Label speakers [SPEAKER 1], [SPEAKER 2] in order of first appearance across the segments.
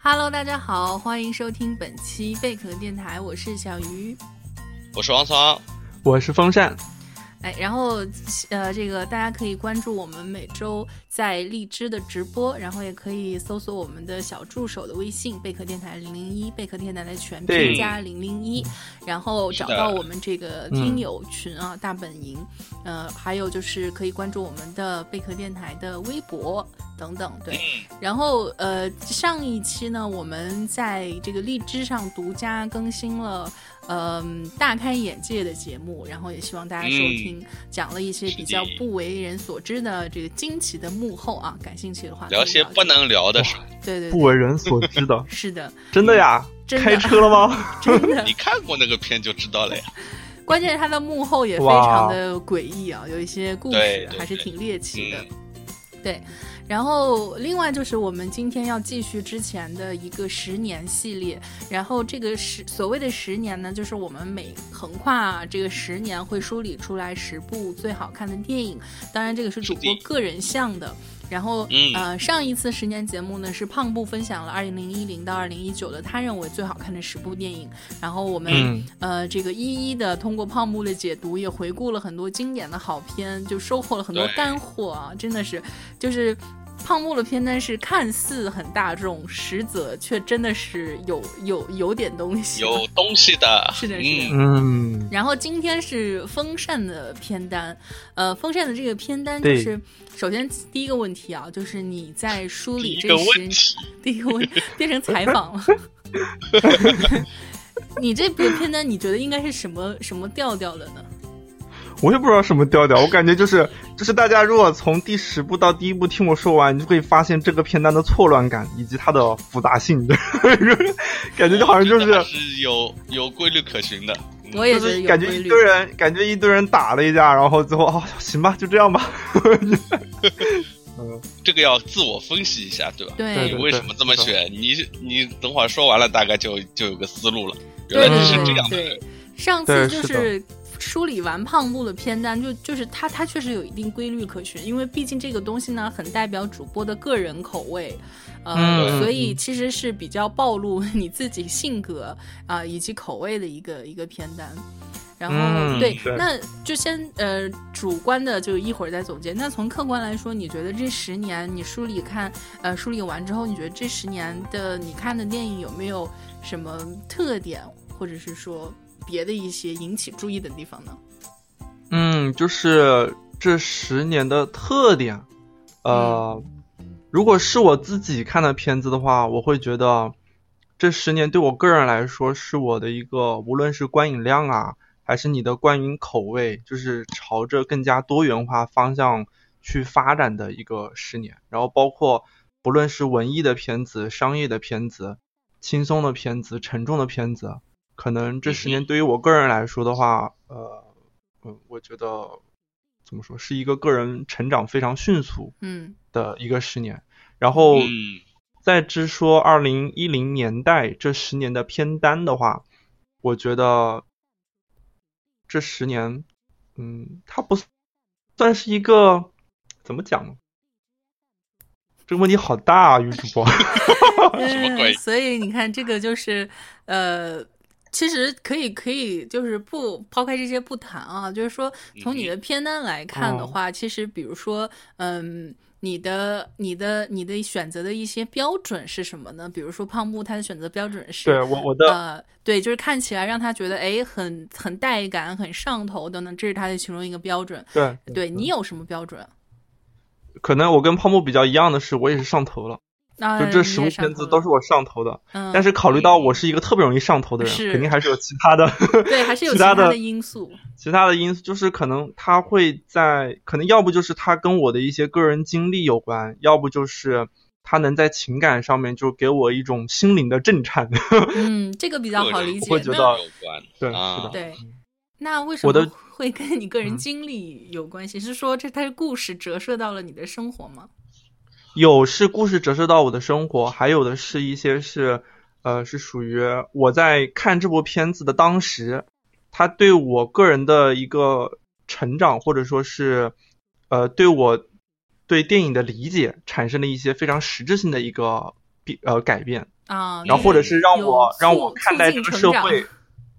[SPEAKER 1] Hello，大家好，欢迎收听本期贝壳电台，我是小鱼。
[SPEAKER 2] 我是王聪，
[SPEAKER 3] 我是风扇，
[SPEAKER 1] 哎，然后呃，这个大家可以关注我们每周在荔枝的直播，然后也可以搜索我们的小助手的微信“贝壳电台零零一”，贝壳电台的全拼
[SPEAKER 3] 对
[SPEAKER 1] 加零零一，然后找
[SPEAKER 2] 是的
[SPEAKER 1] 到我们这个
[SPEAKER 3] 嗯
[SPEAKER 1] 听友群啊，大本营。呃，还有就是可以关注我们的贝壳电台的微博等等，对。然后呃，上一期呢，我们在这个荔枝上独家更新了。嗯，大开眼界的节目，然后也希望大家收
[SPEAKER 2] 嗯
[SPEAKER 1] 听，讲了一些比较
[SPEAKER 2] 是的
[SPEAKER 1] 不为人所知的这个惊奇的幕后啊，感兴趣的话可以
[SPEAKER 2] 聊些
[SPEAKER 1] 解
[SPEAKER 2] 不能聊的事儿。
[SPEAKER 1] 对对
[SPEAKER 3] 不
[SPEAKER 1] 对，，
[SPEAKER 3] 为人所知的
[SPEAKER 1] 是的，
[SPEAKER 3] 真的呀？
[SPEAKER 1] 真的
[SPEAKER 3] 开车了吗？
[SPEAKER 1] 真的
[SPEAKER 2] 你，看过那个片就知道了呀。
[SPEAKER 1] 关键是它的幕后也非
[SPEAKER 3] 哇
[SPEAKER 1] 常的诡异啊，有一些故
[SPEAKER 2] 对
[SPEAKER 1] 事
[SPEAKER 2] 对
[SPEAKER 1] 还是挺猎奇的。
[SPEAKER 2] 嗯，
[SPEAKER 1] 然后，另外就是我们今天要继续之前的一个十年系列。然后，这个十所谓的十年呢，就是我们每横跨这个十年会梳理出来十部最好看的电影。当然，这个是主播
[SPEAKER 2] 是的
[SPEAKER 1] 个人向的。然后，
[SPEAKER 2] 嗯
[SPEAKER 1] 呃，上一次十年节目呢是胖布分享了二零一零到二零一九的他认为最好看的十部电影。然后我们、
[SPEAKER 3] 嗯
[SPEAKER 1] 呃，这个一一的通过胖木的解读，也回顾了很多经典的好片，就收获了很多
[SPEAKER 2] 对
[SPEAKER 1] 干货啊！真的是，就是胖木的片单是看似很大众，实则却真的是有有有点东西。
[SPEAKER 2] 有东西的。
[SPEAKER 1] 是的是的
[SPEAKER 2] 嗯，
[SPEAKER 3] 嗯，
[SPEAKER 1] 然后今天是风扇的片单，呃，风扇的这个片单就
[SPEAKER 3] 对
[SPEAKER 1] 是，首先第一个问题啊，就是你在梳
[SPEAKER 2] 第
[SPEAKER 1] 理
[SPEAKER 2] 一
[SPEAKER 1] 这
[SPEAKER 2] 个
[SPEAKER 1] 十
[SPEAKER 2] 问 题，
[SPEAKER 1] 第一个问变成采访 了。你这部片单你觉得应该是什么什么调调的呢？
[SPEAKER 3] 我也不知道什么调调，我感觉就是就是大家如果从第十部到第一部听我说完，你就会发现这个片单的错乱感以及它的复杂性，感觉就好像就
[SPEAKER 2] 我觉得
[SPEAKER 3] 是
[SPEAKER 2] 还是有有规律可循的。嗯
[SPEAKER 1] 我也
[SPEAKER 3] 就
[SPEAKER 1] 觉得
[SPEAKER 3] 是
[SPEAKER 1] 有
[SPEAKER 3] 感觉
[SPEAKER 1] 规
[SPEAKER 3] 一
[SPEAKER 1] 律。
[SPEAKER 3] 堆人感觉一堆人打了一架，然后最后哦行吧，就这样吧。
[SPEAKER 2] 这个要自我分析一下，对吧？
[SPEAKER 3] 对
[SPEAKER 2] 你
[SPEAKER 3] 对
[SPEAKER 2] 为什么这么选？你你等会儿说完了，大概就就有个思路了。原
[SPEAKER 1] 对
[SPEAKER 2] 来
[SPEAKER 1] 对对
[SPEAKER 2] 你是
[SPEAKER 1] 对
[SPEAKER 2] 这样的。
[SPEAKER 1] 对，上次
[SPEAKER 3] 对
[SPEAKER 1] 就是是梳理完胖布的片单，就就是它它确实有一定规律可循，因为毕竟这个东西呢很代表主播的个人口味，呃，
[SPEAKER 3] 嗯
[SPEAKER 1] 所以其实是比较暴露 你自己性格啊、以及口味的一个一个片单。然后、
[SPEAKER 3] 嗯
[SPEAKER 1] 对，
[SPEAKER 3] 对
[SPEAKER 1] 那就先呃主观的就一会儿再总结。那从客观来说，你觉得这十年你梳理看呃梳理完之后，你觉得这十年的你看的电影有没有什么特点，或者是说别的一些引起注意的地方呢？
[SPEAKER 3] 嗯，就是这十年的特点。呃，如果是我自己看的片子的话，我会觉得这十年对我个人来说是我的一个，无论是观影量啊，还是你的观影口味，就是朝着更加多元化方向去发展的一个十年。然后包括不论是文艺的片子、商业的片子、轻松的片子、沉重的片子，可能这十年对于我个人来说的话，呃，嗯，我觉得怎么说是一个个人成长非常迅速
[SPEAKER 1] 嗯
[SPEAKER 3] 的一个十年。然后
[SPEAKER 2] 嗯，
[SPEAKER 3] 再之说二零一零年代这十年的片单的话，我觉得这十年，嗯，它不算是一个怎么讲呢？这个问题好大啊，于主 播。
[SPEAKER 2] 什么鬼
[SPEAKER 1] 嗯所以你看，这个就是呃。其实可以，可以，就是不抛开这些不谈啊，就是说，
[SPEAKER 3] 嗯
[SPEAKER 1] 从你的片单来看的话，其实比如说，嗯，你的、你的、你的选择的一些标准是什么呢？比如说，胖木他的选择标准是
[SPEAKER 3] 对我我的
[SPEAKER 1] 呃，对，就是看起来让他觉得哎，很很带感、很上头等等，这是他的其中一个标准。
[SPEAKER 3] 对
[SPEAKER 1] 对你有什么标准？
[SPEAKER 3] 可能我跟泡沫比较一样的是，我也是上头了，
[SPEAKER 1] 那
[SPEAKER 3] 就这十部片子都
[SPEAKER 1] 是，
[SPEAKER 3] 是我上头的。
[SPEAKER 1] 嗯，
[SPEAKER 3] 但是考虑到我是一个特别容易上头的人，
[SPEAKER 1] 是
[SPEAKER 3] 肯定还是有其他的
[SPEAKER 1] 对，还是有
[SPEAKER 3] 其他
[SPEAKER 1] 的
[SPEAKER 3] 的
[SPEAKER 1] 因素。
[SPEAKER 3] 其他的因素，就是可能他会在，可能要不就是他跟我的一些个人经历有关，要不就是他能在情感上面就给我一种心灵的震颤。
[SPEAKER 1] 嗯，这个比较好理解。
[SPEAKER 3] 我会觉
[SPEAKER 1] 那
[SPEAKER 3] 得
[SPEAKER 2] 有关。
[SPEAKER 3] 对，
[SPEAKER 2] 啊
[SPEAKER 3] 是的，
[SPEAKER 1] 对，那为什
[SPEAKER 3] 我
[SPEAKER 1] 么
[SPEAKER 3] 的
[SPEAKER 1] 会跟你个人
[SPEAKER 3] 嗯
[SPEAKER 1] 经历有关系？是说这它的故事折射到了你的生活吗？
[SPEAKER 3] 有是故事折射到我的生活，还有的是一些是，呃，是属于我在看这部片子的当时，它对我个人的一个成长，或者说是，呃，对我对电影的理解产生了一些非常实质性的一个变呃改变。
[SPEAKER 1] 啊，
[SPEAKER 3] 然后或者是让
[SPEAKER 1] 有
[SPEAKER 3] 我让
[SPEAKER 1] 促
[SPEAKER 3] 我看待
[SPEAKER 1] 促
[SPEAKER 3] 这
[SPEAKER 1] 进
[SPEAKER 3] 个
[SPEAKER 1] 成
[SPEAKER 3] 社
[SPEAKER 1] 长嗯
[SPEAKER 3] 会，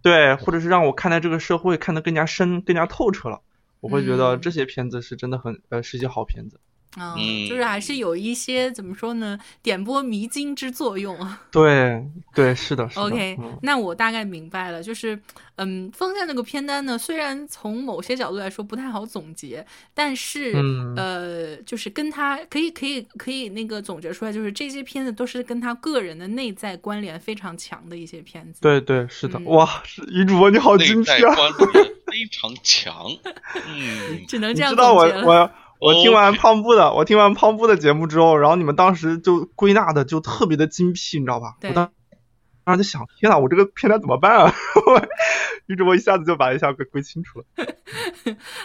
[SPEAKER 3] 对，或者是让我看待这个社会看得更加深、更加透彻了。我会觉得
[SPEAKER 1] 嗯
[SPEAKER 3] 这些片子是真的很呃是一些好片子。
[SPEAKER 1] 啊，
[SPEAKER 2] 嗯
[SPEAKER 1] 就是还是有一些怎么说呢，点拨迷津之作用。
[SPEAKER 3] 对对，是的，是的。
[SPEAKER 1] OK，、
[SPEAKER 3] 嗯
[SPEAKER 1] 那我大概明白了，就是，嗯，风扇那个片单呢，虽然从某些角度来说不太好总结，但是，
[SPEAKER 3] 嗯
[SPEAKER 1] 呃，就是跟他可以可以可以那个总结出来，就是这些片子都是跟他个人的内在关联非常强的一些片子。
[SPEAKER 3] 对对，是的。
[SPEAKER 1] 嗯
[SPEAKER 3] 哇，是女主播你好精
[SPEAKER 2] 内在
[SPEAKER 3] 辟啊！
[SPEAKER 2] 关联非常强。嗯，哦
[SPEAKER 1] 只能
[SPEAKER 3] 你
[SPEAKER 1] 这样
[SPEAKER 3] 知
[SPEAKER 1] 总
[SPEAKER 3] 道我
[SPEAKER 1] 结了。
[SPEAKER 3] 我 我听完
[SPEAKER 2] OK
[SPEAKER 3] 胖布的，我听完胖布的节目之后，然后你们当时就归纳的就特别的精辟，你知道吧？
[SPEAKER 1] 对
[SPEAKER 3] 我当当时就想，天呐，我这个片段怎么办啊？ 女主播一下子就把一下给归清楚了。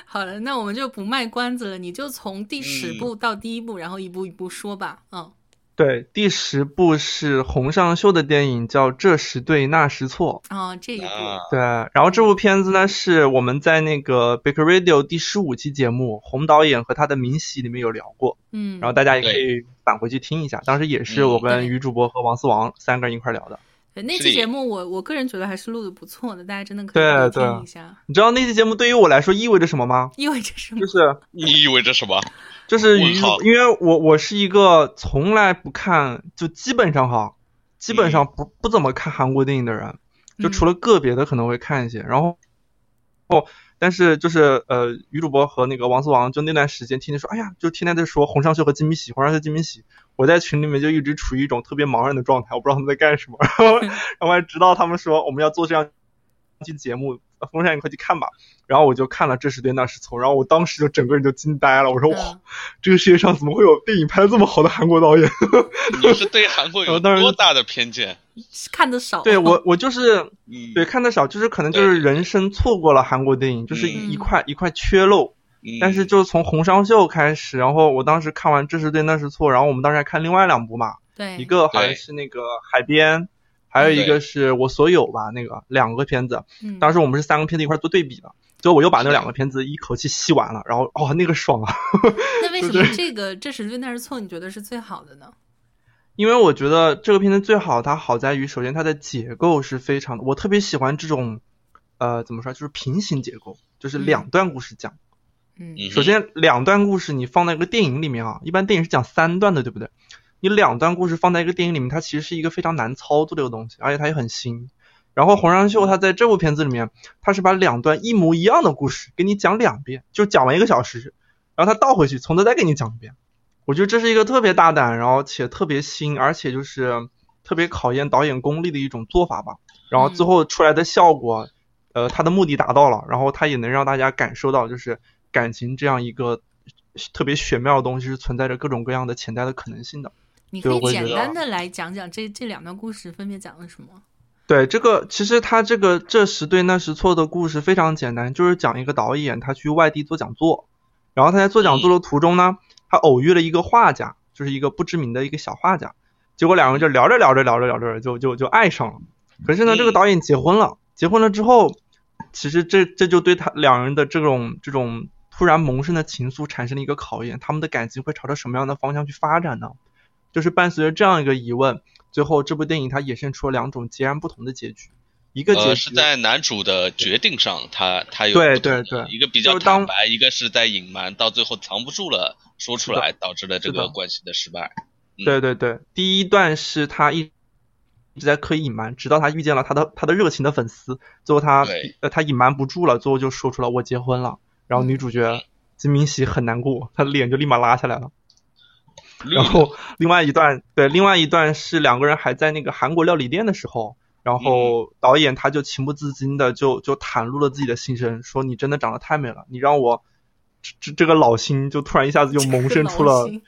[SPEAKER 1] 好了，那我们就不卖关子了，你就从第十
[SPEAKER 2] 嗯
[SPEAKER 1] 部到第一部，然后一步一步说吧。嗯，
[SPEAKER 3] 对，第十部是洪尚秀的电影，叫《这时对那时错》。
[SPEAKER 1] 啊，这一部，
[SPEAKER 2] 啊，
[SPEAKER 3] 对，然后这部片子呢，是我们在那个 Baker Radio 第十五期节目，洪导演和他的明喜里面有聊过，
[SPEAKER 1] 嗯，
[SPEAKER 3] 然后大家也可以返回去听一下。当时也是我
[SPEAKER 1] 嗯对
[SPEAKER 3] 跟于主播和王思王三个人一块儿聊的。
[SPEAKER 1] 对呃那期
[SPEAKER 2] 是的
[SPEAKER 1] 节目我我个人觉得还是录的不错的，大家真的可
[SPEAKER 3] 对啊
[SPEAKER 1] 以多
[SPEAKER 3] 对
[SPEAKER 1] 听一下，
[SPEAKER 3] 你知道那期节目对于我来说意味着什么吗？
[SPEAKER 1] 因为这是
[SPEAKER 3] 就是
[SPEAKER 2] 你以为这什么？
[SPEAKER 3] 就是
[SPEAKER 2] 我
[SPEAKER 3] 于
[SPEAKER 2] 靠
[SPEAKER 3] 因为我我是一个从来不看，就基本上哈，基
[SPEAKER 2] 嗯
[SPEAKER 3] 本上不不怎么看韩国电影的人，就除
[SPEAKER 1] 了
[SPEAKER 3] 了个别的可能会看一些，然后哦，但是就是呃，于主播和那个王思王就那段时间天天说，哎呀，就天天在说洪尚秀和金敏喜，洪尚秀、金敏喜，我在群里面就一直处于一种特别茫然的状态，我不知道他们在干什么，然 后然后还直到他们说我们要做这样一期节目，呃风扇你快去看吧，然后我就看了这是对那是错，然后我当时就整个人就惊呆了，我说
[SPEAKER 1] 嗯
[SPEAKER 3] 哇，这个世界上怎么会有电影拍的这么好的韩国导演？
[SPEAKER 2] 你是对韩国有
[SPEAKER 3] 我呃当时
[SPEAKER 2] 多大的偏见？
[SPEAKER 1] 看的少，
[SPEAKER 3] 对我我就是。
[SPEAKER 2] 嗯，
[SPEAKER 3] 对，看的少，就是可能就是人生错过了韩国电影，就是一一
[SPEAKER 1] 嗯
[SPEAKER 3] 块一块缺漏。
[SPEAKER 2] 嗯，
[SPEAKER 3] 但是就是从红商秀开始，然后我当时看完《这是对那是错》，然后我们当时还看另外两部嘛，
[SPEAKER 1] 对
[SPEAKER 3] 一个好像
[SPEAKER 2] 对
[SPEAKER 3] 是那个海边，还有一
[SPEAKER 2] 对
[SPEAKER 3] 个是我所有吧，那个两个片子，
[SPEAKER 1] 嗯
[SPEAKER 3] 当时我们是三个片子一块做对比的。最后我又把
[SPEAKER 2] 是
[SPEAKER 3] 那
[SPEAKER 2] 的
[SPEAKER 3] 两个片子一口气吸完了，然后哦，那个爽啊！
[SPEAKER 1] 那为什么这个这是对那是错？你觉得是最好的呢？
[SPEAKER 3] 因为我觉得这个片子最好，它好在于首先它的结构是非常，我特别喜欢这种，呃，怎么说，就是平行结构，就是
[SPEAKER 1] 嗯
[SPEAKER 3] 两段故事讲。
[SPEAKER 1] 嗯
[SPEAKER 2] 嗯哼
[SPEAKER 3] 首先，两段故事你放在一个电影里面啊，一般电影是讲三段的，对不对？你两段故事放在一个电影里面，它其实是一个非常难操作的一个东西，而且它也很新。然后洪尚秀他在这部片子里面，他是把两段一模一样的故事给你讲两遍，就讲完一个小时，然后他倒回去从头再给你讲一遍。我觉得这是一个特别大胆，然后且特别新，而且就是特别考验导演功力的一种做法吧。然后最后出来的效果，呃，他的目的达到了，然后他也能让大家感受到，就是感情这样一个特别玄妙的东西是存在着各种各样的潜在的可能性的。
[SPEAKER 1] 你可以
[SPEAKER 3] 对我也
[SPEAKER 1] 简
[SPEAKER 3] 觉得啊
[SPEAKER 1] 单的来讲讲这这两段故事分别讲了什么？
[SPEAKER 3] 对，这个其实他这个这时对那时错的故事非常简单，就是讲一个导演他去外地做讲座，然后他在做讲座的途中呢，他偶遇了一个画家，就是一个不知名的一个小画家，结果两个人就聊着聊着聊着聊着就就就爱上了。可是呢，
[SPEAKER 2] 嗯
[SPEAKER 3] 这个导演结婚了，结婚了之后，其实这这就对他两人的这种这种突然萌生的情愫产生了一个考验，他们的感情会朝着什么样的方向去发展呢？就是伴随着这样一个疑问，最后这部电影它衍生出了两种截然不同的结局，一个结
[SPEAKER 2] 呃，
[SPEAKER 3] 局
[SPEAKER 2] 是在男主的决定上，他他有
[SPEAKER 3] 对
[SPEAKER 2] 不同的
[SPEAKER 3] 对对
[SPEAKER 2] 一个比
[SPEAKER 3] 就
[SPEAKER 2] 较
[SPEAKER 3] 是当
[SPEAKER 2] 坦白，一个是在隐瞒，到最后藏不住了，说出来，导致了这
[SPEAKER 3] 是的
[SPEAKER 2] 个关系的失败。嗯
[SPEAKER 3] 对对对，第一段是他一一直在刻意隐瞒，直到他遇见了他的他的热情的粉丝，最后他
[SPEAKER 2] 对嗯
[SPEAKER 3] 呃他隐瞒不住了，最后就说出了我结婚了，然后女主角金明喜很难过，她的脸就立马拉下来了。
[SPEAKER 2] 绿
[SPEAKER 3] 然后另外一段，对，另外一段是两个人还在那个韩国料理店的时候，然后导演他就情不自禁的就就袒露了自己的心声，说你真的长得太美了，你让我这这这个老心就突然一下子就萌生出
[SPEAKER 1] 老
[SPEAKER 3] 了，
[SPEAKER 1] 心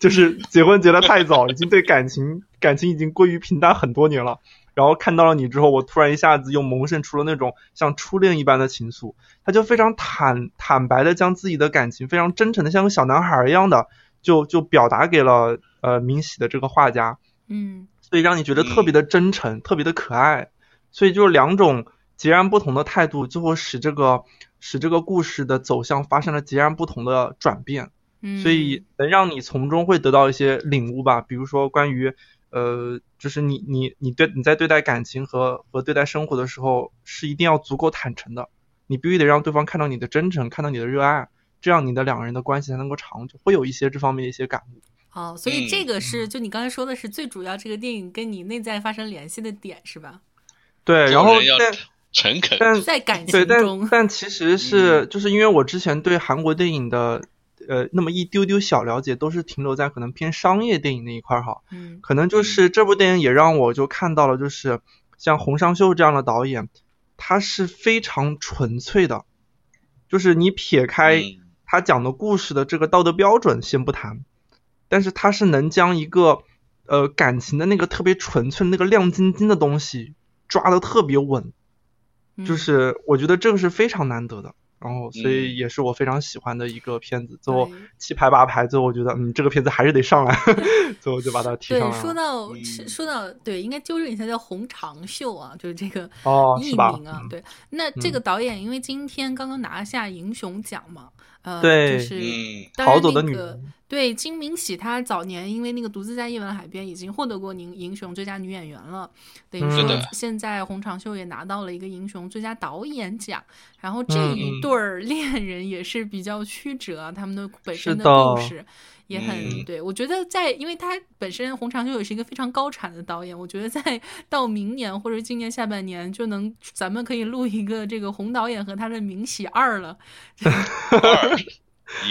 [SPEAKER 3] 就是结婚结得太早，已经对感情感情已经归于平淡很多年了。然后看到了你之后，我突然一下子又萌生出了那种像初恋一般的情愫。他就非常坦坦白的将自己的感情非常真诚的像个小男孩一样的，就就表达给了呃明喜的这个画家。
[SPEAKER 1] 嗯
[SPEAKER 3] 所以让你觉得特别的真诚，特别的可爱。所以就是两种截然不同的态度，最后使这个使这个故事的走向发生了截然不同的转变。
[SPEAKER 1] 嗯，
[SPEAKER 3] 所以能让你从中会得到一些领悟吧，比如说关于呃，就是你你你对你在对待感情和和对待生活的时候，是一定要足够坦诚的，你必须得让对方看到你的真诚，看到你的热爱，这样你的两个人的关系才能够长久。会有一些这方面的一些感悟。
[SPEAKER 1] 哦，所
[SPEAKER 3] 嗯
[SPEAKER 1] 以这个是就你刚才说的是最主要，这个电影跟你内在发生联系的点是吧？
[SPEAKER 3] 对，然
[SPEAKER 2] 做
[SPEAKER 3] 后
[SPEAKER 2] 人要
[SPEAKER 3] 但
[SPEAKER 2] 诚恳，
[SPEAKER 3] 但
[SPEAKER 1] 在感
[SPEAKER 3] 对，
[SPEAKER 1] 情
[SPEAKER 3] 但
[SPEAKER 1] 中，
[SPEAKER 3] 但其实是
[SPEAKER 2] 嗯
[SPEAKER 3] 就是因为我之前对韩国电影的呃那么一丢丢小了解，都是停留在可能偏商业电影那一块儿哈。
[SPEAKER 1] 嗯
[SPEAKER 3] 可能就是这部电影也让我就看到了，就是像洪尚秀这样的导演，他是非常纯粹的，就是你撇开
[SPEAKER 2] 嗯
[SPEAKER 3] 他讲的故事的这个道德标准先不谈，但是他是能将一个呃感情的那个特别纯粹、那个亮晶晶的东西抓得特别稳，
[SPEAKER 1] 嗯，
[SPEAKER 3] 就是我觉得这个是非常难得的。然后，所以
[SPEAKER 2] 嗯
[SPEAKER 3] 也是我非常喜欢的一个片子。最后
[SPEAKER 1] 对
[SPEAKER 3] 七排八排，最后我觉得，嗯，这个片子还是得上来， 最后就把它提
[SPEAKER 1] 对
[SPEAKER 3] 上来。，
[SPEAKER 1] 说
[SPEAKER 3] 了。
[SPEAKER 1] 到
[SPEAKER 2] 嗯
[SPEAKER 1] 是说到对，应该纠正一下叫洪长秀啊，就是这个
[SPEAKER 3] 哦，
[SPEAKER 1] 艺
[SPEAKER 3] 是吧？嗯
[SPEAKER 1] 名啊。对，那这个导演因为今天刚刚拿下银熊奖嘛，呃，
[SPEAKER 3] 对
[SPEAKER 1] 就是
[SPEAKER 2] 嗯
[SPEAKER 1] 当然
[SPEAKER 3] 逃走的
[SPEAKER 1] 那
[SPEAKER 3] 女
[SPEAKER 1] 个
[SPEAKER 3] 人，
[SPEAKER 1] 对，金敏喜她早年因为那个《独自在夜晚海边》已经获得过银银熊最佳女演员了，等于
[SPEAKER 3] 嗯
[SPEAKER 1] 说
[SPEAKER 2] 是的
[SPEAKER 1] 现在洪长秀也拿到了一个银熊最佳导演奖。然后这
[SPEAKER 3] 嗯
[SPEAKER 1] 一
[SPEAKER 2] 嗯
[SPEAKER 1] 对儿恋人也是比较曲折啊，他们的本身
[SPEAKER 3] 是
[SPEAKER 1] 的
[SPEAKER 3] 的
[SPEAKER 1] 故事也很、
[SPEAKER 2] 嗯
[SPEAKER 1] 对。我觉得在，因为他本身洪长秀也是一个非常高产的导演，我觉得在 到明年或者今年下半年就能，咱们可以录一个这个洪导演和他的明喜二了。
[SPEAKER 2] 嗯二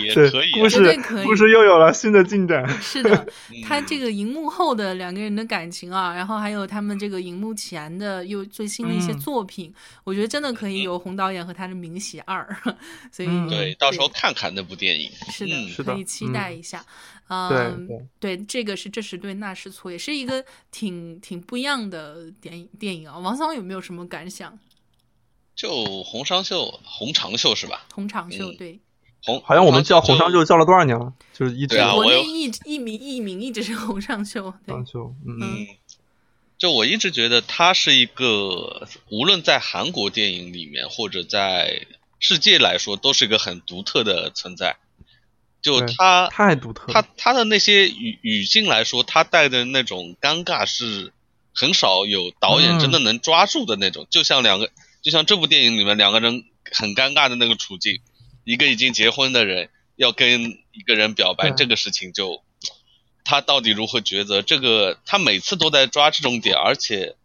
[SPEAKER 2] 也
[SPEAKER 3] 对
[SPEAKER 2] 可以啊，
[SPEAKER 3] 故
[SPEAKER 1] 绝
[SPEAKER 3] 事
[SPEAKER 1] 对可以
[SPEAKER 3] 故事又有了新的进展。
[SPEAKER 1] 是的。
[SPEAKER 2] 嗯
[SPEAKER 1] 他这个荧幕后的两个人的感情啊，然后还有他们这个荧幕前的又最新的一些
[SPEAKER 3] 嗯
[SPEAKER 1] 作品，我觉得真的可以有洪导演和他的《明喜二》， 所以
[SPEAKER 3] 嗯
[SPEAKER 2] 嗯对，到时候看看那部电影，
[SPEAKER 1] 是的，
[SPEAKER 2] 嗯
[SPEAKER 3] 是的
[SPEAKER 1] 可以期待一下。嗯，
[SPEAKER 3] 对对
[SPEAKER 1] 对这个是这是对那是错，也是一个挺挺不一样的电影电影啊。王桑有没有什么感想？
[SPEAKER 2] 就红裳秀、红长秀是吧？
[SPEAKER 1] 洪长秀
[SPEAKER 2] 嗯
[SPEAKER 1] 对，
[SPEAKER 2] 红
[SPEAKER 3] 好像我们叫
[SPEAKER 2] 红
[SPEAKER 3] 红
[SPEAKER 2] 长
[SPEAKER 3] 上
[SPEAKER 2] 秀
[SPEAKER 3] 秀叫了多少年了？就是一直
[SPEAKER 2] 对啊
[SPEAKER 1] 国
[SPEAKER 2] 我
[SPEAKER 1] 内
[SPEAKER 2] 有
[SPEAKER 1] 艺艺名艺名一直是洪尚秀，对，
[SPEAKER 3] 上秀，嗯
[SPEAKER 1] 嗯
[SPEAKER 2] 嗯，就我一直觉得他是一个，无论在韩国电影里面，或者在世界来说，都是一个很独特的存在。就
[SPEAKER 3] 对
[SPEAKER 2] 他
[SPEAKER 3] 太独特
[SPEAKER 2] 他
[SPEAKER 3] 了。
[SPEAKER 2] 他的那些语语境来说，他带的那种尴尬是很少有导演
[SPEAKER 3] 嗯
[SPEAKER 2] 真的能抓住的那种。就像两个，就像这部电影里面两个人很尴尬的那个处境，一个已经结婚的人要跟一个人表白，
[SPEAKER 3] 对
[SPEAKER 2] 这个事情就他到底如何抉择？这个他每次都在抓这种点，而且，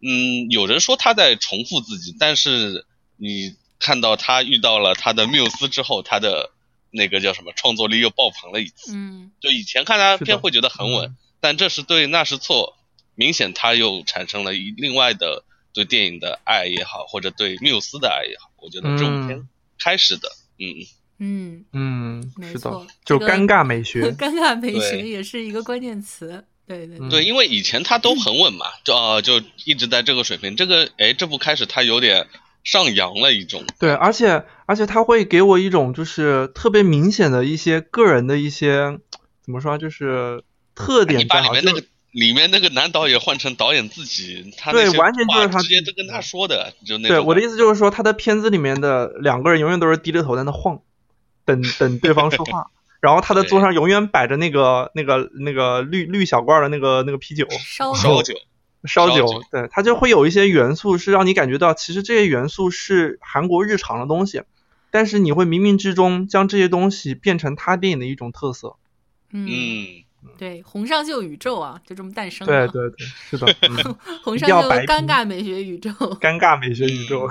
[SPEAKER 2] 嗯，有人说他在重复自己，但是你看到他遇到了他的缪斯之后，他的那个叫什么创作力又爆棚了一次。
[SPEAKER 1] 嗯
[SPEAKER 2] 就以前看他
[SPEAKER 3] 是的嗯
[SPEAKER 2] 片会觉得很稳，但这是对那是错，明显他又产生了一另外的对电影的爱也好，或者对缪斯的爱也好，我觉得这部片
[SPEAKER 3] 嗯
[SPEAKER 2] 开始的，嗯，
[SPEAKER 1] 嗯，
[SPEAKER 3] 嗯，
[SPEAKER 1] 没
[SPEAKER 3] 是的
[SPEAKER 1] 错，
[SPEAKER 3] 就
[SPEAKER 1] 这个
[SPEAKER 3] 尴尬美学。
[SPEAKER 1] 尴尬美
[SPEAKER 2] 对
[SPEAKER 1] 学也是一个关键词，对对对。
[SPEAKER 3] 嗯
[SPEAKER 2] 对，因为以前他都很稳嘛，就啊、就一直在这个水平，这个哎这部开始他有点上扬了一种，
[SPEAKER 3] 对，而且而且他会给我一种就是特别明显的一些个人的一些怎么说啊，就是特
[SPEAKER 2] 哎你
[SPEAKER 3] 点
[SPEAKER 2] 把
[SPEAKER 3] 在
[SPEAKER 2] 里
[SPEAKER 3] 哈，
[SPEAKER 2] 面
[SPEAKER 3] 就
[SPEAKER 2] 那个。里面那个男导演换成导演自己，他
[SPEAKER 3] 对
[SPEAKER 2] 那些
[SPEAKER 3] 完全就是
[SPEAKER 2] 话
[SPEAKER 3] 他
[SPEAKER 2] 直接
[SPEAKER 3] 自己
[SPEAKER 2] 都跟他说的，就那
[SPEAKER 3] 对
[SPEAKER 2] 种
[SPEAKER 3] 我的意思就是说，他的片子里面的两个人永远都是低着头在那晃，等等对方说 话，然后他的桌上永远摆着那个那个那个绿绿小罐儿的那个那个啤 酒，
[SPEAKER 1] 烧
[SPEAKER 2] 烧酒，
[SPEAKER 3] 烧
[SPEAKER 2] 烧
[SPEAKER 3] 酒，
[SPEAKER 2] 酒
[SPEAKER 3] 对，它就会有一些元素是让你感觉到，其实这些元素是韩国日常的东西，但是你会冥冥之中将这些东西变成他电影的一种特色。
[SPEAKER 1] 嗯，
[SPEAKER 2] 嗯，
[SPEAKER 1] 对，红上秀宇宙啊，就这么诞生
[SPEAKER 3] 对
[SPEAKER 1] 了。
[SPEAKER 3] 对对，是的，嗯
[SPEAKER 1] 红
[SPEAKER 3] 一
[SPEAKER 1] 上
[SPEAKER 3] 定要
[SPEAKER 1] 秀
[SPEAKER 3] 白
[SPEAKER 1] 尴
[SPEAKER 3] 拼
[SPEAKER 1] 尬美学宇宙。
[SPEAKER 3] 尴尬美学宇 宙。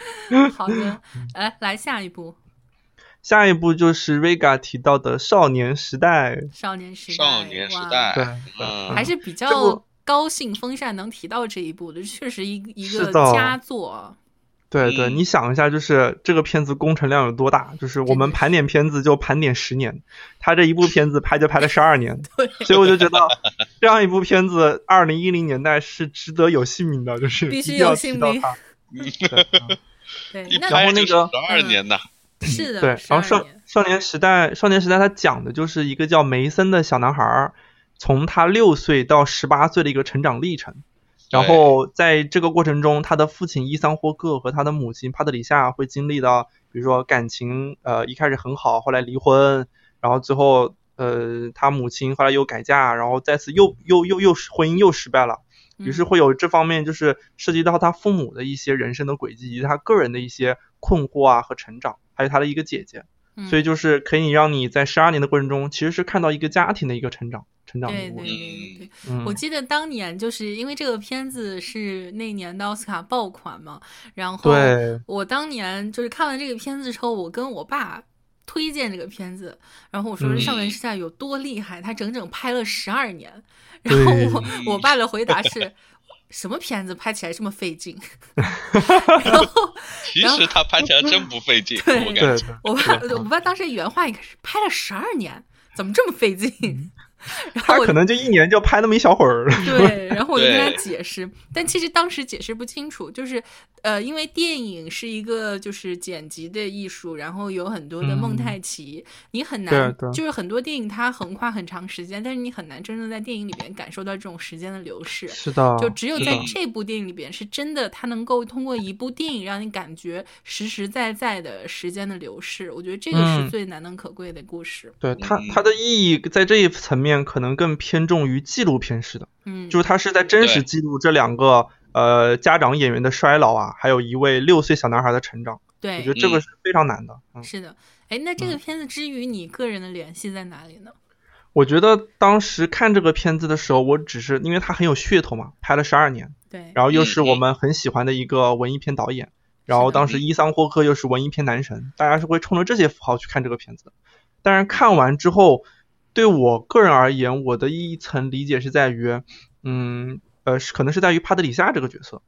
[SPEAKER 1] 好的，
[SPEAKER 3] 嗯
[SPEAKER 1] 来来下一部
[SPEAKER 3] 下一部就是 Vega 提到的《少年时代》，
[SPEAKER 1] 《少年时代》。
[SPEAKER 2] 少年时
[SPEAKER 1] 哇
[SPEAKER 2] 代，
[SPEAKER 3] 对，
[SPEAKER 2] 嗯，
[SPEAKER 1] 还是比
[SPEAKER 3] 这
[SPEAKER 1] 较
[SPEAKER 3] 部
[SPEAKER 1] 高兴风扇能提到这一部的，确实一一
[SPEAKER 3] 是
[SPEAKER 1] 个
[SPEAKER 3] 的
[SPEAKER 1] 佳作。
[SPEAKER 3] 对对，
[SPEAKER 2] 嗯
[SPEAKER 3] 你想一下，就是这个片子工程量有多大？就是我
[SPEAKER 1] 真
[SPEAKER 3] 们
[SPEAKER 1] 的
[SPEAKER 3] 盘点片子就盘点十年，他这一部片子拍就拍了十二年，
[SPEAKER 1] 对，
[SPEAKER 3] 所以我就觉得这样一部片子，二零一零年代是值得有姓名的，就是
[SPEAKER 1] 必须
[SPEAKER 3] 一定要
[SPEAKER 1] 有
[SPEAKER 3] 提
[SPEAKER 1] 姓
[SPEAKER 3] 到
[SPEAKER 1] 名
[SPEAKER 3] 它对嗯
[SPEAKER 1] 对
[SPEAKER 2] 一，
[SPEAKER 1] 那
[SPEAKER 3] 然后
[SPEAKER 2] 拍
[SPEAKER 3] 那
[SPEAKER 2] 就
[SPEAKER 3] 个
[SPEAKER 2] 十二
[SPEAKER 1] 嗯
[SPEAKER 2] 年呐，
[SPEAKER 1] 是的，
[SPEAKER 3] 对，
[SPEAKER 1] 12
[SPEAKER 3] 然后少
[SPEAKER 1] 年
[SPEAKER 3] 少年时代，少年时代它讲的就是一个叫梅森的小男孩儿，从他六岁到十八岁的一个成长历程。然
[SPEAKER 2] 对
[SPEAKER 3] 后在这个过程中，他的父亲伊桑霍克和他的母亲帕特里夏会经历到，比如说感情，呃，一开始很好，后来离婚，然后最后呃，他母亲后来又改嫁，然后再次又又又又婚姻又失败了，
[SPEAKER 1] 嗯
[SPEAKER 3] 于是会有这方面就是涉及到他父母的一些人生的轨迹，以及他个人的一些困惑啊和成长，还有他的一个姐姐，
[SPEAKER 1] 嗯
[SPEAKER 3] 所以就是可以让你在十二年的过程中，其实是看到一个家庭的一个成长成长
[SPEAKER 1] 对对
[SPEAKER 3] 的过
[SPEAKER 1] 对
[SPEAKER 3] 程。
[SPEAKER 1] 对对，
[SPEAKER 3] 嗯
[SPEAKER 1] 我记得当年就是因为这个片子是那年的奥斯卡爆款嘛，然后
[SPEAKER 3] 对，
[SPEAKER 1] 我当年就是看完这个片子之后，我跟我爸推荐这个片子，然后我说
[SPEAKER 3] 嗯
[SPEAKER 1] 这上面之下有多厉害，他整整拍了十二年。然
[SPEAKER 3] 对
[SPEAKER 1] 后我我爸的回答是。什么片子拍起来这么费劲？然后
[SPEAKER 2] 其实他拍起来真不费劲，
[SPEAKER 1] 对
[SPEAKER 2] 我感
[SPEAKER 3] 对
[SPEAKER 2] 觉。
[SPEAKER 3] 对，
[SPEAKER 1] 我爸我爸当时原话应该是拍了十二年，怎么这么费劲？ 然后
[SPEAKER 3] 嗯他
[SPEAKER 1] 我
[SPEAKER 3] 可能就一年就拍那么一小会儿。
[SPEAKER 1] 对，然后我就跟他
[SPEAKER 2] 对
[SPEAKER 1] 解释，但其实当时解释不清楚，就是呃，因为电影是一个就是剪辑的艺术，然后有很多的蒙太奇，你很难
[SPEAKER 3] 嗯对对啊
[SPEAKER 1] 就是很多电影它横跨很长时间，但是你很难真正在电影里边感受到这种时间的流逝。
[SPEAKER 3] 是的，
[SPEAKER 1] 就只有
[SPEAKER 2] 是
[SPEAKER 1] 在
[SPEAKER 2] 的
[SPEAKER 1] 这部电影里边，是真的，它能够通过一部电影让你感觉实实在在的时间的流逝。我觉得这个是
[SPEAKER 3] 嗯
[SPEAKER 1] 最难能可贵的故事。
[SPEAKER 3] 对它
[SPEAKER 2] 嗯
[SPEAKER 3] 它的意义在这一层面可能更偏重于纪录片式的，
[SPEAKER 1] 嗯，
[SPEAKER 3] 就是它是在真实
[SPEAKER 2] 对
[SPEAKER 3] 记录这两个呃家长演员的衰老啊，还有一位六岁小男孩的成长，我
[SPEAKER 1] 对，
[SPEAKER 3] 觉得这个
[SPEAKER 2] 嗯
[SPEAKER 3] 是非常难的。嗯，
[SPEAKER 1] 是的，哎，那这个片子之于你个人的联系在哪里呢？
[SPEAKER 3] 我觉得当时看这个片子的时候，我只是因为它很有噱头嘛，拍了十二年，
[SPEAKER 1] 对，
[SPEAKER 3] 然后又是
[SPEAKER 2] 嗯嗯嗯
[SPEAKER 3] 我们很喜欢的一个文艺片导演，然后当时伊桑霍克又是文艺片男神，大家是会冲着这些符号去看这个片子的。当然看完之后，对我个人而言，我的一层理解是在于，嗯，呃，是可能是在于帕德里夏这个角色，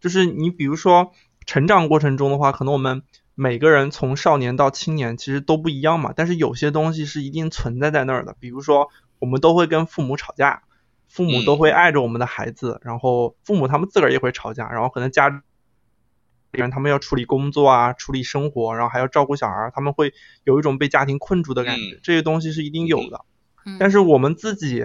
[SPEAKER 3] 就是你比如说成长过程中的话，可能我们每个人从少年到青年其实都不一样嘛，但是有些东西是一定存在在那儿的，比如说我们都会跟父母吵架，父母都会爱着我们的孩子，然后父母他们自个儿也会吵架，然后可能家里人他们要处理工作啊，处理生活，然后还要照顾小孩儿，他们会有一种被家庭困住的感觉，
[SPEAKER 2] 嗯
[SPEAKER 3] 这些东西是一定有的。
[SPEAKER 1] 嗯
[SPEAKER 3] 但是我们自己，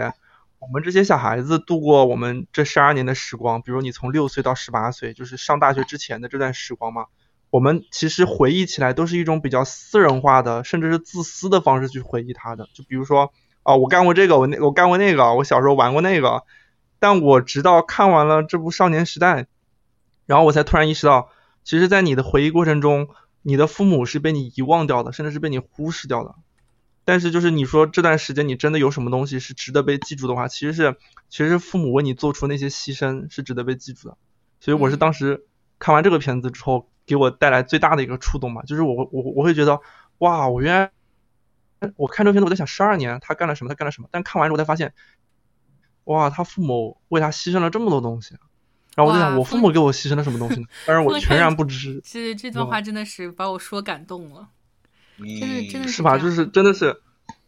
[SPEAKER 3] 我们这些小孩子度过我们这十二年的时光，比如你从六岁到十八岁，就是上大学之前的这段时光嘛，我们其实回忆起来都是一种比较私人化的，甚至是自私的方式去回忆它的。就比如说啊，我干过这个，我那我干过那个，我小时候玩过那个，但我直到看完了这部《少年时代》，然后我才突然意识到，其实，在你的回忆过程中，你的父母是被你遗忘掉的，甚至是被你忽视掉的。但是，就是你说这段时间你真的有什么东西是值得被记住的话，其实是其实是父母为你做出那些牺牲是值得被记住的。所以，我是
[SPEAKER 1] 嗯
[SPEAKER 3] 当时看完这个片子之后，给我带来最大的一个触动吧，就是我我我会觉得，哇，我原来我看这个片子，我在想十二年他干了什么，他干了什么，但看完之后我才发现，哇，他父母为他牺牲了这么多东西，啊然后我就
[SPEAKER 1] 哇
[SPEAKER 3] 想，我
[SPEAKER 1] 父
[SPEAKER 3] 父母给我牺牲了什么东西呢？当然我
[SPEAKER 1] 父
[SPEAKER 3] 全然
[SPEAKER 1] 亲
[SPEAKER 3] 不知，
[SPEAKER 1] 这这段话真的是把我说感动了，真的真的
[SPEAKER 2] 嗯
[SPEAKER 1] 是
[SPEAKER 3] 是吧？
[SPEAKER 1] 这样
[SPEAKER 3] 就是真的是，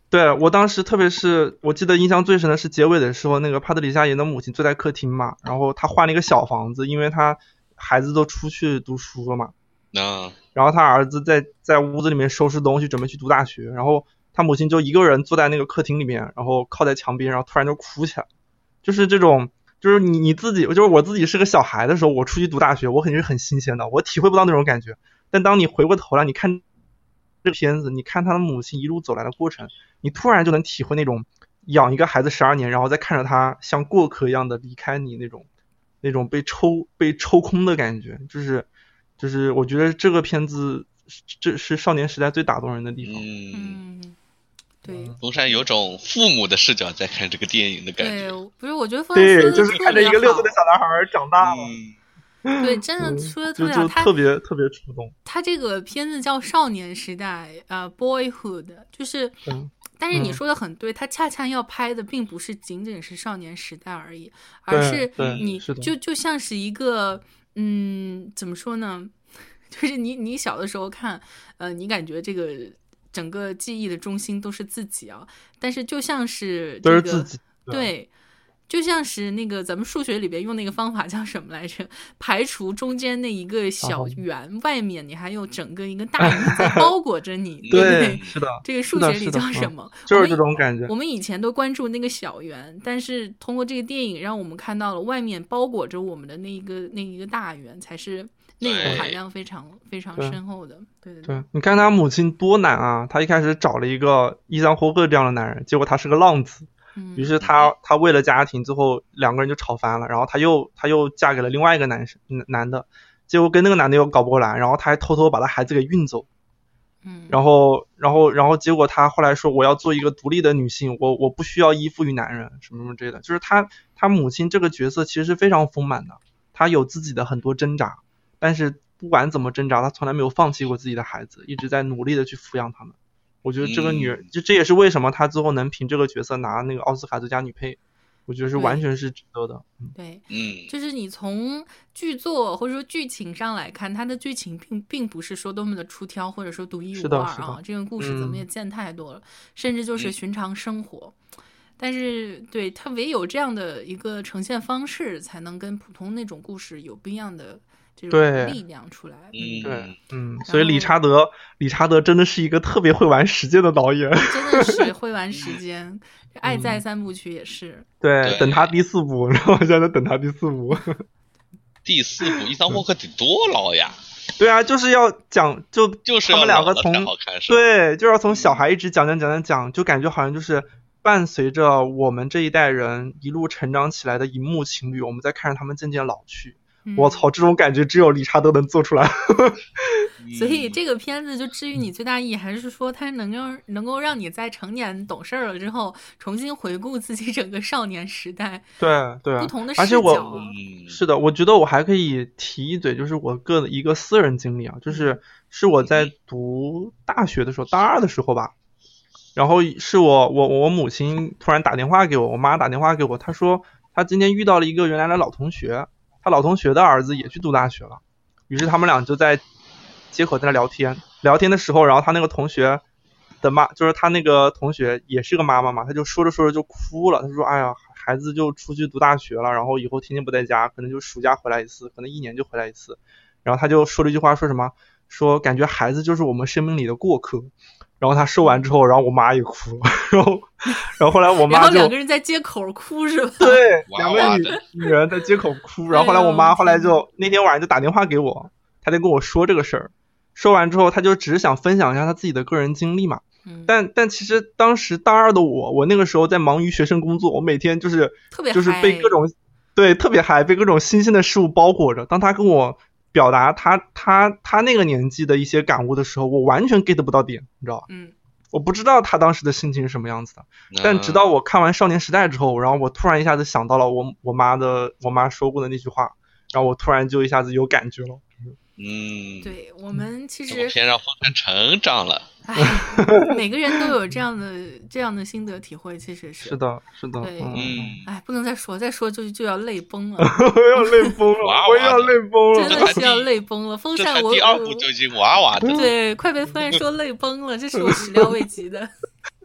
[SPEAKER 3] 对我当时特别是我记得印象最深的是结尾的时候，那个帕特里夏演的母亲坐在客厅嘛，然后她换了一个小房子，因为她孩子都出去读书了嘛，
[SPEAKER 2] 啊，
[SPEAKER 3] 然后他儿子在在屋子里面收拾东西，准备去读大学，然后他母亲就一个人坐在那个客厅里面，然后靠在墙边，然后突然就哭起来，就是这种，就是你你自己，就是我自己是个小孩的时候，我出去读大学，我肯定是很新鲜的，我体会不到那种感觉。但当你回过头来，你看这片子，你看他的母亲一路走来的过程，你突然就能体会那种养一个孩子十二年，然后再看着他像过客一样的离开你那种，那种被抽被抽空的感觉，就是就是我觉得这个片子是这是少年时代最打动人的地方。
[SPEAKER 2] 嗯，
[SPEAKER 1] 嗯，对。
[SPEAKER 2] 东山有种父母的视角在看这个电影的感
[SPEAKER 1] 对
[SPEAKER 2] 觉。，
[SPEAKER 1] 不是，我觉得弗兰
[SPEAKER 3] 对，
[SPEAKER 1] 斯
[SPEAKER 3] 就是
[SPEAKER 1] 特
[SPEAKER 3] 看着一
[SPEAKER 1] 别
[SPEAKER 3] 个六岁
[SPEAKER 1] 好
[SPEAKER 3] 的小男孩儿长大了，
[SPEAKER 2] 嗯，
[SPEAKER 1] 对，真的
[SPEAKER 3] 嗯
[SPEAKER 1] 说的特
[SPEAKER 3] 就
[SPEAKER 1] 别好。
[SPEAKER 3] 就
[SPEAKER 1] 他
[SPEAKER 3] 特别特别触动。
[SPEAKER 1] 他这个片子叫《少年时代》呃，《Boyhood》，就是
[SPEAKER 3] 嗯，
[SPEAKER 1] 但是你
[SPEAKER 3] 嗯
[SPEAKER 1] 说的很对，他恰恰要拍的并不是仅仅是少年时代而已，而
[SPEAKER 3] 对
[SPEAKER 1] 是
[SPEAKER 3] 对
[SPEAKER 1] 你
[SPEAKER 3] 是的
[SPEAKER 1] 就就像是一个嗯，怎么说呢？ 就是你你小的时候看，呃，你感觉这个整个记忆的中心都是自己啊，但是就像是
[SPEAKER 3] 都
[SPEAKER 1] 这
[SPEAKER 3] 是
[SPEAKER 1] 个
[SPEAKER 3] 自己。对
[SPEAKER 1] 对，就像是那个咱们数学里边用那个方法叫什么来着？排除中间那一个小
[SPEAKER 3] 后
[SPEAKER 1] 圆，外面你还有整个一个大圆在包裹着 你，对不
[SPEAKER 3] 对
[SPEAKER 1] 对，？
[SPEAKER 3] 是的，
[SPEAKER 1] 这个数学
[SPEAKER 3] 是的
[SPEAKER 1] 里
[SPEAKER 3] 是的
[SPEAKER 1] 叫什
[SPEAKER 3] 嗯
[SPEAKER 1] 么？
[SPEAKER 3] 就
[SPEAKER 1] 我们
[SPEAKER 3] 是这种感觉
[SPEAKER 1] 我。们以前都关注那个小圆，但是通过这个电影，让我们看到了外面包裹着我们的那一个那一个大圆才是内容
[SPEAKER 2] 对
[SPEAKER 1] 含量非常非常
[SPEAKER 3] 对
[SPEAKER 1] 深厚的。对对对，
[SPEAKER 3] 对，你看他母亲多难啊！他一开始找了一个伊桑霍克这样的男人，结果他是个浪子，于
[SPEAKER 1] 嗯
[SPEAKER 3] 是他他为了家庭，最后两个人就吵翻了，然后他又他又嫁给了另外一个男生男男的，结果跟那个男的又搞不过来，然后他还偷偷把他孩子给运走，
[SPEAKER 1] 嗯，
[SPEAKER 3] 然后然后然后结果他后来说我要做一个独立的女性，我我不需要依附于男人什么什么之类的，就是他他母亲这个角色其实是非常丰满的，她有自己的很多挣扎，但是不管怎么挣扎，她从来没有放弃过自己的孩子，一直在努力的去抚养他们。我觉得这个女人，
[SPEAKER 2] 嗯
[SPEAKER 3] 就这也是为什么她最后能凭这个角色拿那个奥斯卡最佳女配，我觉得是完全是值得的。
[SPEAKER 1] 对，
[SPEAKER 2] 嗯，
[SPEAKER 1] 就是你从剧作或者说剧情上来看，它的剧情并并不是说多么的出挑，或者说独一
[SPEAKER 3] 是
[SPEAKER 1] 无
[SPEAKER 3] 的
[SPEAKER 1] 二
[SPEAKER 3] 是的嗯
[SPEAKER 1] 啊。这个故事咱们也见太多了，甚至就是
[SPEAKER 2] 嗯
[SPEAKER 1] 寻常生活。但是，对它唯有这样的一个呈现方式，才能跟普通那种故事有不一样的这
[SPEAKER 3] 对
[SPEAKER 1] 种力量出来。
[SPEAKER 2] 嗯
[SPEAKER 3] 对，嗯，
[SPEAKER 1] 后
[SPEAKER 3] 所以理查德，理查德真的是一个特别会玩实践的导演。
[SPEAKER 1] 真的是会玩时
[SPEAKER 3] 嗯
[SPEAKER 1] 间，《爱在三部曲》也是，
[SPEAKER 3] 对，
[SPEAKER 2] 对
[SPEAKER 3] 等他第四部，然后我现在在等他第四部。
[SPEAKER 2] 第四部伊桑霍克得多老呀，
[SPEAKER 3] 对啊，就是要讲，就
[SPEAKER 2] 就是要
[SPEAKER 3] 他们两
[SPEAKER 2] 老
[SPEAKER 3] 个
[SPEAKER 2] 了
[SPEAKER 3] 从
[SPEAKER 2] 才好看，是吧？
[SPEAKER 3] 对，就是要从小孩一直讲讲讲讲讲，就感觉好像就是伴随着我们这一代人一路成长起来的荧幕情侣，我们在看着他们渐渐老去。
[SPEAKER 1] 嗯
[SPEAKER 3] 我操，这种感觉只有理查德能做 出来。
[SPEAKER 2] 嗯
[SPEAKER 1] 所以这个片子就至于你最大意义，还是说它能让能够让你在成年懂事儿了之后，重新回顾自己整个少年时代
[SPEAKER 3] 对对，啊
[SPEAKER 1] 不同的视角。
[SPEAKER 3] 而且我
[SPEAKER 2] 嗯
[SPEAKER 3] 是的，我觉得我还可以提一嘴，就是我个一个私人经历啊，就是是我在读大学的时候，大二的时候吧，然后是我我我母亲突然打电话给我，我妈打电话给我，她说她今天遇到了一个原来的老同学，她老同学的儿子也去读大学了，于是他们俩就在街口在那聊天，聊天的时候，然后她那个同学。的妈就是她那个同学也是个妈妈嘛，她就说着说着就哭了。她说：“哎呀，孩子就出去读大学了，然后以后天天不在家，可能就暑假回来一次，可能一年就回来一次。”然后她就说了一句话，说什么？说感觉孩子就是我们生命里的过客。然后她说完之后，然后我妈也哭了，然 后，然后后来我
[SPEAKER 1] 然
[SPEAKER 3] 妈
[SPEAKER 1] 后
[SPEAKER 3] 就
[SPEAKER 1] 两个人在街口哭是吧？
[SPEAKER 3] 对
[SPEAKER 2] 哇
[SPEAKER 3] 两
[SPEAKER 2] 哇
[SPEAKER 3] 个女
[SPEAKER 2] 的
[SPEAKER 3] 女人在街口哭，然后后来我
[SPEAKER 1] 哎
[SPEAKER 3] 妈
[SPEAKER 1] 呦
[SPEAKER 3] 后来就那天晚上就打电话给我，她就跟我说这个事儿。说完之后，她就只是想分享一下她自己的个人经历嘛。
[SPEAKER 1] 嗯，
[SPEAKER 3] 但但其实当时大二的我，我那个时候在忙于学生工作，我每天就是
[SPEAKER 1] 特别
[SPEAKER 3] 就是被
[SPEAKER 1] 嗨
[SPEAKER 3] 各种对特别嗨，被各种新鲜的事物包裹着。当他跟我表达他他他那个年纪的一些感悟的时候，我完全 get 不到点，你知道吧？
[SPEAKER 1] 嗯，
[SPEAKER 3] 我不知道他当时的心情是什么样子的。但直到
[SPEAKER 2] 嗯
[SPEAKER 3] 我看完《少年时代》之后，然后我突然一下子想到了我我妈的我妈说过的那句话，然后我突然就一下子有感觉了。
[SPEAKER 2] 嗯，
[SPEAKER 1] 对我们其
[SPEAKER 2] 这部
[SPEAKER 1] 实
[SPEAKER 2] 片让风筝成长了，
[SPEAKER 1] 唉，每个人都有这样的这样的心得体会，其实是
[SPEAKER 3] 是。的，是的，
[SPEAKER 1] 对
[SPEAKER 3] 嗯，，
[SPEAKER 2] 嗯，
[SPEAKER 1] 哎，不能再说，再说就就要泪崩了
[SPEAKER 3] 我要泪崩了
[SPEAKER 2] 哇，
[SPEAKER 3] 我
[SPEAKER 2] 哇
[SPEAKER 3] 要
[SPEAKER 2] 的
[SPEAKER 3] 泪崩了
[SPEAKER 1] 真。的是要泪崩了。风
[SPEAKER 2] 这
[SPEAKER 1] 扇
[SPEAKER 2] 才
[SPEAKER 1] 我，
[SPEAKER 2] 第二部就已经哇哇
[SPEAKER 3] 嗯
[SPEAKER 2] 的了，
[SPEAKER 1] 对，快被风扇 说泪崩了，这是我始料未及的。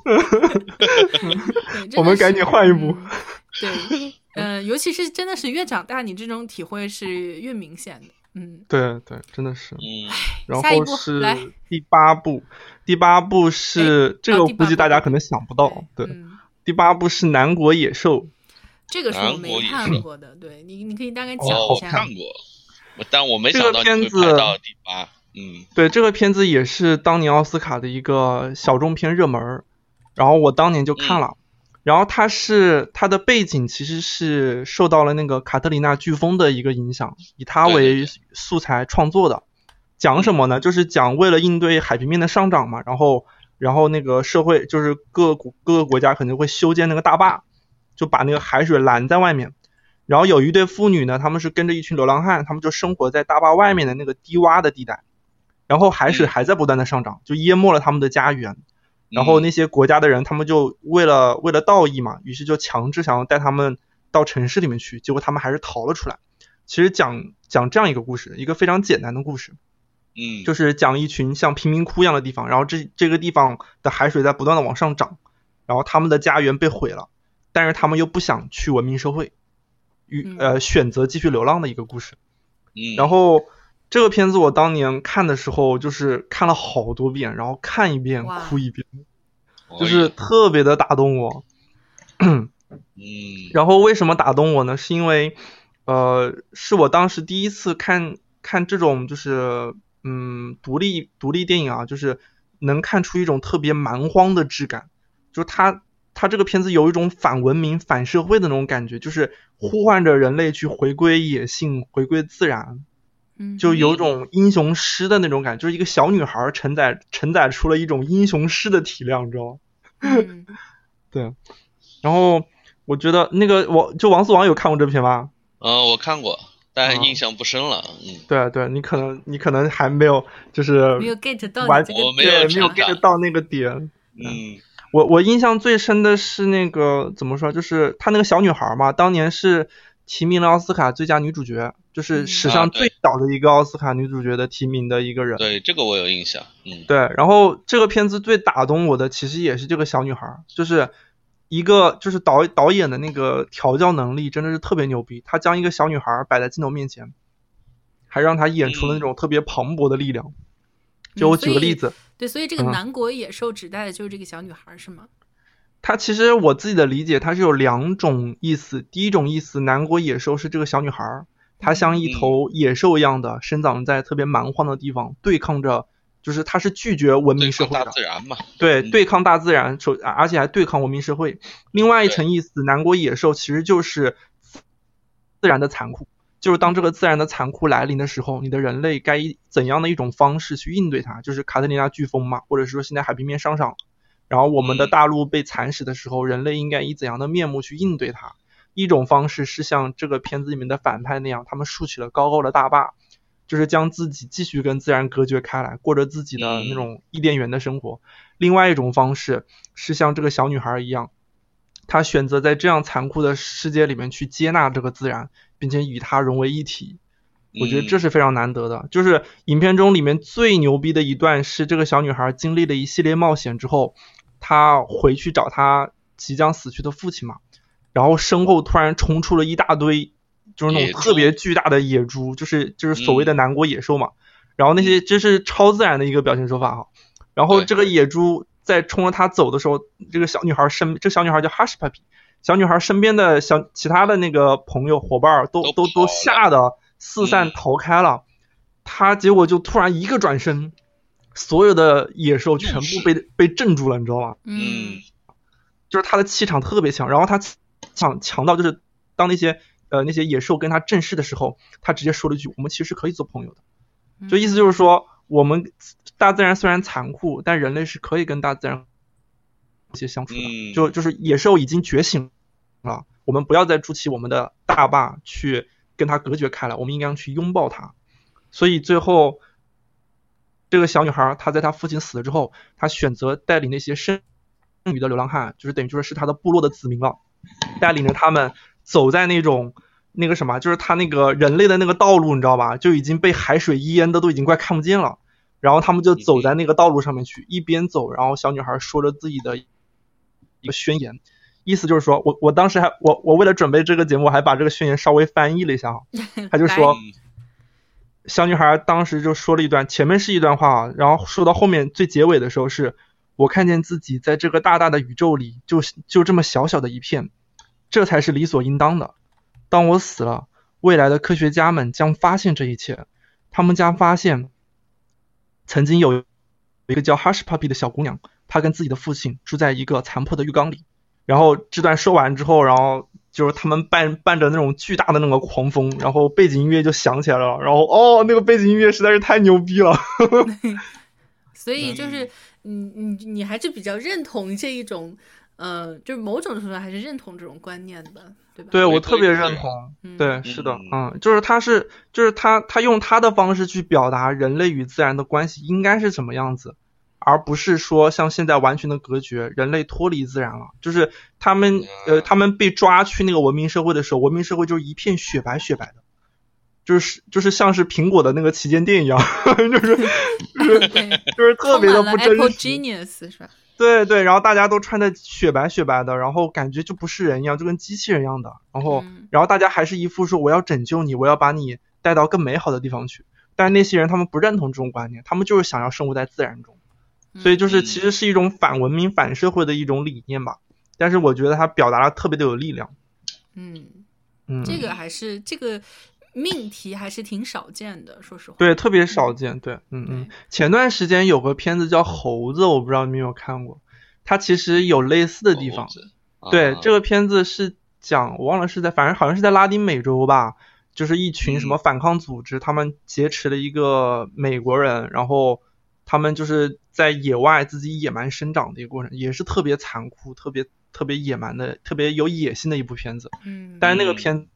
[SPEAKER 1] 对
[SPEAKER 3] 我们赶紧换一。
[SPEAKER 1] 真
[SPEAKER 3] 部
[SPEAKER 1] 的是嗯对，呃，尤其是真的是越长大，你这种体会是越明显的。嗯，
[SPEAKER 3] 对对，真的是。
[SPEAKER 2] 嗯，
[SPEAKER 1] 哎
[SPEAKER 3] 然
[SPEAKER 1] 下一
[SPEAKER 3] 后
[SPEAKER 1] 部来
[SPEAKER 3] 是第八部，第八部是这
[SPEAKER 1] 啊
[SPEAKER 3] 个
[SPEAKER 1] 第
[SPEAKER 3] 估
[SPEAKER 1] 八
[SPEAKER 3] 计大
[SPEAKER 1] 部
[SPEAKER 3] 家可能想不到，哦对，
[SPEAKER 1] 嗯
[SPEAKER 3] 第八部是南国野兽，
[SPEAKER 1] 这个是我
[SPEAKER 2] 南国
[SPEAKER 1] 没
[SPEAKER 2] 也
[SPEAKER 1] 看
[SPEAKER 2] 是
[SPEAKER 1] 过的。对你，你可以大概讲
[SPEAKER 2] 哦，
[SPEAKER 1] 一下。
[SPEAKER 2] 我看过，我但我没
[SPEAKER 3] 这
[SPEAKER 2] 想
[SPEAKER 3] 个
[SPEAKER 2] 到你
[SPEAKER 3] 片
[SPEAKER 2] 会
[SPEAKER 3] 子
[SPEAKER 2] 排到第八，嗯
[SPEAKER 3] 对，这个片子也是当年奥斯卡的一个小众片热门儿，然后我当年就看
[SPEAKER 2] 嗯
[SPEAKER 3] 了，然后它是它的背景其实是受到了那个卡特里娜飓风的一个影响，以它
[SPEAKER 2] 对对
[SPEAKER 3] 为素材创作的，讲什么呢？就是讲为了应对海平面的上涨嘛，然后然后那个社会就是各国各个国家可能会修建那个大坝，就把那个海水拦在外面。然后有一对父女呢，他们是跟着一群流浪汉，他们就生活在大坝外面的那个低洼的地带，然后海水还在不断的上涨，就淹没了他们的家园。
[SPEAKER 2] 嗯
[SPEAKER 3] 然后那些国家的人，他们就为了为了道义嘛，于是就强制想要带他们到城市里面去，结果他们还是逃了出来。其实讲讲这样一个故事，一个非常简单的故事，
[SPEAKER 2] 嗯，
[SPEAKER 3] 就是是讲一群像贫民窟一样的地方，然后这这个地方的海水在不断的往上涨，然后他们的家园被毁了，但是他们又不想去文明社会，与
[SPEAKER 1] 嗯
[SPEAKER 3] 呃选择继续流浪的一个故事。
[SPEAKER 2] 嗯，
[SPEAKER 3] 然后这个片子我当年看的时候，就是看了好多遍，然后看一遍
[SPEAKER 1] 哇
[SPEAKER 3] 哭一遍，
[SPEAKER 2] 哦
[SPEAKER 3] 就是特别的打动我。
[SPEAKER 2] 嗯，
[SPEAKER 3] 然后为什么打动我呢？是因为，呃，是我当时第一次看看这种就是嗯独立独立电影啊，就是能看出一种特别蛮荒的质感，就是它它这个片子有一种反文明、反社会的那种感觉，就是呼唤着人类去回归野性、回归自然，
[SPEAKER 1] 嗯，
[SPEAKER 3] 就有一种英雄诗的那种感觉，就是一个小女孩承载承载出了一种英雄诗的体量，你知道吗？
[SPEAKER 1] 嗯
[SPEAKER 3] 对，然后我觉得那个王就王思王有看过这片吗？
[SPEAKER 2] 嗯，我看过，但
[SPEAKER 3] 啊
[SPEAKER 2] 印象不深了。嗯，
[SPEAKER 3] 对啊对，你可能你可能还没有就是
[SPEAKER 4] 没有 get 到
[SPEAKER 3] 完
[SPEAKER 4] 你这个
[SPEAKER 2] 我没
[SPEAKER 3] 对
[SPEAKER 2] 有
[SPEAKER 3] 没有
[SPEAKER 2] 这个
[SPEAKER 3] get 到那个点。
[SPEAKER 2] 嗯
[SPEAKER 3] 我我印象最深的是那个怎么说，就是她那个小女孩嘛，当年是提名了奥斯卡最佳女主角，就是
[SPEAKER 1] 嗯
[SPEAKER 3] 史
[SPEAKER 2] 啊
[SPEAKER 3] 上
[SPEAKER 2] 对
[SPEAKER 3] 最早的一个奥斯卡女主角的提名的一个人。
[SPEAKER 2] 对，这个我有印象。嗯
[SPEAKER 3] 对，然后这个片子最打动我的其实也是这个小女孩儿，就是一个就是导导演的那个调教能力真的是特别牛逼，他将一个小女孩儿摆在镜头面前，还让她演
[SPEAKER 2] 嗯
[SPEAKER 3] 出了那种特别磅礴的力量。就我举个例，
[SPEAKER 1] 所以
[SPEAKER 3] 子，
[SPEAKER 1] 对，所以这个
[SPEAKER 3] 嗯
[SPEAKER 1] 南国野兽指代的就是这个小女孩，是吗？
[SPEAKER 3] 它其实我自己的理解，它是有两种意思。第一种意思，南国野兽是这个小女孩儿，她像
[SPEAKER 2] 嗯
[SPEAKER 3] 一头野兽一样的生长在特别蛮荒的地方，对抗着，就是她是拒绝文
[SPEAKER 2] 对
[SPEAKER 3] 明社
[SPEAKER 2] 抗
[SPEAKER 3] 会
[SPEAKER 2] 大
[SPEAKER 3] 的。
[SPEAKER 2] 自然嘛。
[SPEAKER 3] 对，
[SPEAKER 2] 嗯
[SPEAKER 3] 对抗大自然，首啊而且还对抗文明社会。另外一层意思，南国野兽其实就是自然的残酷，就是当这个自然的残酷来临的时候，你的人类该以怎样的一种方式去应对它？就是卡特琳娜飓风嘛，或者是说现在海平面上涨，然后我们的
[SPEAKER 2] 嗯
[SPEAKER 3] 大陆被蚕食的时候，人类应该以怎样的面目去应对它？一种方式是像这个片子里面的反派那样，他们竖起了高高的大坝，就是将自己继续跟自然隔绝开来，过着自己的那
[SPEAKER 2] 嗯
[SPEAKER 3] 种伊甸园的生活。另外一种方式是像这个小女孩一样，她选择在这样残酷的世界里面去接纳这个自然，并且与它融为一体。我觉得这
[SPEAKER 2] 嗯
[SPEAKER 3] 是非常难得的。就是影片中里面最牛逼的一段是，这个小女孩经历了一系列冒险之后，她回去找她即将死去的父亲嘛，然后身后突然冲出了一大堆，就是那
[SPEAKER 2] 野
[SPEAKER 3] 种特
[SPEAKER 2] 猪
[SPEAKER 3] 别巨大的野猪，就是就是所谓
[SPEAKER 2] 嗯
[SPEAKER 3] 的南国野兽嘛。然后那些这是超自然的一个表现手法哈。然后
[SPEAKER 2] 对
[SPEAKER 3] 这个野猪在冲着她走的时候，这个小女孩身这小女孩叫哈什帕皮，小女孩身边的小其他的那个朋友伙伴儿都
[SPEAKER 2] 都
[SPEAKER 3] 都
[SPEAKER 2] 跑
[SPEAKER 3] 都
[SPEAKER 2] 了
[SPEAKER 3] 吓得四散
[SPEAKER 2] 嗯
[SPEAKER 3] 逃开了，她结果就突然一个转身，所有的野兽全部被被镇住了，你知道吗？
[SPEAKER 2] 嗯，
[SPEAKER 3] 就是她的气场特别强，然后她强强到就是当那些呃那些野兽跟她正视的时候，她直接说了一句：“我们其实可以做朋友的。”
[SPEAKER 1] 嗯
[SPEAKER 3] 就意思就是说，我们大自然虽然残酷，但人类是可以跟大自然一些相处的。
[SPEAKER 2] 嗯
[SPEAKER 3] 就就是野兽已经觉醒了，我们不要再筑起我们的大坝去跟它隔绝开来，我们应该去拥抱它。所以最后，这个小女孩她在她父亲死了之后，她选择带领那些剩余的流浪汉，就是等于就是是她的部落的子民了，带领着他们走在那种那个什么，就是他那个人类的那个道路，你知道吧？就已经被海水淹的都已经快看不见了。然后他们就走在那个道路上面去，一边走，然后小女孩说着自己的一个宣言，意思就是说我我当时还我我为了准备这个节目，我还把这个宣言稍微翻译了一下啊。他就说
[SPEAKER 2] 嗯
[SPEAKER 3] 小女孩当时就说了一段，前面是一段话啊，然后说到后面最结尾的时候是，我看见自己在这个大大的宇宙里，就就这么小小的一片，这才是理所应当的。当我死了，未来的科学家们将发现这一切，他们将发现，曾经有一个叫哈什帕比的小姑娘，她跟自己的父亲住在一个残破的浴缸里。然后这段说完之后，然后就是他们伴伴着那种巨大的那个狂风，然后背景音乐就响起来了，然后哦，那个背景音乐实在是太牛逼了。
[SPEAKER 1] 所以
[SPEAKER 3] 嗯
[SPEAKER 1] 就是你你你还是比较认同这一种，呃，就是某种程度上还是认同这种观念的，对吧？
[SPEAKER 3] 对我
[SPEAKER 2] 回
[SPEAKER 3] 特
[SPEAKER 2] 归
[SPEAKER 3] 别
[SPEAKER 2] 自
[SPEAKER 3] 认
[SPEAKER 2] 然
[SPEAKER 3] 同，
[SPEAKER 1] 嗯
[SPEAKER 3] 对，是的，
[SPEAKER 2] 嗯
[SPEAKER 3] 嗯，就是他是就是他他用他的方式去表达人类与自然的关系应该是什么样子，而不是说像现在完全的隔绝，人类脱离自然了。就是他们呃他们被抓去那个文明社会的时候，文明社会就是一片雪白雪白的。就是就是像是苹果的那个旗舰店一样， 就是
[SPEAKER 1] 对，
[SPEAKER 3] 就是 特别的不
[SPEAKER 1] 充满了
[SPEAKER 3] 真
[SPEAKER 1] Apple
[SPEAKER 3] 实。
[SPEAKER 1] Genius 是吧？
[SPEAKER 3] 对对，然后大家都穿的雪白雪白的，然后感觉就不是人一样，就跟机器人一样的。然后，
[SPEAKER 1] 嗯
[SPEAKER 3] 然后大家还是一副说我要拯救你，我要把你带到更美好的地方去。但那些人他们不认同这种观念，他们就是想要生活在自然中，
[SPEAKER 1] 嗯
[SPEAKER 3] 所以就是其实是一种反文明、反社会的一种理念吧。但是我觉得他表达的特别的有力量。
[SPEAKER 1] 嗯，
[SPEAKER 3] 嗯，
[SPEAKER 1] 这个还是这个命题还是挺少见的，说实话。
[SPEAKER 3] 对，特别少见。对，嗯嗯。前段时间有个片子叫《猴子》，我不知道你有没有看过，它其实有类似的地方。
[SPEAKER 2] 啊
[SPEAKER 3] 对，这个片子是讲，我忘了是在，反正好像是在拉丁美洲吧，就是一群什么反抗组织，他们劫持了一个美国人，然后他们就是在野外自己野蛮生长的一个过程，也是特别残酷、特别特别野蛮的、特别有野心的一部片子。
[SPEAKER 1] 嗯，
[SPEAKER 3] 但是那个
[SPEAKER 2] 嗯
[SPEAKER 3] 片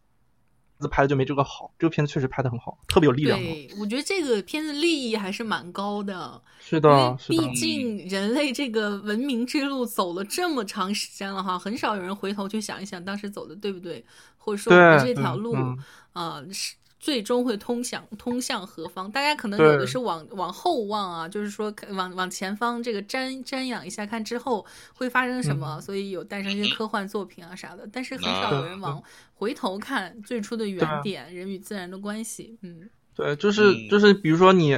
[SPEAKER 3] 子拍的就没这个好，这个片子确实拍的很好，特别有力量。
[SPEAKER 1] 对，我觉得这个片子利益还是蛮高的，
[SPEAKER 3] 啊是
[SPEAKER 1] 因为
[SPEAKER 3] 的，嗯是
[SPEAKER 1] 毕
[SPEAKER 3] 的，
[SPEAKER 1] 竟人类这个文明之路走了这么长时间了哈，很少有人回头去想一想当时走的对不对，或者说我们
[SPEAKER 3] 对
[SPEAKER 1] 这条
[SPEAKER 3] 嗯
[SPEAKER 1] 路
[SPEAKER 3] 嗯
[SPEAKER 1] 啊、是最终会通向通向何方？大家可能
[SPEAKER 3] 对
[SPEAKER 1] 有的是往往后望啊，就是说看往往前方这个瞻瞻仰一下，看之后会发生什
[SPEAKER 3] 嗯
[SPEAKER 1] 么，所以有诞生一些科幻作品啊啥的。但是很少有人往回头看最初的
[SPEAKER 3] 对啊
[SPEAKER 1] 原点，人与自然的关系。嗯，
[SPEAKER 3] 对，就是就是，比如说你，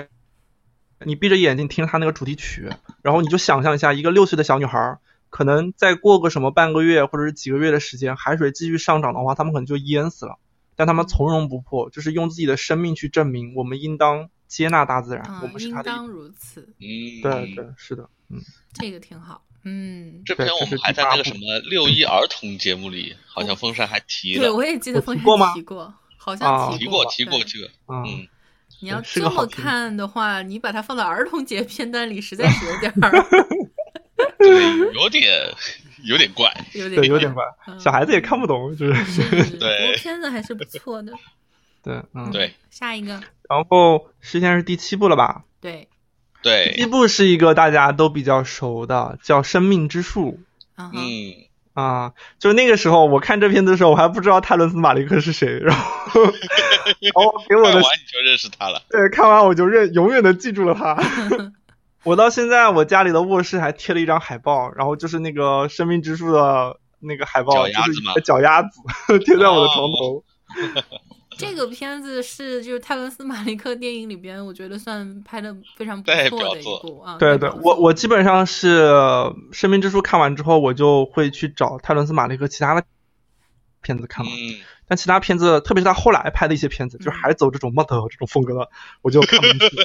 [SPEAKER 3] 你闭着眼睛听他那个主题曲，然后你就想象一下，一个六岁的小女孩儿，可能再过个什么半个月或者是几个月的时间，海水继续上涨的话，他们可能就淹死了。但他们
[SPEAKER 2] 嗯
[SPEAKER 3] 从容不迫，就是用自己的生命去证明，我们应当接纳大自然，
[SPEAKER 1] 啊
[SPEAKER 3] 哎我们，是
[SPEAKER 1] 应
[SPEAKER 3] 他的一
[SPEAKER 1] 当
[SPEAKER 3] 部
[SPEAKER 1] 如此，
[SPEAKER 2] 嗯，
[SPEAKER 3] 分。对。对，是的，嗯，
[SPEAKER 1] 这个挺好。嗯，
[SPEAKER 2] 这篇
[SPEAKER 3] 对
[SPEAKER 2] 我
[SPEAKER 3] 这是
[SPEAKER 2] 们还
[SPEAKER 3] 第
[SPEAKER 2] 在
[SPEAKER 3] 八
[SPEAKER 2] 那个
[SPEAKER 3] 部
[SPEAKER 2] 什么六一儿童节目里，好像风扇还提
[SPEAKER 1] 对，
[SPEAKER 2] 了，
[SPEAKER 1] 我也记得
[SPEAKER 3] 我
[SPEAKER 1] 风
[SPEAKER 3] 提
[SPEAKER 1] 扇
[SPEAKER 3] 过吗
[SPEAKER 1] 提过，好
[SPEAKER 3] 啊
[SPEAKER 1] 像
[SPEAKER 2] 提
[SPEAKER 1] 过
[SPEAKER 2] 过提
[SPEAKER 1] 对
[SPEAKER 2] 过这个，
[SPEAKER 3] 啊，
[SPEAKER 2] 嗯，
[SPEAKER 1] 你要
[SPEAKER 3] 是
[SPEAKER 1] 这
[SPEAKER 3] 个好
[SPEAKER 1] 么
[SPEAKER 3] 题目
[SPEAKER 1] 看的话，你把它放到儿童节片单里，实在是有点儿
[SPEAKER 2] 对，有点有点怪，
[SPEAKER 1] 有点
[SPEAKER 3] 对，有点怪，
[SPEAKER 1] 嗯
[SPEAKER 3] 小孩子也看不懂，
[SPEAKER 2] 嗯
[SPEAKER 3] 就是
[SPEAKER 1] 是是是不
[SPEAKER 2] 对
[SPEAKER 1] 过片子还是不错的。
[SPEAKER 3] 对，嗯，
[SPEAKER 2] 对
[SPEAKER 1] 下一个，
[SPEAKER 3] 然后现在是第七部了吧？
[SPEAKER 1] 对
[SPEAKER 3] 第七
[SPEAKER 2] 对，
[SPEAKER 3] 部是一个大家都比较熟的，叫《生命之树》。
[SPEAKER 1] 啊哈，
[SPEAKER 2] 嗯，
[SPEAKER 3] 啊，就那个时候我看这片子的时候，我还不知道泰伦斯·马利克是谁，然后，然后给我
[SPEAKER 2] 看
[SPEAKER 3] 的
[SPEAKER 2] 完你就认识他了，
[SPEAKER 3] 对看完我就认永远的记住了他。 我到现在我家里的卧室还贴了一张海报，然后就是那个《生命之树》的那个海报，
[SPEAKER 2] 脚
[SPEAKER 3] 就
[SPEAKER 2] 丫
[SPEAKER 3] 是
[SPEAKER 2] 子
[SPEAKER 3] 一
[SPEAKER 2] 吗哦
[SPEAKER 3] 个脚 丫子贴在我的床头。
[SPEAKER 1] 这个片子是就是泰伦斯·马利克电影里边，我觉得算拍的非常不
[SPEAKER 2] 代
[SPEAKER 1] 错
[SPEAKER 2] 表
[SPEAKER 1] 的一
[SPEAKER 2] 作
[SPEAKER 1] 部啊。
[SPEAKER 3] 对
[SPEAKER 1] 代
[SPEAKER 3] 对
[SPEAKER 1] 表，
[SPEAKER 3] 我
[SPEAKER 1] 作
[SPEAKER 3] 我基本上是《生命之树》看完之后，我就会去找泰伦斯·马利克其他的片子看嘛。
[SPEAKER 2] 嗯，
[SPEAKER 3] 但其他片子，特别是他后来拍的一些片子，就还是走这种 m o d 这种风格的，我就看不进去。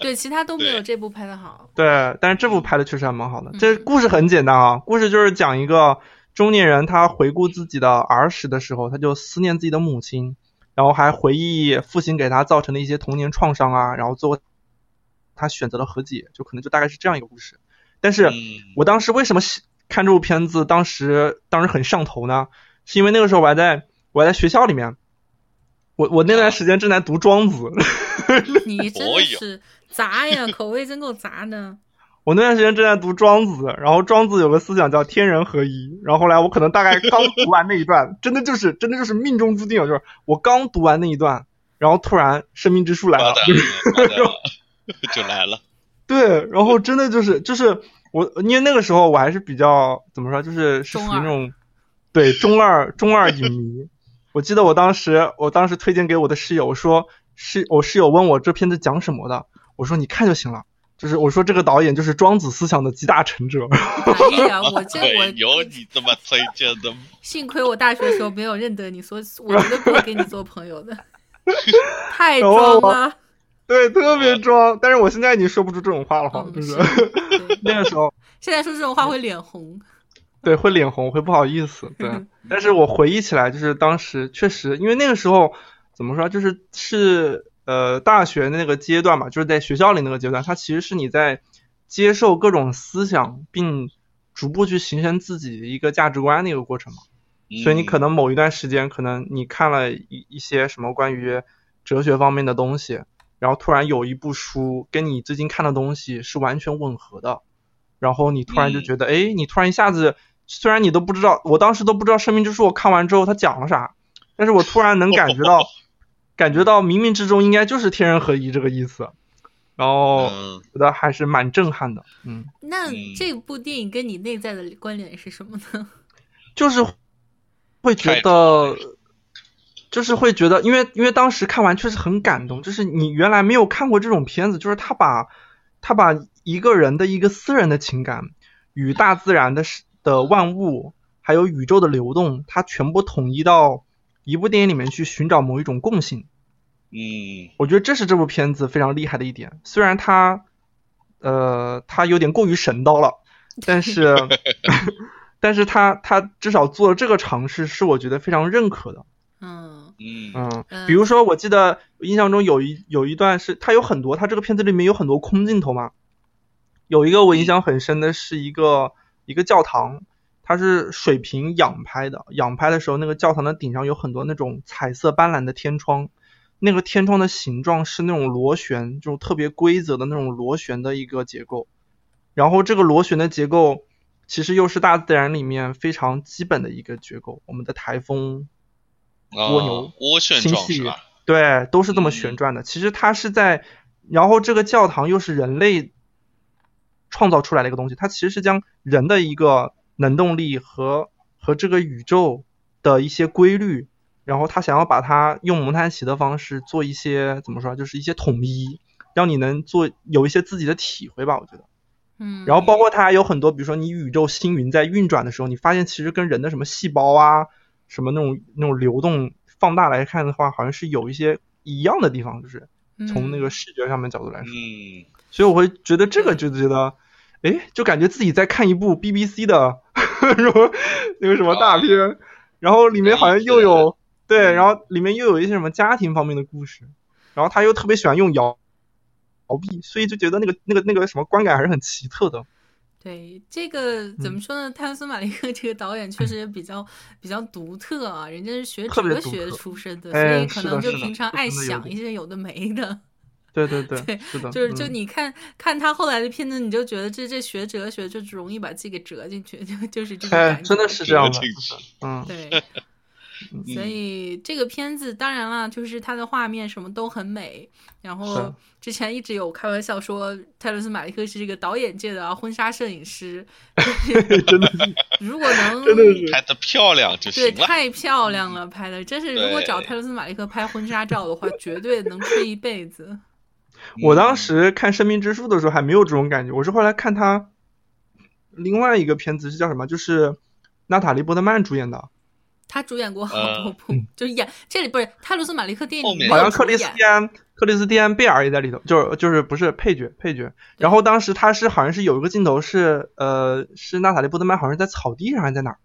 [SPEAKER 1] 对其他都没有
[SPEAKER 2] 对
[SPEAKER 1] 这部拍的 好。
[SPEAKER 3] 对，但是这部拍的确实还蛮好的。
[SPEAKER 1] 嗯
[SPEAKER 3] 这故事很简单啊，故事就是讲一个中年人，他回顾自己的儿时的时候，他就思念自己的母亲，然后还回忆父亲给他造成的一些童年创伤啊，然后最后他选择了和解，就可能就大概是这样一个故事。但是
[SPEAKER 2] 嗯
[SPEAKER 3] 我当时为什么喜看这部片子，当时当时很上头呢？是因为那个时候我还在我还在学校里面，我我那段时间正在读《庄子》，
[SPEAKER 1] 你真
[SPEAKER 2] 哦
[SPEAKER 1] 的
[SPEAKER 2] 哟
[SPEAKER 1] 是杂呀，口味真够杂的。
[SPEAKER 3] 我那段时间正在读《庄子》，然后《庄子》有个思想叫天人合一，然后后来我可能大概刚读完那一段，真的就是真的就是命中注定，就是我刚读完那一段，然后突然生命之树来
[SPEAKER 2] 挂
[SPEAKER 3] 了，
[SPEAKER 2] 断了，挂断了， 就来了，
[SPEAKER 3] 对，然后真的就是就是我，因为那个时候我还是比较怎么说，就是是属
[SPEAKER 1] 中
[SPEAKER 3] 于
[SPEAKER 1] 二
[SPEAKER 3] 那种对中二中二影迷。我记得我当时我当时推荐给我的室友，我说室我室友问我这片子讲什么的，我说你看就行了。就是我说这个导演就是庄子思想的集大成者，
[SPEAKER 1] 哎呀，我这我
[SPEAKER 2] 啊对，有你这么推荐的吗，
[SPEAKER 1] 幸亏我大学时候没有认得你，所以我绝对不会跟你做朋友的。 太
[SPEAKER 3] 然
[SPEAKER 1] 装啊
[SPEAKER 3] 后
[SPEAKER 1] 嗯
[SPEAKER 3] 我啊
[SPEAKER 1] 了，
[SPEAKER 3] 对，特别装。但是我现在已经说不出这种话了，哈，
[SPEAKER 1] 嗯
[SPEAKER 3] 就是
[SPEAKER 1] 是对
[SPEAKER 3] 那个时候，
[SPEAKER 1] 现在说这种话会脸红。
[SPEAKER 3] 对，会脸红，会不好意思，对。但是我回忆起来，就是当时确实，因为那个时候怎么说，啊就是是呃大学那个阶段吧，就是在学校里那个阶段，它其实是你在接受各种思想，并逐步去形成自己的一个价值观的一个过程嘛。
[SPEAKER 2] 嗯
[SPEAKER 3] 所以你可能某一段时间，可能你看了一一些什么关于哲学方面的东西，然后突然有一部书跟你最近看的东西是完全吻合的，然后你突然就觉得，哎、你突然一下子，虽然你都不知道，我当时都不知道《生命之树》我看完之后它讲了啥，但是我突然能感觉到，感觉到冥冥之中应该就是天人合一这个意思，然后
[SPEAKER 2] 嗯，
[SPEAKER 3] 觉得还是蛮震撼的，嗯。
[SPEAKER 1] 那
[SPEAKER 2] 嗯
[SPEAKER 1] 这部电影跟你内在的关联是什么呢？
[SPEAKER 3] 就是会觉
[SPEAKER 2] 太
[SPEAKER 3] 得，就是会觉得，因为因为当时看完确实很感动，就是你原来没有看过这种片子，就是他把他把一个人的一个私人的情感与大自然的事的万物，还有宇宙的流动，它全部统一到一部电影里面去寻找某一种共性。
[SPEAKER 2] 嗯
[SPEAKER 3] 我觉得这是这部片子非常厉害的一点。虽然它，呃，它有点过于神叨了，但是， 但是它它至少做了这个尝试，是我觉得非常认可的。
[SPEAKER 1] 嗯
[SPEAKER 2] 嗯
[SPEAKER 3] 嗯，
[SPEAKER 1] 嗯
[SPEAKER 3] 比如说，我记得印象中有一有一段是它有很多，它这个片子里面有很多空镜头嘛。有一个我印象很深的是一个一个教堂，它是水平仰拍的，仰拍的时候那个教堂的顶上有很多那种彩色斑斓的天窗，那个天窗的形状是那种螺旋，就是特别规则的那种螺旋的一个结构。然后这个螺旋的结构其实又是大自然里面非常基本的一个结构，我们的台风
[SPEAKER 2] 啊
[SPEAKER 3] 蜗牛
[SPEAKER 2] 涡旋
[SPEAKER 3] 星
[SPEAKER 2] 状
[SPEAKER 3] 系
[SPEAKER 2] 是吧？
[SPEAKER 3] 对，都是这么
[SPEAKER 2] 嗯
[SPEAKER 3] 旋转的。其实它是在，然后这个教堂又是人类创造出来的一个东西，它其实是将人的一个能动力和和这个宇宙的一些规律，然后他想要把它用蒙太奇的方式做一些怎么说啊，就是一些统一，让你能做有一些自己的体会吧，我觉得。
[SPEAKER 1] 嗯，
[SPEAKER 3] 然后包括它还有很多，比如说你宇宙星云在运转的时候，你发现其实跟人的什么细胞啊，什么那种那种流动放大来看的话，好像是有一些一样的地方，就是
[SPEAKER 1] 嗯
[SPEAKER 3] 从那个视觉上面角度来说。
[SPEAKER 2] 嗯，
[SPEAKER 3] 所以我会觉得这个就觉得，哎，就感觉自己在看一部 BBC 的 什么那个什么大片，然后里面好像又有对，然后里面又有一些什么家庭方面的故事，然后他又特别喜欢用摇摇臂，所以就觉得那个那个那个什么观感还是很奇特的。
[SPEAKER 1] 对这个怎么
[SPEAKER 3] 嗯
[SPEAKER 1] 说呢？泰勒斯马林克这个导演确实比较比较独特啊，人家是学
[SPEAKER 3] 特别
[SPEAKER 1] 哲
[SPEAKER 3] 独
[SPEAKER 1] 学
[SPEAKER 3] 特
[SPEAKER 1] 出身的，所
[SPEAKER 3] 哎
[SPEAKER 1] 以可
[SPEAKER 3] 是的
[SPEAKER 1] 能就是
[SPEAKER 3] 的
[SPEAKER 1] 平常
[SPEAKER 3] 就
[SPEAKER 1] 爱
[SPEAKER 3] 真的有
[SPEAKER 1] 想
[SPEAKER 3] 点
[SPEAKER 1] 一些有的没的。
[SPEAKER 3] 对对对，
[SPEAKER 1] 对
[SPEAKER 3] 是的，
[SPEAKER 1] 就是就
[SPEAKER 3] 嗯
[SPEAKER 1] 你看看他后来的片子，你就觉得这这学哲学就是容易把自己给折进去，就 就是这种
[SPEAKER 3] 哎，
[SPEAKER 1] 感觉。
[SPEAKER 3] 真的是这样的
[SPEAKER 2] 这，个
[SPEAKER 3] 嗯，
[SPEAKER 1] 对，
[SPEAKER 3] 嗯
[SPEAKER 1] 所以这个片子当然了，就是它的画面什么都很美。然后
[SPEAKER 3] 是
[SPEAKER 1] 之前一直有开玩笑说，泰勒斯马利克是这个导演界的啊婚纱摄影师，
[SPEAKER 3] 真的是
[SPEAKER 1] 如果能
[SPEAKER 3] 真的是嗯
[SPEAKER 2] 拍的漂亮就
[SPEAKER 1] 对，
[SPEAKER 2] 行了。
[SPEAKER 1] 太漂亮了，拍的真是。如果找
[SPEAKER 2] 对
[SPEAKER 1] 泰勒斯马利克拍婚纱照的话，绝对能吹一辈子。
[SPEAKER 2] 嗯
[SPEAKER 3] 我当时看《生命之树》的时候还没有这种感觉，我是后来看他另外一个片子是叫什么，就是娜塔莉波特曼主演的，
[SPEAKER 1] 他主演过好多部，
[SPEAKER 3] 嗯
[SPEAKER 1] 就是演这里不是泰勒斯马利克电影
[SPEAKER 2] 呃后
[SPEAKER 1] 里
[SPEAKER 2] 面
[SPEAKER 1] 没
[SPEAKER 3] 好
[SPEAKER 1] 有
[SPEAKER 3] 像克
[SPEAKER 1] 主
[SPEAKER 3] 里斯
[SPEAKER 1] 演
[SPEAKER 3] 蒂，安克里斯蒂安贝尔也在里头，就是就是不是配角配角。然后当时他是好像是有一个镜头是呃是娜塔莉波特曼好像是在草地上还是在哪儿，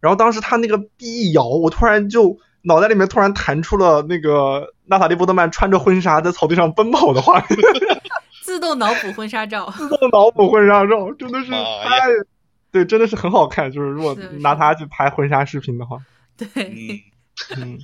[SPEAKER 3] 然后当时他那个臂一摇，我突然就。脑袋里面突然弹出了那个娜塔莉波特曼穿着婚纱在草地上奔跑的画面，
[SPEAKER 1] 自动脑补婚纱 照。
[SPEAKER 3] 自动脑补婚纱照，哦真的是
[SPEAKER 2] 妈呀
[SPEAKER 3] 太，对，真的是很好看。就是如果
[SPEAKER 1] 是的是
[SPEAKER 3] 拿
[SPEAKER 1] 的
[SPEAKER 3] 它去拍婚纱视频的话，
[SPEAKER 1] 对，
[SPEAKER 2] 嗯，
[SPEAKER 3] 嗯，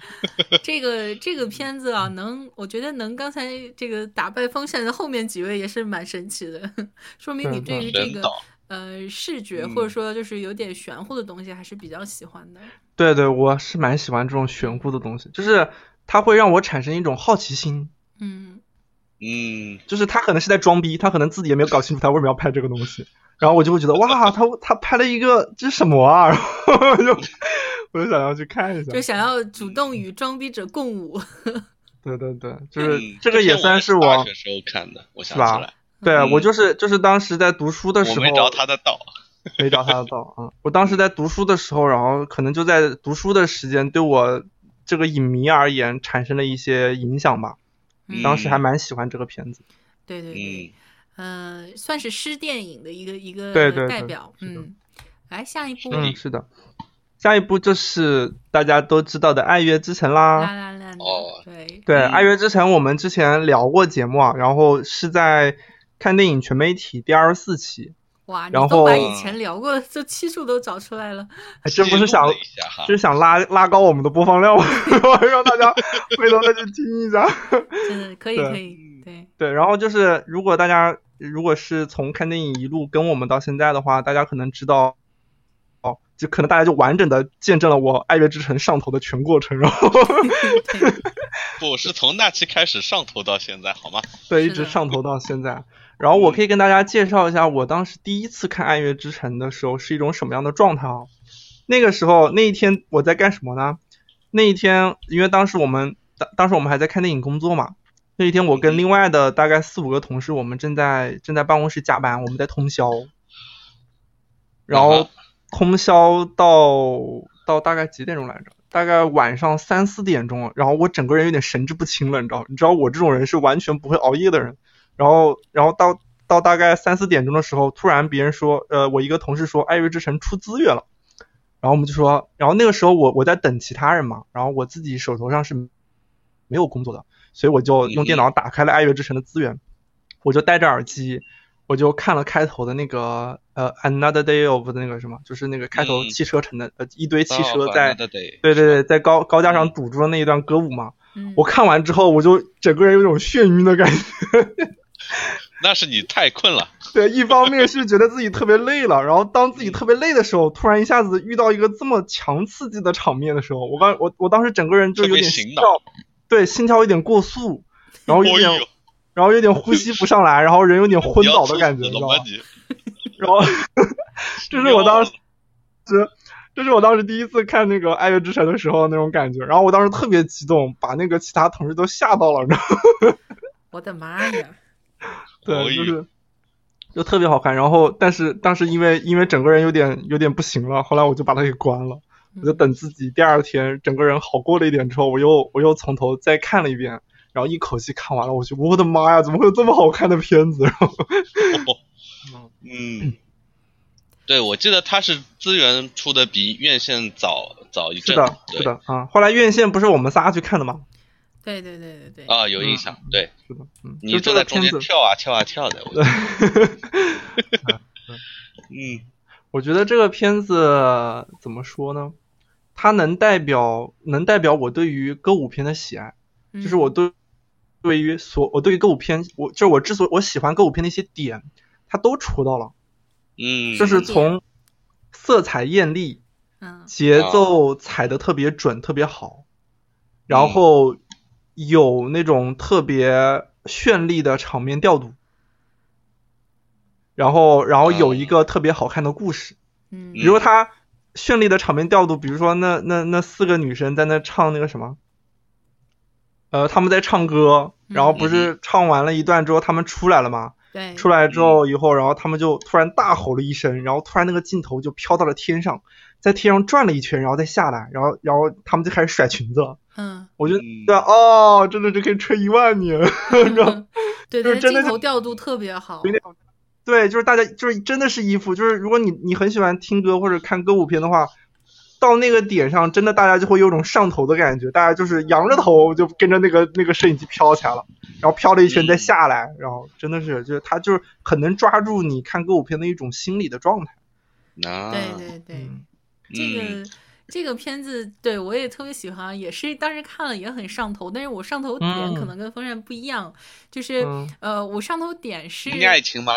[SPEAKER 1] 这个这个片子啊，能我觉得能刚才这个打败风扇的后面几位也是蛮神奇的， 说明你对
[SPEAKER 3] 对对
[SPEAKER 1] 于这
[SPEAKER 2] 人
[SPEAKER 1] 个
[SPEAKER 2] 导，
[SPEAKER 1] 呃视觉
[SPEAKER 2] 嗯
[SPEAKER 1] 或者说就是有点玄乎的东西还是比较喜欢的。
[SPEAKER 3] 对对，我是蛮喜欢这种玄乎的东西，就是它会让我产生一种好奇心，
[SPEAKER 1] 嗯，
[SPEAKER 2] 嗯，
[SPEAKER 3] 就是他可能是在装逼，他可能自己也没有搞清楚他为什么要拍这个东西，然后我就会觉得哇，他他拍了一个这是什么啊，然 后我就我就想要去看一下
[SPEAKER 1] 就。想要主动与装逼者共舞。
[SPEAKER 3] 对对对，就
[SPEAKER 2] 嗯
[SPEAKER 3] 是这个也算是
[SPEAKER 2] 大
[SPEAKER 3] 我
[SPEAKER 2] 学时候看的，我想
[SPEAKER 3] 是吧
[SPEAKER 2] 起来，
[SPEAKER 3] 对啊
[SPEAKER 2] 嗯
[SPEAKER 3] 我就是就是当时在读书的时
[SPEAKER 2] 我
[SPEAKER 3] 候，
[SPEAKER 2] 没着他的道。
[SPEAKER 3] 没找他的道啊。我当时在读书的时候，然后可能就在读书的时间，对我这个影迷而言产生了一些影响吧。
[SPEAKER 1] 嗯
[SPEAKER 3] 当时还蛮喜欢这个片子，
[SPEAKER 1] 对对对，
[SPEAKER 2] 嗯，
[SPEAKER 1] 呃，算是诗电影的一个一个
[SPEAKER 3] 对对对
[SPEAKER 1] 代表。
[SPEAKER 3] 是的
[SPEAKER 1] 嗯，来下一部《
[SPEAKER 3] 嗯，是的。下一部就是大家都知道的《爱乐之城》
[SPEAKER 1] 拉
[SPEAKER 3] 啦。
[SPEAKER 1] 拉烂》
[SPEAKER 2] 哦
[SPEAKER 1] 对，
[SPEAKER 3] 啊对，《
[SPEAKER 2] 嗯
[SPEAKER 3] 爱乐之城》我们之前聊过节目啊，然后是在看电影全媒体第二十四期，
[SPEAKER 1] 哇，你
[SPEAKER 3] 然
[SPEAKER 1] 都把
[SPEAKER 3] 后
[SPEAKER 1] 以前聊过的这期数都找出来了。
[SPEAKER 3] 还真不是想
[SPEAKER 2] 记录了一下哈
[SPEAKER 3] 就是想拉拉高我们的播放 量嘛，让大家 回头再去听一下。
[SPEAKER 1] 真的可以
[SPEAKER 3] 对
[SPEAKER 1] 可以，
[SPEAKER 2] 嗯
[SPEAKER 1] 对，
[SPEAKER 3] 对，然后就是如果大家如果是从看电影一路跟我们到现在的话，大家可能知道，哦，就可能大家就完整的见证了我《爱乐之城》上头的全过程，然后
[SPEAKER 1] 对
[SPEAKER 2] 不，我是从那期开始上头到现在，好吗？
[SPEAKER 3] 对一
[SPEAKER 1] 是的嗯
[SPEAKER 3] 直上头到 现在。然后我可以跟大家介绍一下，我当时第一次看《爱乐之城》的时候是一种什么样的状态啊？那个时候那一天我在干什么呢？那一天因为当时我们当当时我们还在看电影工作嘛。那一天，我
[SPEAKER 1] 嗯
[SPEAKER 3] 跟另外的大概四五个同事，我们正在正在办公室加班，我们在通宵。然
[SPEAKER 2] 嗯
[SPEAKER 3] 后
[SPEAKER 2] 哼
[SPEAKER 3] 通宵到到大概几点钟来着？大概晚上三四点钟了，然后我整个人有点神志不清了，你知道？你知道我这种人是完全不会熬夜的人。然后，然后到到大概三四点钟的时候，突然别人说，呃，我一个同事说《爱乐之城》出资源了，然后我们就说，然后那个时候我我在等其他人嘛，然后我自己手头上是没有工作的，所以我就用电脑打开了《爱乐之城》的资源，我就戴着耳机。我就看了开头的那个呃，Another Day of 那个什么，就是那个开头汽车城的、
[SPEAKER 2] 嗯、
[SPEAKER 3] 呃一堆汽车在，
[SPEAKER 2] 对
[SPEAKER 3] 对对，在高高架上堵住了那一段歌舞嘛。
[SPEAKER 1] 嗯、
[SPEAKER 3] 我看完之后，我就整个人有种眩晕的感觉。
[SPEAKER 2] 那是你太困了。
[SPEAKER 3] 对，一方面是觉得自己特别累了，然后当自己特别累的时候，突然一下子遇到一个这么强刺激的场面的时候，我刚我我当时整个人就有点心跳，对，心跳有点过速，然
[SPEAKER 2] 哎
[SPEAKER 3] 后有点。然后有点呼吸不上来，然后人有点昏倒的 感觉，你知道吗？然后，这是我当时，这这是我当时第一次看那个《爱乐之城》的时候那种感觉。然后我当时特别激动，把那个其他同事都吓到了，你知道
[SPEAKER 1] 吗？我的妈呀！
[SPEAKER 3] 对，就是就特别好看。然后，但是当时因为因为整个人有点有点不行了，后来我就把它给关了。
[SPEAKER 1] 嗯
[SPEAKER 3] 我就等自己第二天整个人好过了一点之后，我又我又从头再看了一遍。然后一口气看完了，我觉得我的妈呀，怎么会有这么好看的片子？然 后，
[SPEAKER 2] 哦、嗯， 对，我记得它是资源出的比院线早早一阵，
[SPEAKER 3] 是的，是的啊。后来院线不是我们仨去看的吗？
[SPEAKER 1] 对对对对对。
[SPEAKER 2] 啊，有印象，
[SPEAKER 3] 嗯、
[SPEAKER 2] 对，
[SPEAKER 3] 是的，嗯，
[SPEAKER 2] 你坐在中间跳啊跳啊跳的，我 嗯，
[SPEAKER 3] 我觉得这个片子怎么说呢？它能代表能代表我对于歌舞片的喜爱，
[SPEAKER 1] 嗯、
[SPEAKER 3] 就是我对。对于所我对于歌舞片，我就是我之所以我喜欢歌舞片的一些点，它都戳到了，
[SPEAKER 2] 嗯，
[SPEAKER 3] 就是从色彩艳丽，
[SPEAKER 1] 嗯，
[SPEAKER 3] 节奏踩的特别准，特别好，然后有那种特别绚丽的场面调度，然后然后有一个特别好看的故事，
[SPEAKER 1] 嗯，
[SPEAKER 3] 比如它绚丽的场面调度，比如说那那那四个女生在那唱那个什么。呃，他们在唱歌，
[SPEAKER 1] 嗯
[SPEAKER 3] 然后不是唱完了一段之后，他们出来了嘛？
[SPEAKER 1] 对，
[SPEAKER 3] 出来之后以后，然后他们就突然大吼了一声，然后突然那个镜头就飘到了天上，在天上转了一圈，然后再下来，然后然后他们就开始甩裙子了。
[SPEAKER 1] 嗯，
[SPEAKER 3] 我觉得对哦，真的就可以吹一万年，
[SPEAKER 1] 对，
[SPEAKER 3] 就是真的
[SPEAKER 1] 镜头调度特别好。
[SPEAKER 3] 对，就是大家就是真的是衣服，就是如果你你很喜欢听歌或者看歌舞片的话。到那个点上，真的大家就会有种上头的感觉，大家就是仰着头就跟着那个那个摄影机飘起来了，然后飘了一圈
[SPEAKER 1] 嗯
[SPEAKER 3] 再下来，然后真的是就是他就是很能抓住你看歌舞片的一种心理的状态。
[SPEAKER 2] 啊，
[SPEAKER 1] 对对对，嗯、这个这个片子对我也特别喜欢，啊也是当时看了也很上头，但是我上头点可能跟风扇不一样，
[SPEAKER 3] 嗯、
[SPEAKER 1] 就是呃我上头点是
[SPEAKER 2] 爱情吗？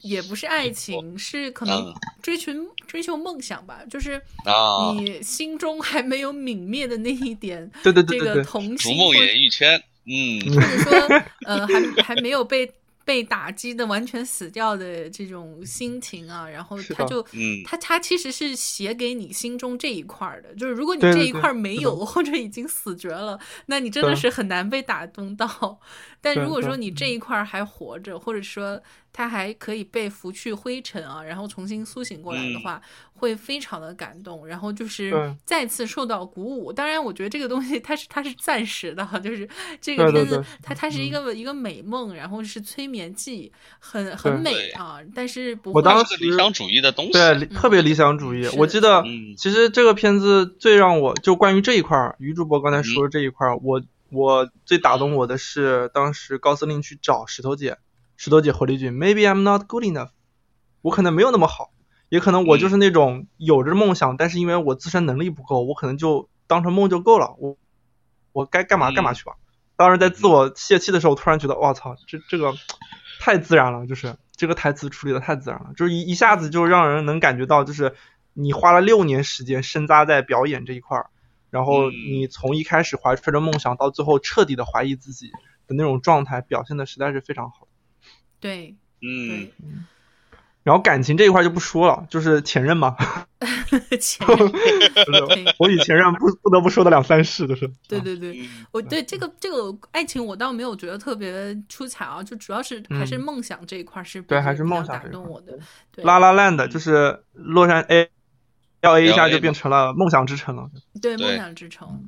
[SPEAKER 1] 也不是爱情，是可能追寻、嗯、追求梦想吧，就是
[SPEAKER 2] 啊
[SPEAKER 1] 你心中还没有泯灭的那一点，
[SPEAKER 3] 对对对,对,对，
[SPEAKER 1] 这个童心
[SPEAKER 2] 梦演艺圈，嗯，
[SPEAKER 1] 或者说呃还还没有被被打击的完全死掉的这种心情啊，然后他就
[SPEAKER 2] 嗯，
[SPEAKER 1] 他他其实是写给你心中这一块的，就是如果你这一块没有或者已经死绝了，那你真的是很难被打动到。但如果说你这一块还活着，或者说。它还可以被拂去灰尘啊，然后重新苏醒过来的话，
[SPEAKER 2] 嗯、
[SPEAKER 1] 会非常的感动，然后就是再次受到鼓舞。当然，我觉得这个东西它是它是暂时的，就是这个片子它它是一个、
[SPEAKER 3] 嗯、
[SPEAKER 1] 一个美梦，然后是催眠剂，很很美啊，但是不
[SPEAKER 3] 我当
[SPEAKER 2] 时理想主义的东西，啊
[SPEAKER 3] 对，特别理想主义。嗯、我记得其实这个片子最让我就关于这一块儿，于主播刚才说的这一块儿，我我最打动我的是当时高司令去找石头姐。石头姐回了一句：“Maybe I'm not good enough，我可能没有那么好，也可能我就是那种有着梦想，
[SPEAKER 2] 嗯、
[SPEAKER 3] 但是因为我自身能力不够，我可能就当成梦就够了。我我该干嘛干嘛去吧。
[SPEAKER 2] 嗯、
[SPEAKER 3] 当时在自我泄气的时候，突然觉得，我操，这这个太自然了，就是这个台词处理的太自然了，就是一一下子就让人能感觉到，就是你花了六年时间深扎在表演这一块儿，然后你从一开始怀揣着梦想，到最后彻底的怀疑自己的那种状态，表现的实在是非常好。”
[SPEAKER 1] 对，
[SPEAKER 2] 嗯，
[SPEAKER 3] 然后感情这一块就不说了，就是前任嘛，
[SPEAKER 1] 前任，
[SPEAKER 3] 我以前任不不得不说的两三事，就是，
[SPEAKER 1] 对对 对，
[SPEAKER 2] 嗯
[SPEAKER 1] 我对这个这个爱情我倒没有觉得特别出彩啊，就主要是还是梦想这一块是，
[SPEAKER 3] 对，还是梦想
[SPEAKER 1] 打动我的。
[SPEAKER 3] 拉拉烂的，就是洛杉 A 哎嗯 L A 一下就变成了梦想之城了。
[SPEAKER 1] 对，
[SPEAKER 2] 对
[SPEAKER 1] 梦想之城。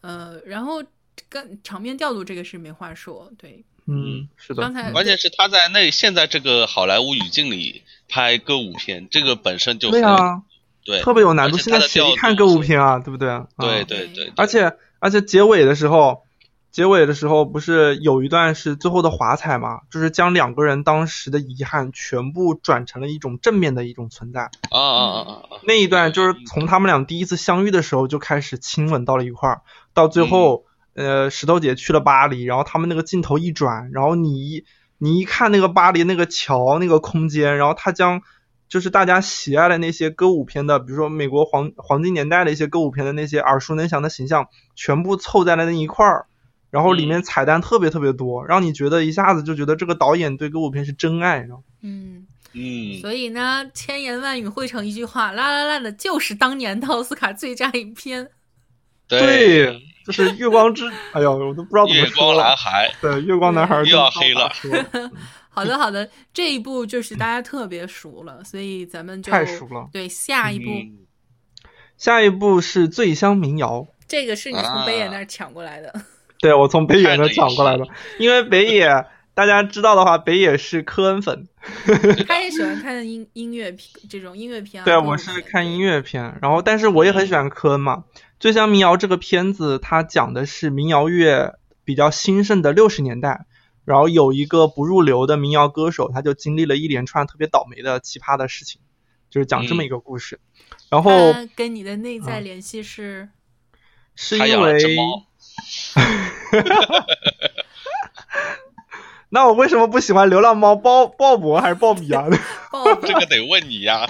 [SPEAKER 1] 呃，然后跟场面调度这个是没话说，对，
[SPEAKER 3] 嗯，是的
[SPEAKER 1] 刚。才
[SPEAKER 2] 关键是他在那现在这个好莱坞语境里拍歌舞片，这个本身就
[SPEAKER 3] 对
[SPEAKER 2] 很
[SPEAKER 3] 啊，
[SPEAKER 2] 对
[SPEAKER 3] 特别有难度。
[SPEAKER 2] 而且
[SPEAKER 3] 现
[SPEAKER 2] 它
[SPEAKER 3] 在
[SPEAKER 2] 的
[SPEAKER 3] 谁
[SPEAKER 2] 调
[SPEAKER 3] 看
[SPEAKER 2] 度
[SPEAKER 3] 歌舞
[SPEAKER 2] 是
[SPEAKER 3] 片啊？对不对？啊
[SPEAKER 2] 对对对，
[SPEAKER 3] 而且而且结尾的时候，结尾的时候不是有一段是最后的华彩嘛？就是将两个人当时的遗憾全部转成了一种正面的一种存在。
[SPEAKER 2] 啊啊啊啊啊！
[SPEAKER 3] 那一段就是从他们俩第一次相遇的时候就开始亲吻到了一块儿，到最
[SPEAKER 2] 嗯
[SPEAKER 3] 后，呃，石头姐去了巴黎，然后他们那个镜头一转，然后你一你一看那个巴黎那个桥那个空间，然后他将就是大家喜爱的那些歌舞片的，比如说美国黄黄金年代的一些歌舞片的那些耳熟能详的形象，全部凑在了那一块儿。然后里
[SPEAKER 2] 嗯
[SPEAKER 3] 面彩蛋特别特别多，让你觉得一下子就觉得这个导演对歌舞片是真爱，你知道吗？
[SPEAKER 1] 嗯，
[SPEAKER 2] 嗯，
[SPEAKER 1] 所以呢，千言万语汇成一句话，《啦啦啦》的就是当年的奥斯卡最佳影片。
[SPEAKER 2] 对，，
[SPEAKER 3] 就是月光之， 哎呦，我都不知道怎么
[SPEAKER 2] 月
[SPEAKER 3] 说
[SPEAKER 2] 光
[SPEAKER 3] 了。
[SPEAKER 2] 男孩，
[SPEAKER 3] 对，月光男孩
[SPEAKER 2] 又
[SPEAKER 3] 真
[SPEAKER 2] 要
[SPEAKER 3] 的
[SPEAKER 2] 黑
[SPEAKER 3] 好
[SPEAKER 2] 了
[SPEAKER 3] 打车
[SPEAKER 1] 好的，好的，这一部就是大家特别熟了，所以咱们就
[SPEAKER 3] 太熟了。
[SPEAKER 1] 对，下一部、
[SPEAKER 2] 嗯
[SPEAKER 3] 下一部是《醉乡民谣》，
[SPEAKER 1] 这个是你从北野那儿抢过来的，
[SPEAKER 3] 对我从北野那
[SPEAKER 2] 看着也
[SPEAKER 3] 抢过来的， 因为北野大家知道的话，北野是科恩粉，
[SPEAKER 1] 他也喜欢看音音乐片这种音乐片、啊。
[SPEAKER 3] 对
[SPEAKER 1] 歌舞
[SPEAKER 3] 我是
[SPEAKER 1] 片
[SPEAKER 3] 看音乐片，然后但是我也很喜欢科恩嘛。醉乡民谣这个片子，它讲的是民谣乐比较兴盛的六十年代，然后有一个不入流的民谣歌手，他就经历了一连串特别倒霉的奇葩的事情，就是讲
[SPEAKER 2] 嗯
[SPEAKER 3] 这么一个故事。然后嗯
[SPEAKER 1] 它跟你的内在联系是，
[SPEAKER 3] 是
[SPEAKER 2] 他
[SPEAKER 3] 因
[SPEAKER 2] 养了
[SPEAKER 3] 为
[SPEAKER 2] 只猫，
[SPEAKER 3] 那我为什么不喜欢流浪猫鲍鲍勃还是鲍比啊？
[SPEAKER 1] 爆
[SPEAKER 2] 这个得问你呀。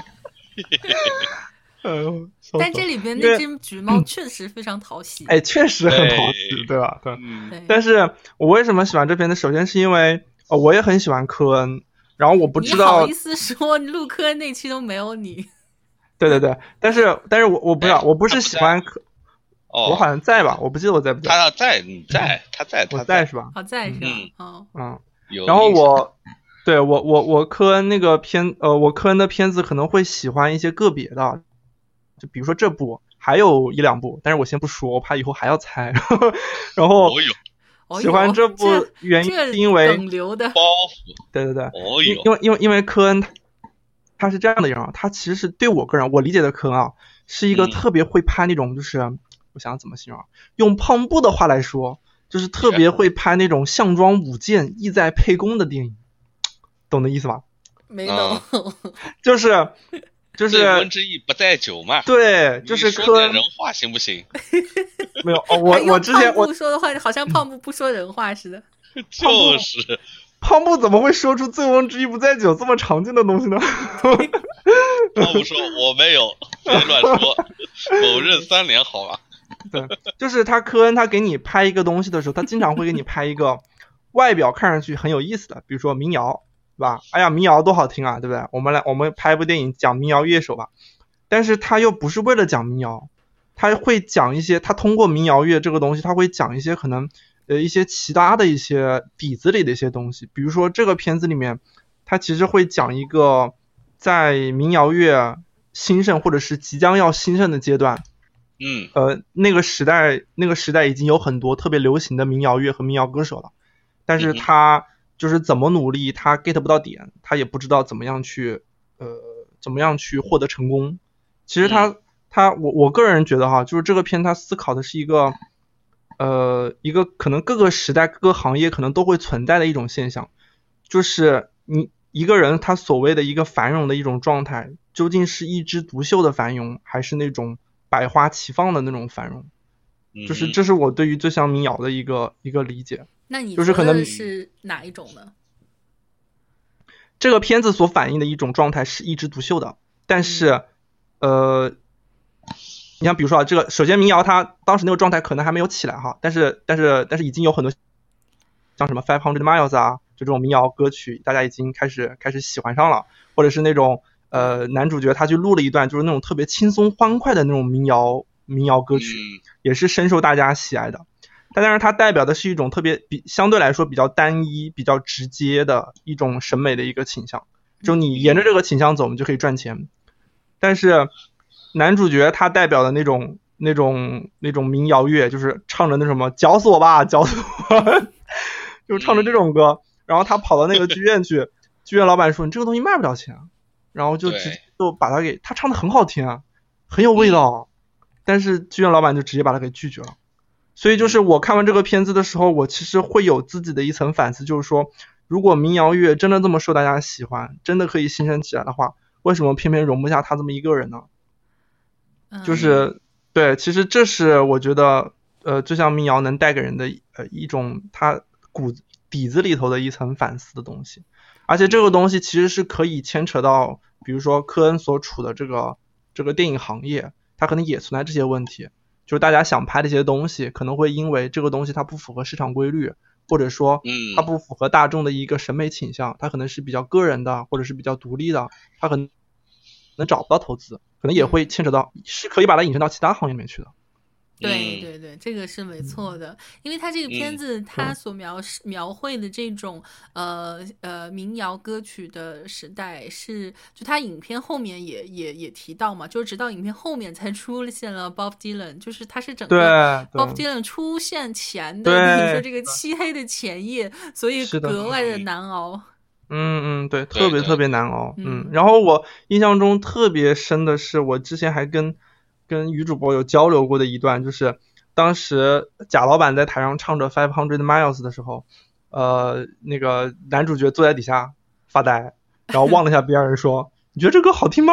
[SPEAKER 3] 嗯，笑
[SPEAKER 1] 但
[SPEAKER 3] 死
[SPEAKER 1] 这里边
[SPEAKER 3] 因
[SPEAKER 1] 那
[SPEAKER 3] 为嗯
[SPEAKER 1] 只橘猫确实非常讨喜。
[SPEAKER 3] 哎，确实很讨喜，
[SPEAKER 2] 对
[SPEAKER 3] 对吧？对。
[SPEAKER 2] 嗯
[SPEAKER 1] 对，
[SPEAKER 3] 但是我为什么喜欢这篇呢？首先是因为呃，我也很喜欢科恩，然后我不知
[SPEAKER 1] 你
[SPEAKER 3] 道
[SPEAKER 1] 好意，思说陆科那期都没有你？
[SPEAKER 3] 对对对，但是但是我我不
[SPEAKER 2] 哎
[SPEAKER 3] 知道，我不是喜欢科，我好
[SPEAKER 2] 哦，
[SPEAKER 3] 像在吧？我不记得我在不
[SPEAKER 2] 他
[SPEAKER 3] 在，
[SPEAKER 2] 要在，你在，他在，
[SPEAKER 3] 我
[SPEAKER 2] 他
[SPEAKER 3] 在。是吧？
[SPEAKER 1] 好在是吧？
[SPEAKER 2] 嗯
[SPEAKER 1] 哦，
[SPEAKER 3] 嗯，
[SPEAKER 2] 有
[SPEAKER 3] 然后
[SPEAKER 2] 印象
[SPEAKER 3] 我。对我我我科恩那个片呃我科恩的片子可能会喜欢一些个别的，就比如说这部，还有一两部，但是我先不说，我怕以后还要猜。 然后
[SPEAKER 2] 哦有
[SPEAKER 1] 哦
[SPEAKER 3] 喜欢
[SPEAKER 1] 哟
[SPEAKER 3] 这部原因
[SPEAKER 1] 这
[SPEAKER 3] 是因为
[SPEAKER 1] 梗流的
[SPEAKER 2] 包袱，
[SPEAKER 3] 对对对，
[SPEAKER 2] 哦
[SPEAKER 3] 因
[SPEAKER 2] 有
[SPEAKER 3] 因为因为因为科恩他他是这样的人啊，他其实是对我个人我理解的科恩啊，是一个
[SPEAKER 2] 嗯
[SPEAKER 3] 特别会拍那种就是、我想怎么形容啊，用胖布的话来说，就是特别会拍那种项庄舞剑、意在沛公的电影，懂的意思吧？
[SPEAKER 1] 没懂，
[SPEAKER 3] 就是就
[SPEAKER 2] 醉翁
[SPEAKER 3] 是
[SPEAKER 2] 之意不在酒嘛。
[SPEAKER 3] 对，就是
[SPEAKER 2] 你说
[SPEAKER 3] 科
[SPEAKER 2] 点
[SPEAKER 3] 恩
[SPEAKER 2] 人话行不 行？
[SPEAKER 3] 没有哦， 我
[SPEAKER 1] 还用
[SPEAKER 3] 我之前
[SPEAKER 1] 哎胖
[SPEAKER 3] 我嗯
[SPEAKER 1] 布说的话好像胖布不说人话似的。
[SPEAKER 2] 就是
[SPEAKER 3] 胖布怎么会说出“醉翁之意不在酒”这么常见的东西呢？
[SPEAKER 2] 他不说我没有，别乱说，否认三连好吧？
[SPEAKER 3] 就是他科恩他给你拍一个东西的时候，他经常会给你拍一个外表看上去很有意思的，比如说民谣，对吧？哎呀，民谣多好听啊，对不对？我们来我们拍一部电影讲民谣乐手吧，但是他又不是为了讲民谣，他会讲一些，他通过民谣乐这个东西，他会讲一些可能呃一些其他的一些底子里的一些东西，比如说这个片子里面，他其实会讲一个在民谣乐兴盛或者是即将要兴盛的阶段。
[SPEAKER 2] 嗯，
[SPEAKER 3] 呃，那个时代，那个时代已经有很多特别流行的民谣乐和民谣歌手了，但是
[SPEAKER 2] 嗯
[SPEAKER 3] 他就是怎么努力，他 get 不到点，他也不知道怎么样去，呃，怎么样去获得成功。其
[SPEAKER 2] 嗯
[SPEAKER 3] 实他，他，我我个人觉得哈，就是这个片他思考的是一个，呃，一个可能各个时代、各个行业可能都会存在的一种现象，就是你一个人他所谓的一个繁荣的一种状态，究竟是一枝独秀的繁荣，还是那种百花齐放的那种繁荣？就是
[SPEAKER 2] 嗯
[SPEAKER 3] 这是我对于醉乡民谣的一个一个理解。
[SPEAKER 1] 那你
[SPEAKER 3] 就是可能
[SPEAKER 1] 说的是哪一种呢？
[SPEAKER 3] 这个片子所反映的一种状态是一枝独秀的，但是，呃，你像比如说啊，这个首先民谣它当时那个状态可能还没有起来哈，但是但是但是已经有很多像什么 Five Hundred Miles 啊，就这种民谣歌曲，大家已经开始开始喜欢上了，或者是那种呃男主角他去录了一段就是那种特别轻松欢快的那种民谣民谣歌曲，
[SPEAKER 2] 嗯
[SPEAKER 3] 也是深受大家喜爱的。但但是它代表的是一种特别比相对来说比较单一、比较直接的一种审美的一个倾向，就你沿着这个倾向走，你就可以赚钱。但是，男主角他代表的那种那种那种民谣乐，就是唱着那什么“绞死我吧， 绞死我”，就唱着这种歌。然后他跑到那个剧院去，剧院老板说：“你这个东西卖不了钱。”啊然后就直
[SPEAKER 2] 对
[SPEAKER 3] 就把他给他唱的很好听啊，很有味道，但是剧院老板就直接把他给拒绝了。所以就是我看完这个片子的时候，我其实会有自己的一层反思，就是说，如果民谣乐真的这么受大家喜欢，真的可以兴盛起来的话，为什么偏偏容不下他这么一个人呢？
[SPEAKER 1] 嗯
[SPEAKER 3] 就是对，其实这是我觉得，呃，就像民谣能带给人的呃一种它骨子底子里头的一层反思的东西，而且这个东西其实是可以牵扯到，比如说科恩所处的这个这个电影行业，它可能也存在这些问题，就是大家想拍的一些东西，可能会因为这个东西它不符合市场规律，或者说
[SPEAKER 2] 嗯
[SPEAKER 3] 它不符合大众的一个审美倾向，它可能是比较个人的，或者是比较独立的，它可能能找不到投资，可能也会牵扯到，是可以把它引申到其他行业里面去的。
[SPEAKER 1] 对
[SPEAKER 2] 嗯
[SPEAKER 1] 对对，这个是没错
[SPEAKER 3] 嗯
[SPEAKER 1] 的，因为他这个片
[SPEAKER 2] 嗯
[SPEAKER 1] 子他所描述描绘的这种呃呃民谣歌曲的时代是，就他影片后面也也也提到嘛，就是直到影片后面才出现了 Bob Dylan，就是他是整
[SPEAKER 3] 对
[SPEAKER 1] 个 Bob
[SPEAKER 3] 对
[SPEAKER 1] Dylan 出现前的你说
[SPEAKER 3] 对
[SPEAKER 1] 这个漆黑的前夜，所以
[SPEAKER 3] 是的
[SPEAKER 1] 格外的
[SPEAKER 2] 嗯
[SPEAKER 1] 难熬。
[SPEAKER 3] 嗯嗯，对，
[SPEAKER 2] 对
[SPEAKER 3] 特别
[SPEAKER 2] 对
[SPEAKER 3] 特别难熬。
[SPEAKER 1] 嗯
[SPEAKER 3] 嗯，然后我印象中特别深的是，我之前还跟跟女主播有交流过的一段，就是当时贾老板在台上唱着《Five Hundred Miles》的时候，呃，那个男主角坐在底下发呆，然后望了一下边人说：“你觉得这歌好听吗？”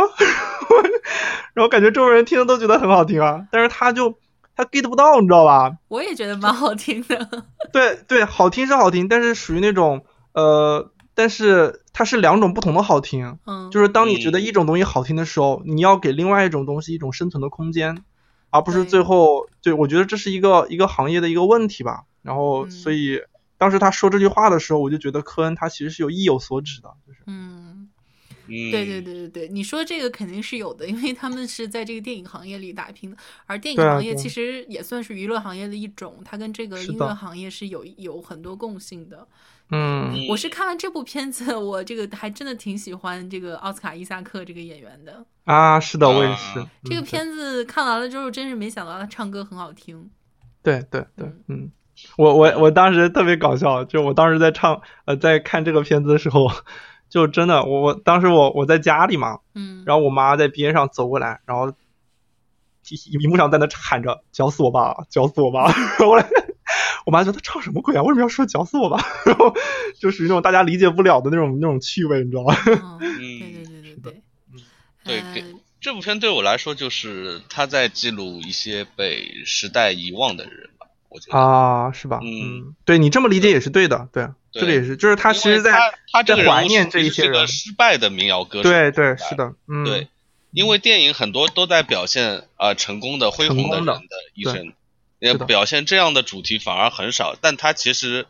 [SPEAKER 3] 然后感觉周围人听的都觉得很好听啊，但是他就他 get 不到，你知道吧？
[SPEAKER 1] 我也觉得蛮好听的，
[SPEAKER 3] 对对，好听是好听，但是属于那种呃，但是它是两种不同的好听。
[SPEAKER 1] 嗯，
[SPEAKER 3] 就是当你觉得一种东西好听的时候，你要给另外一种东西一种生存的空间，而不是
[SPEAKER 1] 对
[SPEAKER 3] 最后对我觉得这是一个一个行业的一个问题吧。然后
[SPEAKER 1] 嗯
[SPEAKER 3] 所以当时他说这句话的时候，我就觉得科恩他其实是有意有所指的，就是
[SPEAKER 1] 嗯。
[SPEAKER 2] 嗯，
[SPEAKER 1] 对对对对对，你说这个肯定是有的，因为他们是在这个电影行业里打拼的，而电影
[SPEAKER 3] 对啊
[SPEAKER 1] 行业
[SPEAKER 3] 对啊
[SPEAKER 1] 其实也算是娱乐行业的一种，它跟这个
[SPEAKER 3] 是
[SPEAKER 1] 音
[SPEAKER 3] 的
[SPEAKER 1] 乐行业是有有很多共性的。
[SPEAKER 3] 嗯
[SPEAKER 2] 嗯
[SPEAKER 1] 我是看完这部片子，我这个还真的挺喜欢这个奥斯卡伊萨克这个演员的。
[SPEAKER 3] 啊，是的，我也是
[SPEAKER 2] 啊。
[SPEAKER 3] 嗯
[SPEAKER 1] 这个片子看完了之后，真是没想到他唱歌很好听。
[SPEAKER 3] 对对对
[SPEAKER 1] 嗯，
[SPEAKER 3] 嗯，我我我当时特别搞笑，就我当时在唱呃在看这个片子的时候，就真的我我当时我我在家里嘛，
[SPEAKER 1] 嗯，
[SPEAKER 3] 然后我妈在边上走过来，然后一屏幕上在那喊着“绞死我吧，绞死我吧”， 然后我来。我妈说她唱什么鬼啊？为什么要说绞死我吧？然后就属于那种大家理解不了的那种那种趣味，你知道
[SPEAKER 2] 啊
[SPEAKER 3] 吗？
[SPEAKER 1] 嗯，对对对对
[SPEAKER 2] 嗯，
[SPEAKER 1] 对，
[SPEAKER 2] 对
[SPEAKER 1] 呃
[SPEAKER 2] 给这部片对我来说就是他在记录一些被时代遗忘的人吧，我觉得。
[SPEAKER 3] 啊，是吧？
[SPEAKER 2] 嗯，
[SPEAKER 3] 对你这么理解也是对的，对，
[SPEAKER 2] 对
[SPEAKER 3] 这个也是，就是他
[SPEAKER 2] 因
[SPEAKER 3] 其
[SPEAKER 2] 为
[SPEAKER 3] 实在
[SPEAKER 2] 他他这个
[SPEAKER 3] 在
[SPEAKER 2] 人物
[SPEAKER 3] 怀念这
[SPEAKER 2] 其
[SPEAKER 3] 一
[SPEAKER 2] 实
[SPEAKER 3] 些
[SPEAKER 2] 是个
[SPEAKER 3] 人
[SPEAKER 2] 失败的民谣歌手，
[SPEAKER 3] 对对是的，嗯，
[SPEAKER 2] 对，因为电影很多都在表现啊、呃成功的恢
[SPEAKER 3] 成
[SPEAKER 2] 宏的人
[SPEAKER 3] 功的
[SPEAKER 2] 的一
[SPEAKER 3] 对
[SPEAKER 2] 生，也
[SPEAKER 3] 是的
[SPEAKER 2] 表现这样的主题反而很少，但它其实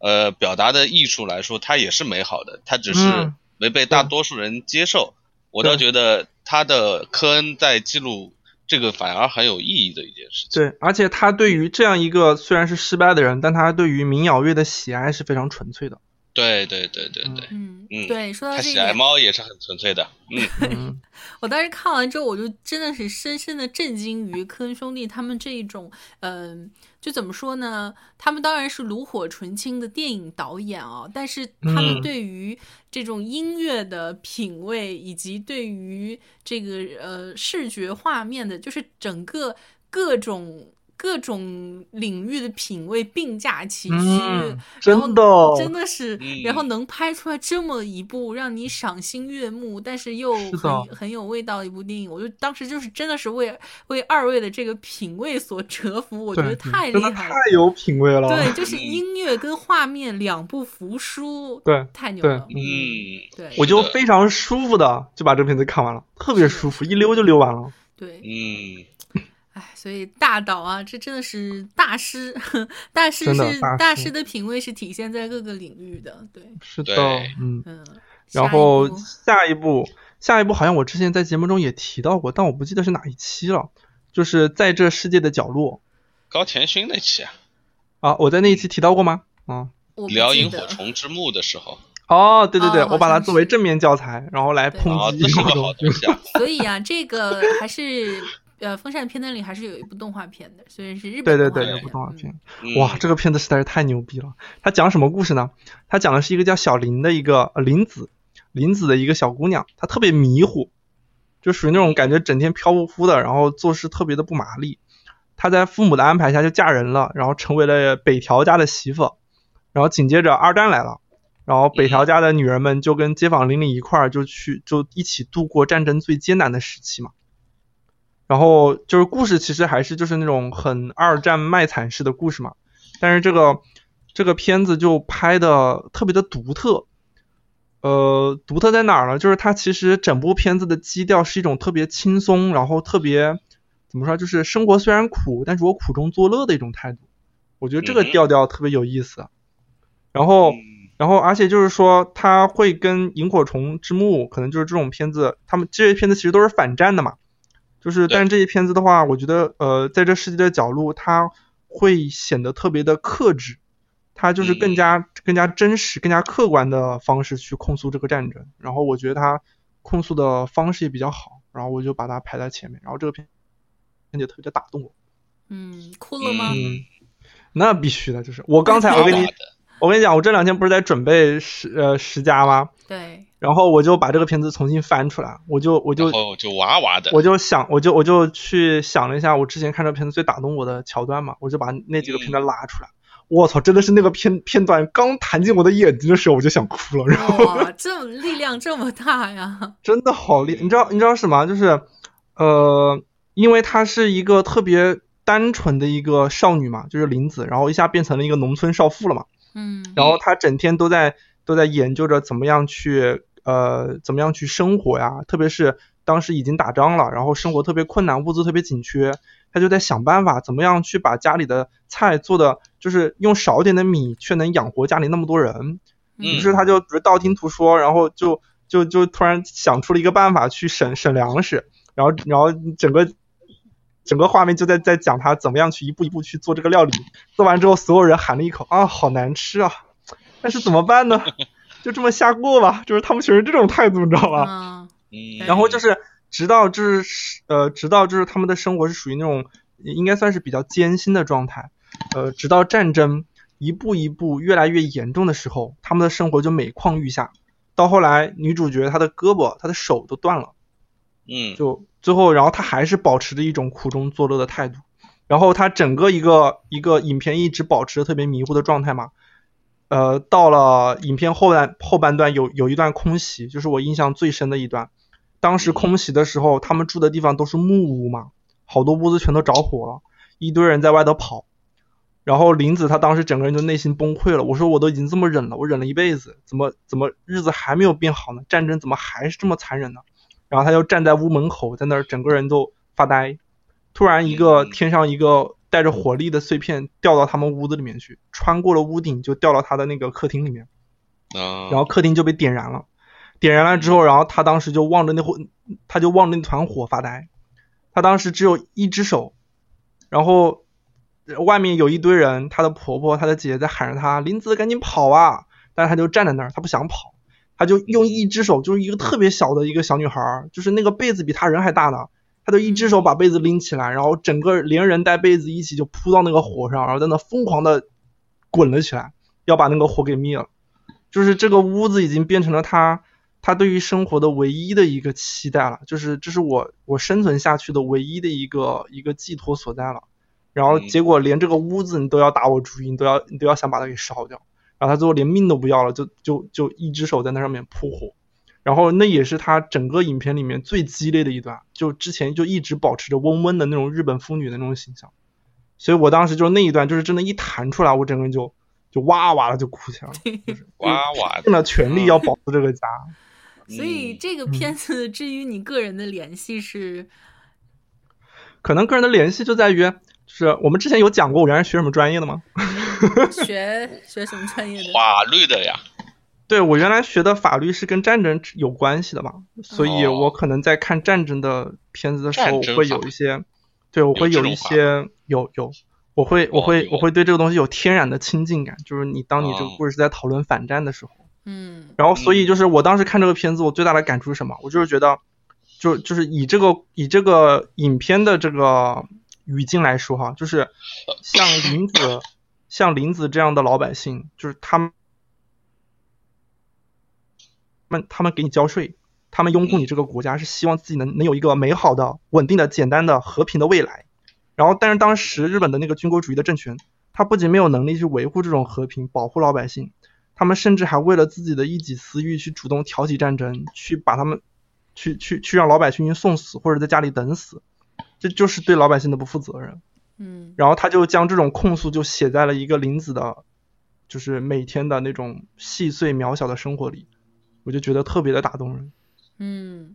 [SPEAKER 2] 呃表达的艺术来说，它也是美好的，它只是
[SPEAKER 3] 嗯
[SPEAKER 2] 没被大
[SPEAKER 3] 对
[SPEAKER 2] 多数人接受。我倒
[SPEAKER 3] 对
[SPEAKER 2] 觉得他的科恩在记录这个反而很有意义的一件事情。
[SPEAKER 3] 对，而且他对于这样一个虽然是失败的人，但他对于民谣乐的喜爱是非常纯粹 的。
[SPEAKER 2] 对对对对对，
[SPEAKER 1] 嗯
[SPEAKER 2] 嗯
[SPEAKER 1] 对，说到
[SPEAKER 2] 他
[SPEAKER 1] 这一
[SPEAKER 2] 喜爱
[SPEAKER 1] 点，
[SPEAKER 2] 猫也是很纯粹的。嗯，
[SPEAKER 3] 嗯，
[SPEAKER 1] 我当时看完之后，我就真的是深深的震惊于科恩兄弟他们这一种，嗯、就怎么说呢？他们当然是炉火纯青的电影导演啊、但是他们
[SPEAKER 3] 嗯
[SPEAKER 1] 对于这种音乐的品味，以及对于这个呃视觉画面的，就是整个各种。各种领域的品味并驾齐驱，
[SPEAKER 3] 嗯
[SPEAKER 1] 然后
[SPEAKER 3] 真的哦
[SPEAKER 1] 真的是，
[SPEAKER 2] 嗯
[SPEAKER 1] 然后能拍出来这么一部让你赏心悦目，但是又
[SPEAKER 3] 是的
[SPEAKER 1] 很很有味道的一部电影，我就当时就是真的是为为二位的这个品味所折服，我觉得
[SPEAKER 3] 对，
[SPEAKER 1] 太厉
[SPEAKER 3] 真的
[SPEAKER 1] 害
[SPEAKER 3] 太
[SPEAKER 1] 了。
[SPEAKER 3] 有品味了。
[SPEAKER 1] 对，
[SPEAKER 3] 嗯
[SPEAKER 1] 就是音乐跟画面两不服输，
[SPEAKER 3] 对
[SPEAKER 1] 太牛
[SPEAKER 3] 对
[SPEAKER 1] 了，
[SPEAKER 3] 嗯
[SPEAKER 2] 嗯，
[SPEAKER 1] 对，
[SPEAKER 3] 我
[SPEAKER 2] 觉
[SPEAKER 3] 就是
[SPEAKER 2] 的
[SPEAKER 3] 非常舒服的就把这个片子看完了，特别
[SPEAKER 1] 是的
[SPEAKER 3] 舒服，一溜就溜完了。
[SPEAKER 1] 对，
[SPEAKER 2] 嗯，
[SPEAKER 1] 哎，所以大导啊，这真的是大师，大师
[SPEAKER 3] 真的
[SPEAKER 1] 是
[SPEAKER 3] 大师
[SPEAKER 1] 大师的品味是体现在各个领域的，对，
[SPEAKER 3] 是的
[SPEAKER 2] 对，
[SPEAKER 3] 嗯。
[SPEAKER 1] 嗯。下
[SPEAKER 3] 然
[SPEAKER 1] 一
[SPEAKER 3] 后
[SPEAKER 1] 部
[SPEAKER 3] 下一步，下一步好像我之前在节目中也提到过，但我不记得是哪一期了。就是在这世界的角落
[SPEAKER 2] 高田勋那期啊，
[SPEAKER 3] 啊，我在那一期提到过吗？啊，
[SPEAKER 1] 我不
[SPEAKER 2] 聊
[SPEAKER 1] 记
[SPEAKER 2] 萤
[SPEAKER 1] 得
[SPEAKER 2] 火虫之墓的时候，
[SPEAKER 3] 哦，对对对，
[SPEAKER 1] 哦好
[SPEAKER 3] 我把它
[SPEAKER 1] 像
[SPEAKER 3] 作为
[SPEAKER 1] 是
[SPEAKER 3] 正面教材，然后来
[SPEAKER 2] 啊，
[SPEAKER 3] 抨击
[SPEAKER 2] 这是
[SPEAKER 3] 某
[SPEAKER 2] 个好
[SPEAKER 3] 种
[SPEAKER 2] 东西啊。
[SPEAKER 1] 所以啊，这个还是呃，风扇片段里还是有一部动画片的，虽然是日
[SPEAKER 3] 对
[SPEAKER 1] 本
[SPEAKER 3] 对
[SPEAKER 1] 动画
[SPEAKER 3] 对，
[SPEAKER 1] 片
[SPEAKER 3] 有部动画片。
[SPEAKER 2] 嗯
[SPEAKER 3] 哇，这个片子实在是太牛逼了！它讲什么故事呢？它讲的是一个叫小林的一个呃林子，林子的一个小姑娘，她特别迷糊，就属于那种感觉整天飘忽忽的，然后做事特别的不麻利。她在父母的安排下就嫁人了，然后成为了北条家的媳妇。然后紧接着二战来了，然后北条家的女人们就跟街坊邻里一块儿就去就一起度过战争最艰难的时期嘛。然后就是故事其实还是就是那种很二战卖惨式的故事嘛，但是这个这个片子就拍的特别的独特。呃，独特在哪儿呢？就是它其实整部片子的基调是一种特别轻松，然后特别怎么说，就是生活虽然苦，但是我苦中作乐的一种态度。我觉得这个
[SPEAKER 2] 嗯哼
[SPEAKER 3] 调调特别有意思。然后，
[SPEAKER 2] 嗯
[SPEAKER 3] 然后，而且就是说，它会跟《萤火虫之墓》可能就是这种片子，他们这些片子其实都是反战的嘛。就是，
[SPEAKER 2] 对
[SPEAKER 3] 但是这些片子的话，我觉得，呃，在这世界的角落，它会显得特别的克制，它就是更加、更加真实、更加客观的方式去控诉这个战争。然后，我觉得它控诉的方式也比较好，然后我就把它排在前面。然后这个片片也特别的打动我。
[SPEAKER 1] 嗯，哭了吗？
[SPEAKER 3] 嗯，那必须的，就是我刚才我
[SPEAKER 2] 哇
[SPEAKER 3] 跟你我跟你讲，我这两天不是在准备十呃十佳吗？
[SPEAKER 1] 对，
[SPEAKER 3] 然后我就把这个片子重新翻出来，我就我就
[SPEAKER 2] 然后就哇哇的，
[SPEAKER 3] 我就想我就我就去想了一下，我之前看这片子最打动我的桥段嘛，我就把那几
[SPEAKER 2] 嗯
[SPEAKER 3] 个片段拉出来。我操，真的是那个片片段刚弹进我的眼睛的时候，我就想哭了，然后
[SPEAKER 1] 哇，这么力量这么大呀！
[SPEAKER 3] 真的好厉你知道你知道什么？就是，呃，因为她是一个特别单纯的一个少女嘛，就是林子，然后一下变成了一个农村少妇了嘛。
[SPEAKER 1] 嗯，
[SPEAKER 3] 然后他整天都在都在研究着怎么样去呃怎么样去生活呀，特别是当时已经打仗了，然后生活特别困难，物资特别紧缺，他就在想办法怎么样去把家里的菜做的就是用少一点的米却能养活家里那么多人，于
[SPEAKER 1] 嗯
[SPEAKER 3] 是他就比如道听途说，然后就就就突然想出了一个办法去省省粮食，然后然后整个。整个画面就在在讲他怎么样去一步一步去做这个料理，做完之后所有人喊了一口啊，好难吃啊！但是怎么办呢？就这么下过吧，就是他们全是这种态度，你知道吧？
[SPEAKER 1] 啊，
[SPEAKER 2] 嗯，
[SPEAKER 3] 然后就是直到就是呃，直到就是他们的生活是属于那种应该算是比较艰辛的状态，呃，直到战争一步一步越来越严重的时候，他们的生活就每况愈下。到后来，女主角她的胳膊、她的手都断了，
[SPEAKER 2] 嗯，
[SPEAKER 3] 就最后，然后她还是保持着一种苦中作乐的态度。然后她整个一个一个影片一直保持着特别迷糊的状态嘛。呃，到了影片后半后半段有有一段空袭，就是我印象最深的一段。当时空袭的时候，他们住的地方都是木屋嘛，好多屋子全都着火了，一堆人在外头跑。然后林子他当时整个人就内心崩溃了，我说我都已经这么忍了，我忍了一辈子，怎么怎么日子还没有变好呢？战争怎么还是这么残忍呢？然后他就站在屋门口，在那儿整个人都发呆。突然，一个
[SPEAKER 2] 嗯
[SPEAKER 3] 天上一个带着火力的碎片掉到他们屋子里面去，穿过了屋顶，就掉到他的那个客厅里面。
[SPEAKER 2] 然
[SPEAKER 3] 然后客厅就被点燃了，点燃了之后，然后他当时就望着那火，他就望着那团火发呆。他当时只有一只手，然后呃外面有一堆人，她的婆婆、她的姐姐在喊着她：“林子，赶紧跑啊！”但是她就站在那儿，她不想跑，她就用一只手，就是一个特别小的一个小女孩儿，就是那个被子比她人还大呢。她就一只手把被子拎起来，然后整个连人带被子一起就扑到那个火上，然后在那疯狂的滚了起来，要把那个火给灭了。就是这个屋子已经变成了她她对于生活的唯一的一个期待了，就是这是我我生存下去的唯一的一个一个寄托所在了。然后
[SPEAKER 2] 嗯
[SPEAKER 3] 结果连这个屋子你都要打我主意，你都要你都要想把它给烧掉。然后他最后连命都不要了，就就就一只手在那上面扑火。然后那也是他整个影片里面最激烈的一段，就之前就一直保持着温温的那种日本妇女的那种形象，所以我当时就那一段就是真的，一弹出来我整个人就就哇哇的就哭起来了，就是
[SPEAKER 2] 哇哇
[SPEAKER 3] 用
[SPEAKER 2] 的，
[SPEAKER 3] 了全力要保住这个家。
[SPEAKER 1] 所以这个片子至于你个人的联系是，
[SPEAKER 3] 可能个人的联系就在于，就是我们之前有讲过我原来学什么专业的吗？
[SPEAKER 1] 学学什么专业的？
[SPEAKER 2] 法律的呀，
[SPEAKER 3] 对我原来学的法律是跟战争有关系的嘛，所以
[SPEAKER 2] 哦
[SPEAKER 3] 我可能在看战争的片子的时候，
[SPEAKER 2] 战争
[SPEAKER 3] 我会有一些，对我会
[SPEAKER 2] 有这
[SPEAKER 3] 有
[SPEAKER 2] 种
[SPEAKER 3] 一
[SPEAKER 2] 法
[SPEAKER 3] 些有有，我会我
[SPEAKER 2] 哦
[SPEAKER 3] 会
[SPEAKER 2] 有
[SPEAKER 3] 我会对这个东西有天然的亲近感，就是你当你这个
[SPEAKER 2] 哦
[SPEAKER 3] 故事在讨论反战的时候，
[SPEAKER 1] 嗯
[SPEAKER 3] 然后，所以就是我当时看这个片子，我最大的感触是什么？我就是觉得，就就是以这个以这个影片的这个语境来说哈，就是像林子，像林子这样的老百姓，就是他们，他们他们给你交税，他们拥护你这个国家，是希望自己能能有一个美好的、稳定的、简单的、和平的未来。然后，但是当时日本的那个军国主义的政权，他不仅没有能力去维护这种和平，保护老百姓。他们甚至还为了自己的一己私欲去主动挑起战争，去把他们，去去去让老百姓送死或者在家里等死，这就是对老百姓的不负责任。
[SPEAKER 1] 嗯
[SPEAKER 3] 然后他就将这种控诉就写在了一个林子的，就是每天的那种细碎渺小的生活里，我就觉得特别的打动人。
[SPEAKER 1] 嗯，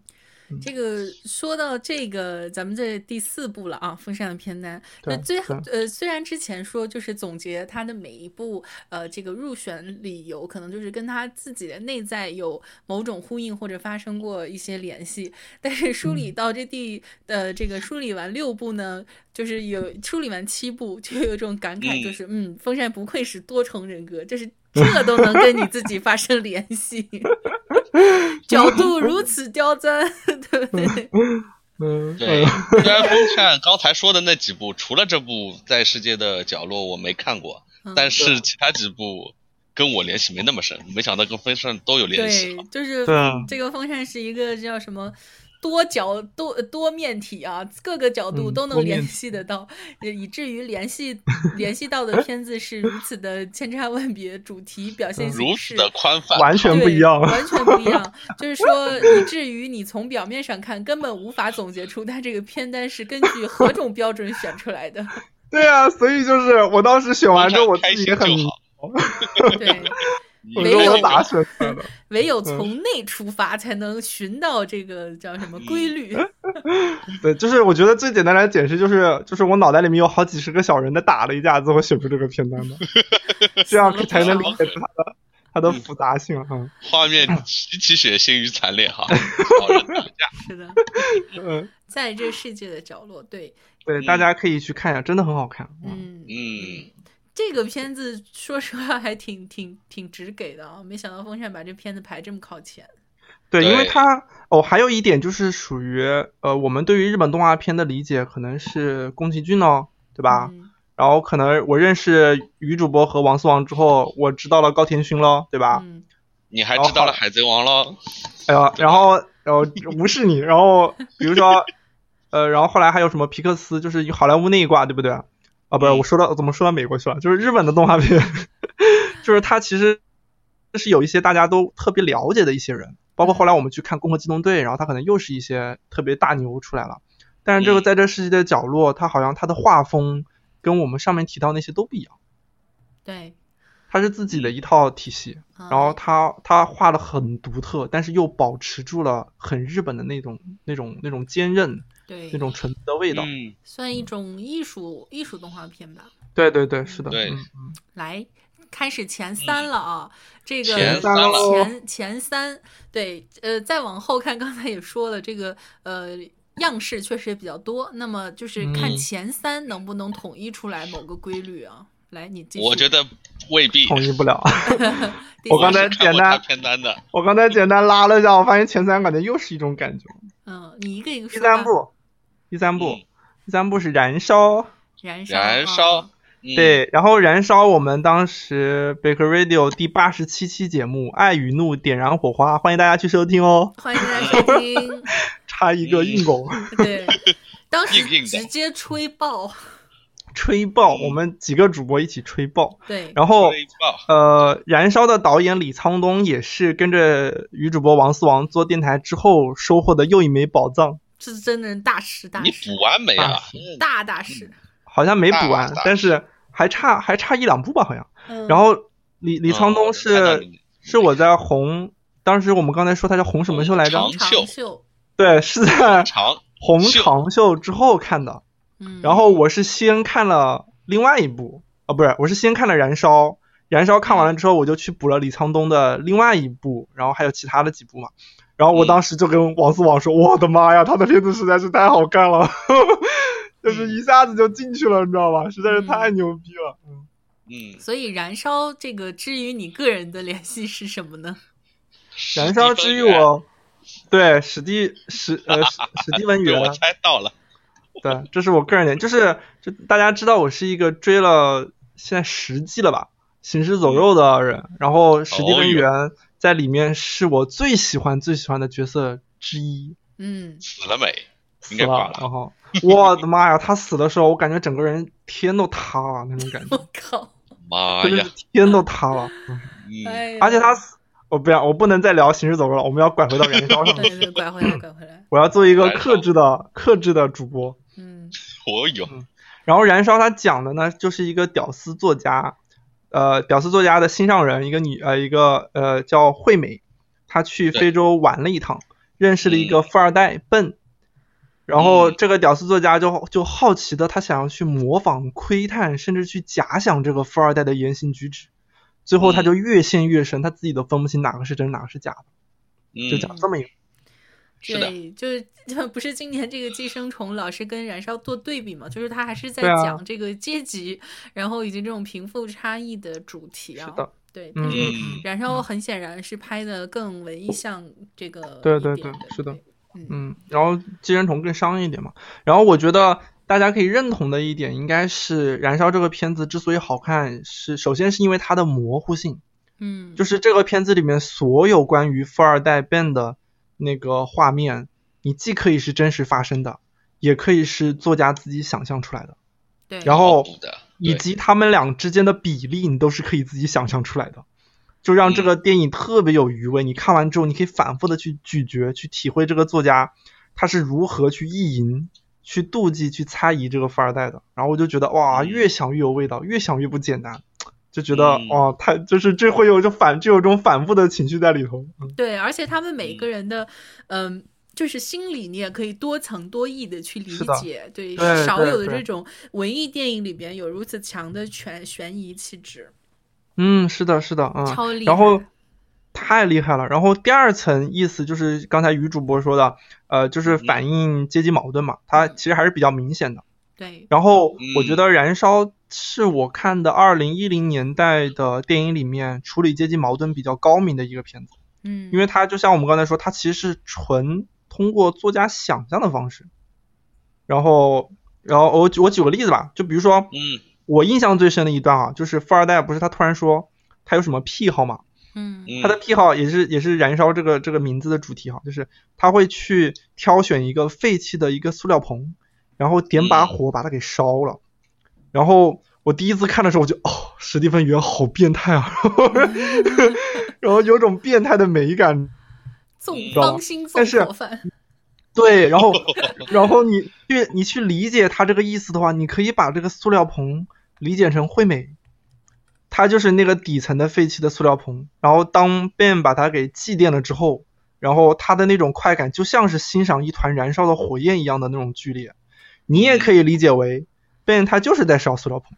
[SPEAKER 1] 这个说到这个，咱们这第四部了啊，《风扇的偏单》。那
[SPEAKER 3] 对
[SPEAKER 1] 最
[SPEAKER 3] 对
[SPEAKER 1] 呃，虽然之前说就是总结他的每一部呃这个入选理由，可能就是跟他自己的内在有某种呼应或者发生过一些联系，但是梳理到这第呃这个梳理完六部呢，就是有梳理完七部，就有一种感慨，就是嗯，风扇不愧是多重人格，这是。这都能跟你自己发生联系， 角度如此刁钻， 对不对？
[SPEAKER 3] 嗯，
[SPEAKER 2] 对，
[SPEAKER 3] 嗯
[SPEAKER 2] 虽然风扇刚才说的那几部，除了这部《在世界的角落》我没看过，
[SPEAKER 1] 嗯
[SPEAKER 2] 但是其他几部跟我联系没那么深，没想到跟风扇都有联系
[SPEAKER 1] 对
[SPEAKER 2] 啊。，
[SPEAKER 1] 就是
[SPEAKER 3] 对啊
[SPEAKER 1] 这个风扇是一个叫什么多角多多面体啊，各个角度
[SPEAKER 3] 嗯
[SPEAKER 1] 都
[SPEAKER 3] 多
[SPEAKER 1] 能
[SPEAKER 3] 面
[SPEAKER 1] 联
[SPEAKER 3] 体
[SPEAKER 1] 系得到，以至于联系联系到的片子是如此的千差万别，主题表现形
[SPEAKER 2] 嗯如
[SPEAKER 1] 式
[SPEAKER 2] 此的宽泛，
[SPEAKER 3] 完全不一样
[SPEAKER 1] 对完全不一样。就是说，以至于你从表面上看根本无法总结出它这个片单是根据何种标准选出来的。
[SPEAKER 3] 对啊，所以就是我当时选完之后，我自己也很
[SPEAKER 2] 风扇开心就好，
[SPEAKER 3] 迷
[SPEAKER 2] 嗯
[SPEAKER 1] 对，
[SPEAKER 2] 你
[SPEAKER 3] 我
[SPEAKER 1] 没
[SPEAKER 3] 说
[SPEAKER 1] 有
[SPEAKER 3] 我咋选择的？
[SPEAKER 1] 唯有从内出发，才能寻到这个叫什么规律。
[SPEAKER 3] 嗯对，就是我觉得最简单来解释就是，就是我脑袋里面有好几十个小人在打了一架子，我选出这个片单的，这样才能理解出它的它
[SPEAKER 2] 嗯
[SPEAKER 3] 的复杂性哈。
[SPEAKER 2] 画面极其血腥与惨烈 哈，好人啊打架，
[SPEAKER 1] 是的，
[SPEAKER 3] 嗯，
[SPEAKER 1] 在这世界的角落，对，
[SPEAKER 3] 对，
[SPEAKER 2] 嗯
[SPEAKER 3] 大家可以去看一下，真的很好看。嗯，
[SPEAKER 1] 嗯，
[SPEAKER 2] 嗯，
[SPEAKER 1] 这个片子说实话还挺挺挺直给的啊，没想到风扇把这片子排这么靠前。
[SPEAKER 3] 对，
[SPEAKER 2] 对
[SPEAKER 3] 因为它哦，还有一点就是属于呃，我们对于日本动画片的理解可能是宫崎骏哦，对吧？
[SPEAKER 1] 嗯
[SPEAKER 3] 然后可能我认识于主播和王思王之后，我知道了高田勋咯，对吧？
[SPEAKER 1] 嗯，
[SPEAKER 2] 你还知道了海贼王喽？
[SPEAKER 3] 哎呀，然后然后无视你，然后比如说，呃，然后后来还有什么皮克斯，就是好莱坞那一挂，对不对？啊，不是，
[SPEAKER 2] 嗯
[SPEAKER 3] 我说到怎么说到美国去了？就是日本的动画片， 就是它其实是有一些大家都特别了解的一些人，
[SPEAKER 2] 嗯
[SPEAKER 3] 包括后来我们去看《攻壳机动队》，然后他可能又是一些特别大牛出来了。但是这个
[SPEAKER 2] 嗯
[SPEAKER 3] 在这世界的角落，它好像它的画风跟我们上面提到那些都不一样，
[SPEAKER 1] 对，嗯
[SPEAKER 3] 它是自己的一套体系。
[SPEAKER 1] 然
[SPEAKER 3] 然后他他画的很独特，但是又保持住了很日本的那种那种那种坚韧、
[SPEAKER 1] 对
[SPEAKER 3] 那种纯的味道。
[SPEAKER 2] 嗯，
[SPEAKER 1] 算一种艺术艺术动画片吧。
[SPEAKER 3] 对对对，是的。
[SPEAKER 2] 对
[SPEAKER 3] 嗯
[SPEAKER 1] 来，开始前三了啊，这个
[SPEAKER 2] 前
[SPEAKER 3] 三喽
[SPEAKER 1] 前前三，对，呃，再往后看，刚才也说了，这个呃样式确实也比较多，那么就是看
[SPEAKER 3] 嗯
[SPEAKER 1] 前三能不能统一出来某个规律啊？来，你继续。
[SPEAKER 2] 我觉得未必。
[SPEAKER 3] 统一不了。
[SPEAKER 1] 第
[SPEAKER 3] 我
[SPEAKER 1] 三
[SPEAKER 3] 刚才
[SPEAKER 2] 是看过
[SPEAKER 3] 简单
[SPEAKER 2] 他片单的，
[SPEAKER 3] 我刚才简单拉了一下，我发现前三感觉又是一种感觉。
[SPEAKER 1] 嗯，你一个一个
[SPEAKER 3] 第
[SPEAKER 1] 说吧。
[SPEAKER 3] 三部，第三部，
[SPEAKER 2] 嗯
[SPEAKER 3] 第三部是燃烧。
[SPEAKER 1] 燃烧，
[SPEAKER 2] 燃烧
[SPEAKER 1] 啊
[SPEAKER 2] 嗯，
[SPEAKER 3] 对，然后燃烧，我们当时 Baker Radio 第八十七期节目《爱与怒点燃火花》，欢迎大家去收听哦。
[SPEAKER 1] 欢迎大家收 听。
[SPEAKER 3] 差一
[SPEAKER 2] 嗯
[SPEAKER 3] 个硬拱。
[SPEAKER 1] 对，当时
[SPEAKER 2] 硬硬的
[SPEAKER 1] 直接吹爆，
[SPEAKER 3] 吹爆，
[SPEAKER 2] 嗯
[SPEAKER 3] 我们几个主播一起吹爆。
[SPEAKER 1] 对，
[SPEAKER 3] 然后
[SPEAKER 2] 微报，
[SPEAKER 3] 呃，《燃烧》的导演李沧东也是跟着女主播王思王做电台之后收获的又一枚宝藏，
[SPEAKER 1] 是真的大师大
[SPEAKER 2] 你
[SPEAKER 1] 师
[SPEAKER 2] 补完没啊
[SPEAKER 3] 大？
[SPEAKER 2] 嗯
[SPEAKER 1] 大大师。
[SPEAKER 3] 好像没补完
[SPEAKER 2] 大大，
[SPEAKER 3] 但是还差还差一两部吧，好像。
[SPEAKER 1] 嗯，
[SPEAKER 3] 然后李李沧东
[SPEAKER 2] 嗯我看到
[SPEAKER 3] 是
[SPEAKER 2] 你
[SPEAKER 3] 是我在红，当时我们刚才说他叫红什么秀来着
[SPEAKER 2] 长？
[SPEAKER 1] 长袖，
[SPEAKER 3] 对，是在
[SPEAKER 2] 长，
[SPEAKER 3] 红
[SPEAKER 2] 秀
[SPEAKER 3] 长秀之后看的。
[SPEAKER 1] 嗯，
[SPEAKER 3] 然后我是先看了另外一部啊，不是，我是先看了《燃烧》，《燃烧》看完了之后，我就去补了李沧东的另外一部，然后还有其他的几部嘛。然后我当时就跟王思王说：“我的妈呀，他的片子实在是太好看了，就是一下子就进去了，你知道吧？实在是太牛逼了。
[SPEAKER 2] 嗯，
[SPEAKER 1] 所以燃烧这个，至于你个人的联系是什么呢？
[SPEAKER 3] 燃烧之于我，对史蒂史呃史史蒂文
[SPEAKER 2] 对
[SPEAKER 3] 元
[SPEAKER 2] 我，猜到了，
[SPEAKER 3] 对，这是我个人点，就是就大家知道我是一个追了现在十季了吧《行尸走肉》的人，然后史蒂
[SPEAKER 2] 哦
[SPEAKER 3] 文
[SPEAKER 2] 哟
[SPEAKER 3] 元在里面是我最喜欢最喜欢的角色之一，
[SPEAKER 1] 嗯，
[SPEAKER 2] 死了没？应
[SPEAKER 3] 死
[SPEAKER 2] 该
[SPEAKER 3] 了
[SPEAKER 2] 挂了，
[SPEAKER 3] 然后我的妈呀，他死的时候我感觉整个人天都塌了那种感 觉，
[SPEAKER 1] 我靠，
[SPEAKER 2] 妈
[SPEAKER 3] 真的
[SPEAKER 2] 哎呀
[SPEAKER 3] 是！天都塌了，
[SPEAKER 2] 嗯，
[SPEAKER 1] 哎呀，
[SPEAKER 3] 而且他死，我不要我不能再聊《行尸走肉》了，我们要拐回到燃烧上
[SPEAKER 1] 对
[SPEAKER 3] 面，
[SPEAKER 1] 对，拐回来，拐回来，
[SPEAKER 3] 我要做一个
[SPEAKER 2] 燃烧
[SPEAKER 3] 克制的克制的主播。
[SPEAKER 1] 嗯
[SPEAKER 2] 我有
[SPEAKER 3] 然后燃烧他讲的呢，就是一个屌丝作家，呃，屌丝作家的心上人，一个女呃一个呃叫惠美，她去
[SPEAKER 2] 对
[SPEAKER 3] 非洲玩了一趟，认识了一个富二代笨，然后
[SPEAKER 2] 嗯
[SPEAKER 3] 这个屌丝作家就就好奇的他想要去模仿、窥探，甚至去假想这个富二代的言行举止，最后他
[SPEAKER 2] 嗯
[SPEAKER 3] 就越陷越深，他自己都分不清哪个是真哪个是假的，就
[SPEAKER 2] 嗯，
[SPEAKER 3] 讲这么一个，
[SPEAKER 2] 是的
[SPEAKER 1] 对，就是就不是今年这个《寄生虫》老是跟《燃烧》做对比嘛？就是他还是在
[SPEAKER 3] 对啊
[SPEAKER 1] 讲这个阶级，然后以及这种贫富差异的主题啊。
[SPEAKER 3] 是的，
[SPEAKER 1] 对，但
[SPEAKER 3] 嗯
[SPEAKER 1] 是
[SPEAKER 3] 嗯
[SPEAKER 1] 《
[SPEAKER 3] 嗯
[SPEAKER 1] 燃烧》很显然是拍的更文艺向这个
[SPEAKER 3] 对
[SPEAKER 1] 一
[SPEAKER 3] 对
[SPEAKER 1] 点
[SPEAKER 3] 对是的，
[SPEAKER 1] 嗯
[SPEAKER 3] 嗯，然后寄生虫更商业一点嘛。然后我觉得大家可以认同的一点，应该是《燃烧》这个片子之所以好看是，首先是因为它的模糊性，
[SPEAKER 1] 嗯，
[SPEAKER 3] 就是是这个片子里面所有关于富二代 Ben 的那个画面，你既可以是真实发生的，也可以是作家自己想象出来的，
[SPEAKER 1] 对，
[SPEAKER 3] 然后
[SPEAKER 2] 补的，
[SPEAKER 3] 以
[SPEAKER 2] 对
[SPEAKER 3] 及他们俩之间的比例，你都是可以自己想象出来的。就
[SPEAKER 2] 嗯
[SPEAKER 3] 让这个电影特别有余味，你看完之后，你可以反复的去咀嚼、去体会这个作家他是如何去意淫、去妒忌、去猜疑这个富二代的。然后我就觉得哇，
[SPEAKER 2] 嗯
[SPEAKER 3] 越想越有味道，越想越不简单，就觉得
[SPEAKER 2] 嗯
[SPEAKER 3] 哦，太就是这会有就反就有种反复的情绪在里头。嗯
[SPEAKER 1] 对，而且他们每个人的，嗯。就是心理，你也可以多层多义的去理
[SPEAKER 3] 是的
[SPEAKER 1] 解，对
[SPEAKER 3] 对
[SPEAKER 1] 少
[SPEAKER 3] 对
[SPEAKER 1] 有的
[SPEAKER 3] 对
[SPEAKER 1] 这种文艺电影里边有如此强的悬悬疑气质，
[SPEAKER 3] 嗯，是的，是的，嗯，
[SPEAKER 1] 超厉害。
[SPEAKER 3] 然后太厉害了。然后第二层意思就是刚才于主播说的，呃，就是
[SPEAKER 1] 嗯
[SPEAKER 3] 反映阶级矛盾嘛，它其实还是比较明显的。
[SPEAKER 1] 对，
[SPEAKER 3] 然后
[SPEAKER 2] 嗯
[SPEAKER 3] 我觉得《燃烧》是我看的二零一零年代的电影里面处理阶级矛盾比较高明的一个片子，
[SPEAKER 1] 嗯，
[SPEAKER 3] 因为它就像我们刚才说，它其实是纯通过作家想象的方式。然后，然后我举我举个例子吧，就比如说，
[SPEAKER 2] 嗯
[SPEAKER 3] 我印象最深的一段啊，就是富二代不是他突然说他有什么癖好嘛？
[SPEAKER 1] 嗯
[SPEAKER 2] 嗯，
[SPEAKER 3] 他的癖好也是也是燃烧这个这个名字的主题哈，就是他会去挑选一个废弃的一个塑料棚，然后点把火把它给烧了。然后我第一次看的时候，我就哦，史蒂芬元好变态啊， 然后有种变态的美感。
[SPEAKER 1] 纵
[SPEAKER 2] 知
[SPEAKER 3] 道
[SPEAKER 1] 芳
[SPEAKER 3] 吗
[SPEAKER 1] 心纵
[SPEAKER 3] 嗯但是
[SPEAKER 1] 火犯，
[SPEAKER 3] 对，然后然后你去你去理解他这个意思的话，你可以把这个塑料棚理解成惠美，它就是那个底层的废弃的塑料棚。然后当 Ben 把它给祭奠了之后，然后他的那种快感就像是欣赏一团燃烧的火焰一样的那种剧烈。你也可以理解为 Ben 他就是在烧塑料棚。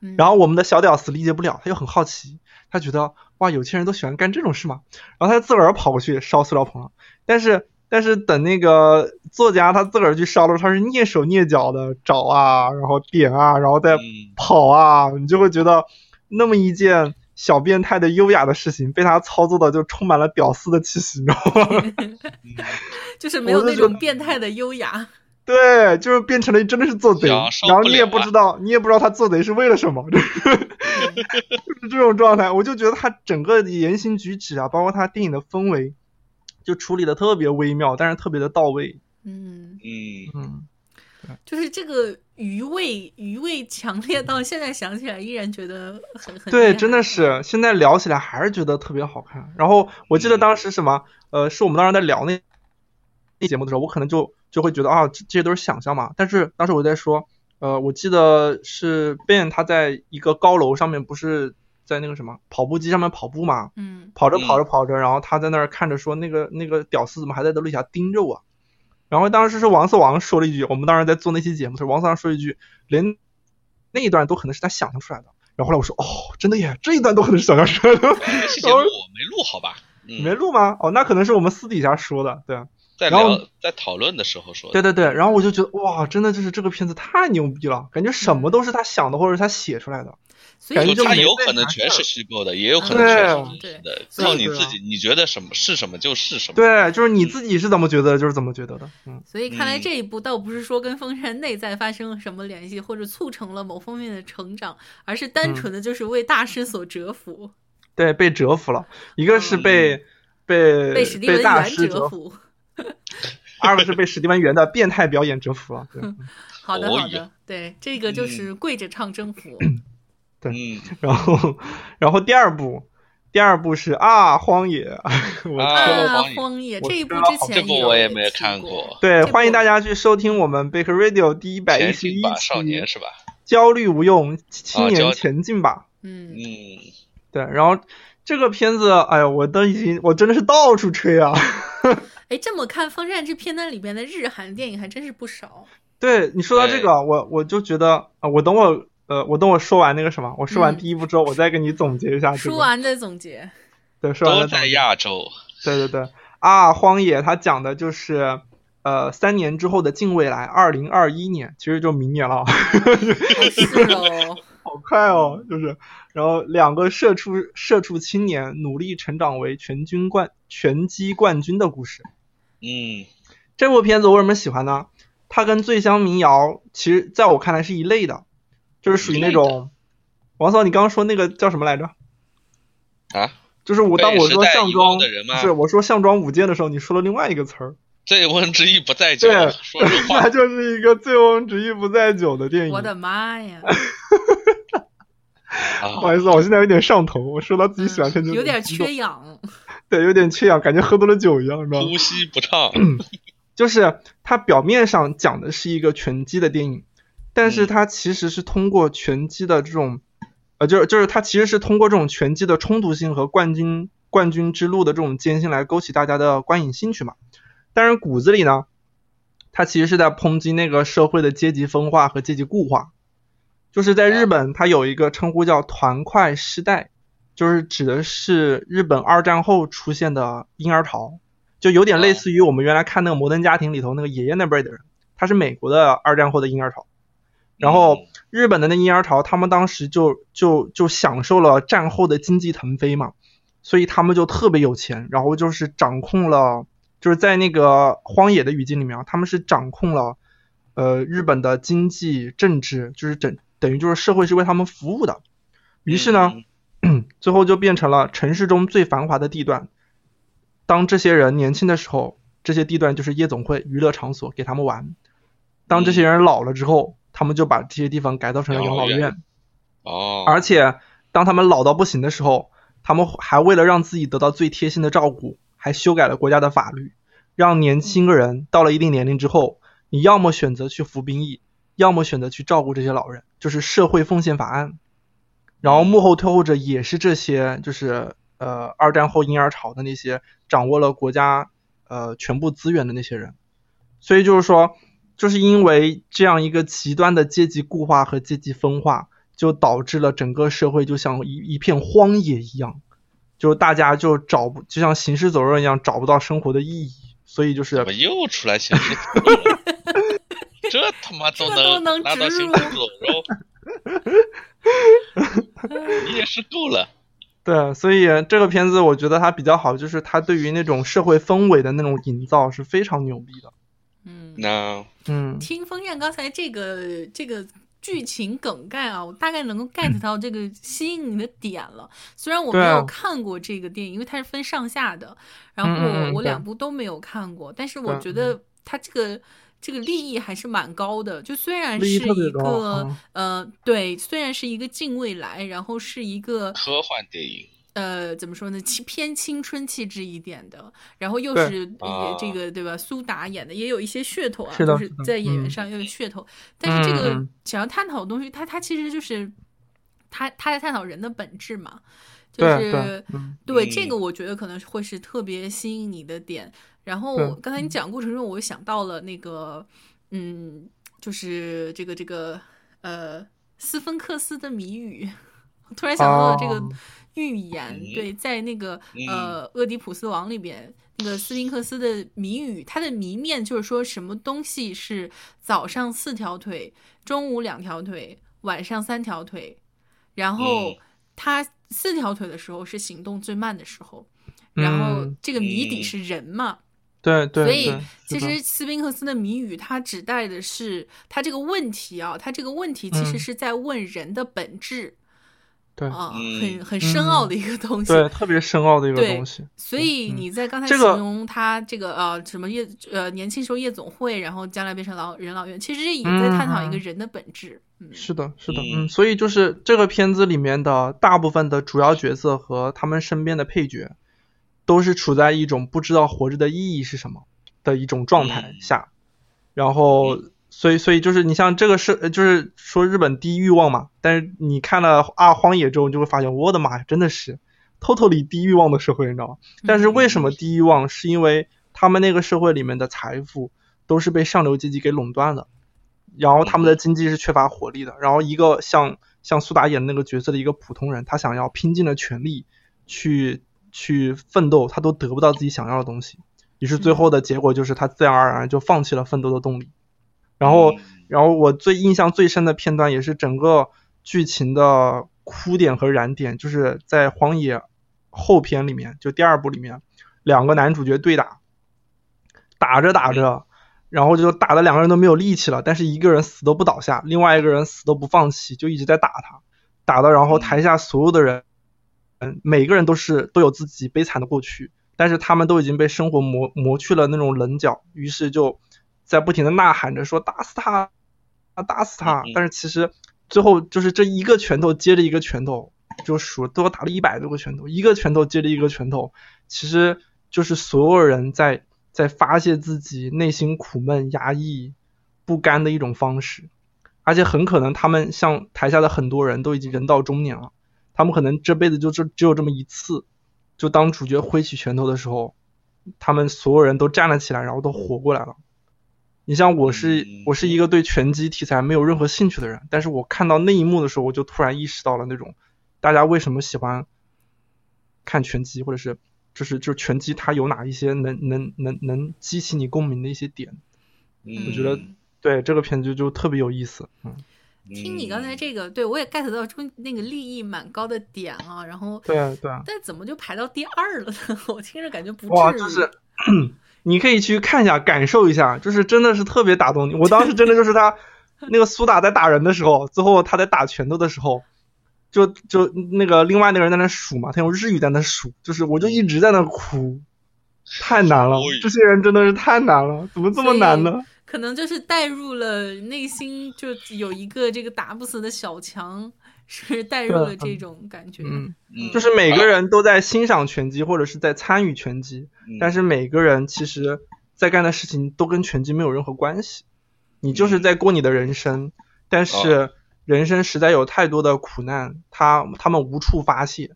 [SPEAKER 1] 嗯
[SPEAKER 3] 然后我们的小屌丝理解不了，他又很好奇，他觉得哇，有钱人都喜欢干这种事嘛，然后他自个儿跑过去烧塑料棚了。但是但是等那个作家他自个儿去烧的时候，他是蹑手蹑脚的找啊，然后点啊，然后再
[SPEAKER 2] 嗯
[SPEAKER 3] 跑啊，你就会觉得那么一件小变态的优雅的事情，被他操作的就充满了屌丝的气息，你知道吗？
[SPEAKER 1] 就是没有
[SPEAKER 3] 我就
[SPEAKER 1] 那
[SPEAKER 3] 觉
[SPEAKER 1] 种
[SPEAKER 3] 得
[SPEAKER 1] 变态的优雅，
[SPEAKER 3] 对，就是变成了真的是做贼，
[SPEAKER 2] 享受
[SPEAKER 3] 然后
[SPEAKER 2] 不
[SPEAKER 3] 你
[SPEAKER 2] 了
[SPEAKER 3] 也不
[SPEAKER 2] 啊
[SPEAKER 3] 知道，你也不知道他做贼是为了什么， 就是这种状态。我就觉得他整个言行举止啊，包括他电影的氛围，就处理的特别微妙，但是特别的到位。
[SPEAKER 1] 嗯，
[SPEAKER 2] 嗯，
[SPEAKER 3] 嗯，
[SPEAKER 1] 就是这个余味余味强烈到现在想起来依然觉得很很
[SPEAKER 3] 对，
[SPEAKER 1] 厉害
[SPEAKER 3] 真的是现在聊起来还是觉得特别好看。然后我记得当
[SPEAKER 1] 嗯
[SPEAKER 3] 时什么，呃，是我们当时在聊那那节目的时候，我可能就就会觉得啊，这这些都是想象嘛。但是当时我在说，呃，我记得是 Ben 他在一个高楼上面，不是在那个什么跑步机上面跑步嘛，
[SPEAKER 1] 嗯
[SPEAKER 3] 跑着跑着跑着，然后他在那儿看着说，那个那个屌丝怎么还在那路底下盯着我？然后当时是王四王说了一句，我们当时在做那期节目的时候，王四王说一句，连那一段都可能是他想象出来的。然后后来我说，哦，真的耶，这一段都可能是想象出来的，
[SPEAKER 2] 哎这期节目我没录好吧？
[SPEAKER 3] 你 没
[SPEAKER 2] 嗯，
[SPEAKER 3] 录吗？哦，那可能是我们私底下说的，对啊，
[SPEAKER 2] 在
[SPEAKER 3] 然后
[SPEAKER 2] 聊在讨论的时候说
[SPEAKER 3] 对
[SPEAKER 2] 的，
[SPEAKER 3] 对对。然后我就觉得，哇，真的就是这个片子太牛逼了，感觉什么都是他想的或者是他写出来的。
[SPEAKER 1] 所以
[SPEAKER 3] 感觉就
[SPEAKER 2] 它
[SPEAKER 3] 没
[SPEAKER 2] 有
[SPEAKER 3] 在
[SPEAKER 2] 可能
[SPEAKER 3] 拿
[SPEAKER 2] 全
[SPEAKER 3] 事
[SPEAKER 2] 是
[SPEAKER 3] 儿
[SPEAKER 2] 虚构的，也有可能全是
[SPEAKER 1] 对
[SPEAKER 3] 对啊
[SPEAKER 1] 对
[SPEAKER 2] 的，
[SPEAKER 1] 所以
[SPEAKER 2] 靠你自己，你觉得什么是什么就是什么。
[SPEAKER 3] 对，就是你自己是怎么觉得就是怎么觉得的，嗯，
[SPEAKER 1] 所以看来
[SPEAKER 2] 嗯
[SPEAKER 1] 这一步倒不是说跟风扇内在发生了什么联系，或者促成了某方面的成长，而是单
[SPEAKER 3] 嗯
[SPEAKER 1] 纯的就是为大师所折服，
[SPEAKER 3] 对，被折服了，一个是被、被
[SPEAKER 1] 被史蒂文
[SPEAKER 3] 大
[SPEAKER 1] 原
[SPEAKER 3] 师
[SPEAKER 1] 折
[SPEAKER 3] 折服，
[SPEAKER 1] 服。
[SPEAKER 3] 二个是被史蒂文原的变态表演折服了，对，
[SPEAKER 1] 嗯好的，
[SPEAKER 2] 哦
[SPEAKER 1] 好
[SPEAKER 2] 呀
[SPEAKER 1] 的，对，这个就是跪着唱征服。
[SPEAKER 2] 嗯，
[SPEAKER 3] 然后然后第二部，第二部是啊荒野， 我
[SPEAKER 2] 啊
[SPEAKER 3] 天呐
[SPEAKER 1] 啊
[SPEAKER 2] 荒，野
[SPEAKER 1] 荒野
[SPEAKER 3] 我
[SPEAKER 1] 这一部
[SPEAKER 3] 知道
[SPEAKER 1] 之前
[SPEAKER 2] 这部我也
[SPEAKER 1] 没
[SPEAKER 2] 没
[SPEAKER 1] 有
[SPEAKER 2] 有看
[SPEAKER 1] 过
[SPEAKER 2] 过，
[SPEAKER 3] 对，
[SPEAKER 1] 这
[SPEAKER 3] 欢迎
[SPEAKER 1] 部
[SPEAKER 3] 大家去收听我们 Baker Radio 第一百一
[SPEAKER 2] 前
[SPEAKER 3] 十
[SPEAKER 2] 行
[SPEAKER 3] 一
[SPEAKER 2] 吧，少年
[SPEAKER 3] 期，
[SPEAKER 2] 是吧？
[SPEAKER 3] 焦虑无用，青
[SPEAKER 2] 啊焦
[SPEAKER 3] 年
[SPEAKER 2] 虑
[SPEAKER 3] 前进吧。
[SPEAKER 1] 嗯，
[SPEAKER 2] 嗯，
[SPEAKER 3] 对，然后这个片子，哎呀，我都已经，我真的是到处吹啊。
[SPEAKER 1] 哎，这么看，《风扇》这片单里边的日韩电影还真是不少。
[SPEAKER 3] 对你说到这
[SPEAKER 2] 哎
[SPEAKER 3] 个，我我就觉得啊，我等我呃，我等我说完那个什么，我说完
[SPEAKER 1] 嗯
[SPEAKER 3] 第一部之后，我再给你总结一下这
[SPEAKER 1] 说
[SPEAKER 3] 个。
[SPEAKER 1] 完再总 结。
[SPEAKER 3] 对，说完
[SPEAKER 2] 都
[SPEAKER 3] 了总
[SPEAKER 2] 在
[SPEAKER 3] 结。
[SPEAKER 2] 亚洲。
[SPEAKER 3] 对对对，啊，荒野它讲的就是。呃，三年之后的近未来，二零二一年，其实就明年了啊，
[SPEAKER 1] 哦是哦，
[SPEAKER 3] 好快哦，就是，然后两个社畜社畜青年努力成长为全军冠拳击冠军的故事。
[SPEAKER 2] 嗯
[SPEAKER 3] 这部片子我为什么喜欢呢？它跟《醉乡民谣》其实在我看来是一类的，就是属于
[SPEAKER 2] 一
[SPEAKER 3] 那
[SPEAKER 2] 类
[SPEAKER 3] 种。王嫂，你刚刚说那个叫什么来着？
[SPEAKER 2] 啊，
[SPEAKER 3] 就是我当
[SPEAKER 2] 北
[SPEAKER 3] 我
[SPEAKER 2] 时
[SPEAKER 3] 说
[SPEAKER 2] 代
[SPEAKER 3] 项
[SPEAKER 2] 遗忘
[SPEAKER 3] 庄，
[SPEAKER 2] 的人
[SPEAKER 3] 不
[SPEAKER 2] 吗
[SPEAKER 3] 是我说项庄舞剑的时候，你说了另外一个词儿，
[SPEAKER 2] 醉翁之意不在酒啊
[SPEAKER 3] 对，
[SPEAKER 2] 说这话
[SPEAKER 3] 那就是一个“醉翁之意不在酒”的电影。
[SPEAKER 1] 我的妈 呀！
[SPEAKER 3] 不
[SPEAKER 2] 啊
[SPEAKER 3] 好，意思，我现在有点上头，我说到自己喜欢看就、
[SPEAKER 1] 嗯有点缺氧。
[SPEAKER 3] 对，有点缺氧，感觉喝多了酒一样，你知道吗？
[SPEAKER 2] 呼吸不畅。
[SPEAKER 3] 嗯就是它表面上讲的是一个拳击的电影，但
[SPEAKER 2] 嗯
[SPEAKER 3] 是它其实是通过拳击的这种，呃，就是就是它其实是通过这种拳击的冲突性和冠军冠军之路的这种艰辛来勾起大家的观影兴趣嘛。但是骨子里呢，它其实是在抨击那个社会的阶级分化和阶级固化。就是在日本，它有一个称呼叫“团块世代”，就是指的是日本二战后出现的婴儿潮，就有点类似于我们原来看那个《摩登家庭》里头那个爷爷那辈的人，他是美国的二战后的婴儿潮。
[SPEAKER 2] 嗯
[SPEAKER 3] 然后日本的那婴儿潮，他们当时就就就享受了战后的经济腾飞嘛，所以他们就特别有钱，然后就是掌控了，就是在那个荒野的语境里面啊，他们是掌控了，呃，日本的经济、政治，就是等等于就是社会是为他们服务的。于是呢，
[SPEAKER 2] 嗯
[SPEAKER 3] 最后就变成了城市中最繁华的地段。当这些人年轻的时候，这些地段就是夜总会、娱乐场所，给他们玩。当这些人老了之后，他们就把这些地方改造成了嗯养老
[SPEAKER 2] 养老
[SPEAKER 3] 院，
[SPEAKER 2] 哦，
[SPEAKER 3] 而且当他们老到不行的时候，他们还为了让自己得到最贴心的照顾，还修改了国家的法律，让年轻人到了一定年龄之后，你要么选择去服兵役，要么选择去照顾这些老人，就是社会奉献法案。然后幕后推后者也是这些，就是呃二战后婴儿潮的那些掌握了国家呃全部资源的那些人。所以就是说，就是因为这样一个极端的阶级固化和阶级分化，就导致了整个社会就像一一片荒野一样，就大家就找不就像行尸走肉一样找不到生活的意义，所以就是
[SPEAKER 2] 怎么又出来显示自我了？ 这他妈都
[SPEAKER 1] 这都能
[SPEAKER 2] 拿到
[SPEAKER 1] 植
[SPEAKER 2] 行
[SPEAKER 1] 入
[SPEAKER 2] 尸走肉，你也是够了。
[SPEAKER 3] 对，所以这个片子我觉得它比较好，就是它对于那种社会氛围的那种营造是非常牛逼的。
[SPEAKER 1] 嗯，
[SPEAKER 2] 那
[SPEAKER 3] 嗯，
[SPEAKER 1] 听风扇刚才这个这个剧情梗概啊，我大概能够 get 到这个吸引你的点了。虽然我没
[SPEAKER 3] 嗯对啊
[SPEAKER 1] 有看过这个电影，因为它是分上下的，然后
[SPEAKER 3] 嗯嗯嗯
[SPEAKER 1] 我
[SPEAKER 3] 对
[SPEAKER 1] 两部都没有看过，但是我
[SPEAKER 3] 对嗯
[SPEAKER 1] 觉得它这个。这个利益还是蛮高的，就虽然是
[SPEAKER 3] 利益特别
[SPEAKER 1] 一
[SPEAKER 3] 高
[SPEAKER 1] 个
[SPEAKER 3] 嗯
[SPEAKER 1] 呃，对，虽然是一个近未来，然后是一个
[SPEAKER 2] 科幻电影，
[SPEAKER 1] 呃，怎么说呢？其偏青春气质一点的，然后又
[SPEAKER 3] 对
[SPEAKER 1] 是也
[SPEAKER 2] 啊
[SPEAKER 1] 这个对吧？苏打演的也有一些噱头啊，就
[SPEAKER 3] 是的
[SPEAKER 1] 是
[SPEAKER 3] 是的
[SPEAKER 1] 在演员
[SPEAKER 3] 嗯
[SPEAKER 1] 上又有噱头。但是这
[SPEAKER 3] 嗯
[SPEAKER 1] 个
[SPEAKER 3] 嗯
[SPEAKER 1] 想要探讨的东西，它它其实就是它它在探讨人的本质嘛，就
[SPEAKER 3] 对
[SPEAKER 1] 是
[SPEAKER 3] 对，嗯，
[SPEAKER 1] 对这
[SPEAKER 2] 嗯
[SPEAKER 1] 个，我觉得可能会是特别吸引你的点。然后
[SPEAKER 3] 对嗯
[SPEAKER 1] 刚才你讲过程中，我又想到了那个，嗯，就是这个这个呃，斯芬克斯的谜语，我突然想到了这个
[SPEAKER 3] 哦
[SPEAKER 1] 预言。
[SPEAKER 2] 嗯
[SPEAKER 1] 对，在那个呃《俄狄浦斯王》里边，那个斯芬克斯的谜语，它的谜面就是说什么东西是早上四条腿，中午两条腿，晚上三条腿。然后
[SPEAKER 2] 嗯
[SPEAKER 1] 他四条腿的时候是行动最慢的时候，然后
[SPEAKER 3] 嗯
[SPEAKER 1] 这个谜底
[SPEAKER 2] 嗯
[SPEAKER 1] 是人嘛，
[SPEAKER 3] 对对，
[SPEAKER 1] 所以
[SPEAKER 3] 对
[SPEAKER 1] 其
[SPEAKER 3] 是的
[SPEAKER 1] 实斯宾克斯的谜语，它指代的是他这个问题啊，他这个问题其实
[SPEAKER 3] 嗯
[SPEAKER 1] 是在问人的本质
[SPEAKER 3] 对
[SPEAKER 1] 啊，
[SPEAKER 2] 嗯
[SPEAKER 1] 很很深奥的一个东西。
[SPEAKER 3] 对特别深奥的一个
[SPEAKER 1] 对
[SPEAKER 3] 东西，
[SPEAKER 1] 所以你在刚才
[SPEAKER 3] 这
[SPEAKER 1] 形
[SPEAKER 3] 个
[SPEAKER 1] 容他这个呃什么夜呃年轻时候夜总会，然后将来变成老人老院，其实也在探讨一个
[SPEAKER 3] 嗯
[SPEAKER 1] 人的本质。嗯，
[SPEAKER 3] 是的，是的，
[SPEAKER 2] 嗯
[SPEAKER 3] 嗯，所以就是这个片子里面的大部分的主要角色和他们身边的配角，都是处在一种不知道活着的意义是什么的一种状态
[SPEAKER 2] 嗯
[SPEAKER 3] 下，然后，所以，所以就是你像这个是，呃就是说日本低欲望嘛，但是你看了《啊荒野》之后，你就会发现，我的妈呀，真的是 totally 低欲望的社会，你知道吗？但是为什么低欲望？是因为他们那个社会里面的财富都是被上流阶级给垄断的，然后他们的经济是缺乏活力的。然后一个像像苏打演的那个角色的一个普通人，他想要拼尽了全力去去奋斗，他都得不到自己想要的东西，于是最后的结果就是他自然而然就放弃了奋斗的动力。然
[SPEAKER 2] 嗯
[SPEAKER 3] 后然后我最印象最深的片段也是整个剧情的哭点和燃点，就是在《荒野》后篇里面，就第二部里面，两个男主角对打，打着打着，然后就打的两个人都没有力气了，但是一个人死都不倒下，另外一个人死都不放弃，就一直在打他，打到然后台下所有的人，嗯，每个人都是都有自己悲惨的过去，但是他们都已经被生活磨磨去了那种棱角，于是就在不停的呐喊着说打死他，打死他
[SPEAKER 2] 嗯嗯。
[SPEAKER 3] 但是其实最后就是这一个拳头接着一个拳头，就数都打了一百多个拳头，一个拳头接着一个拳头，其实就是所有人在在发泄自己内心苦闷、压抑、不甘的一种方式。而且很可能他们像台下的很多人都已经人到中年了，他们可能这辈子就这只有这么一次，就当主角挥起拳头的时候，他们所有人都站了起来，然后都活过来了。你像我是
[SPEAKER 2] 嗯
[SPEAKER 3] 我是一个对拳击题材没有任何兴趣的人，但是我看到那一幕的时候，我就突然意识到了那种大家为什么喜欢看拳击，或者是就是就是拳击它有哪一些能能能能激起你共鸣的一些点。
[SPEAKER 2] 嗯
[SPEAKER 3] 我觉得对这个片子就就特别有意思，嗯，
[SPEAKER 1] 听你刚才这个，对我也 get 到中那个利益蛮高的点啊，然后
[SPEAKER 3] 对对。
[SPEAKER 1] 但怎么就排到第二了呢？ 我听着感觉不
[SPEAKER 3] 哇，
[SPEAKER 1] 至于。
[SPEAKER 3] 就是 你可以去看一下，感受一下，就是真的是特别打动你。我当时真的就 是他那个苏打在打人的时候，最后他在打拳头的时候，就就那个另外那个人在那数嘛，他用日语在那数，就是我就一直在那哭，太难了
[SPEAKER 2] 口语，
[SPEAKER 3] 这些人真的是太难了，怎么这么难呢？
[SPEAKER 1] 可能就是带入了内心，就有一个这个打不死的小强，是带入了这种感觉。
[SPEAKER 3] 嗯，
[SPEAKER 2] 嗯
[SPEAKER 3] 就是每个人都在欣赏拳击或者是在参与拳击，
[SPEAKER 2] 嗯
[SPEAKER 3] 但是每个人其实在干的事情都跟拳击没有任何关系，你就是在过你的人生，但是人生实在有太多的苦难，他他们无处发泄，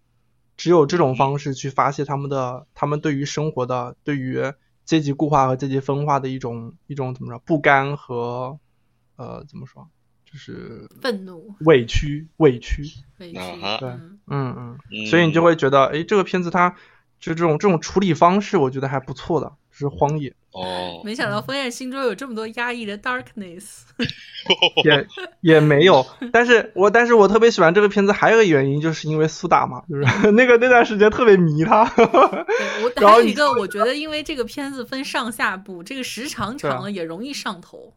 [SPEAKER 3] 只有这种方式去发泄他们的他们对于生活的对于阶级固化和阶级分化的一种一种怎么说不甘和呃怎么说就是
[SPEAKER 1] 愤怒、
[SPEAKER 3] 委屈委屈，
[SPEAKER 1] 委屈，
[SPEAKER 2] 啊哈
[SPEAKER 1] 嗯，
[SPEAKER 3] 嗯嗯。
[SPEAKER 2] 嗯
[SPEAKER 3] 所以你就会觉得，哎，这个片子它就这种这种处理方式，我觉得还不错的，就是荒野
[SPEAKER 2] 哦，
[SPEAKER 1] 没想到枫叶心中有这么多压抑的 darkness。
[SPEAKER 3] 也也没有。但是我但是我特别喜欢这个片子，还有一个原因就是因为苏打嘛，就是 那个那段时间特别迷他。
[SPEAKER 1] 对我
[SPEAKER 3] 然
[SPEAKER 1] 还
[SPEAKER 3] 后
[SPEAKER 1] 有一
[SPEAKER 3] 你
[SPEAKER 1] 个，我觉得因为这个片子分上下部，这个时长长了也容易上头。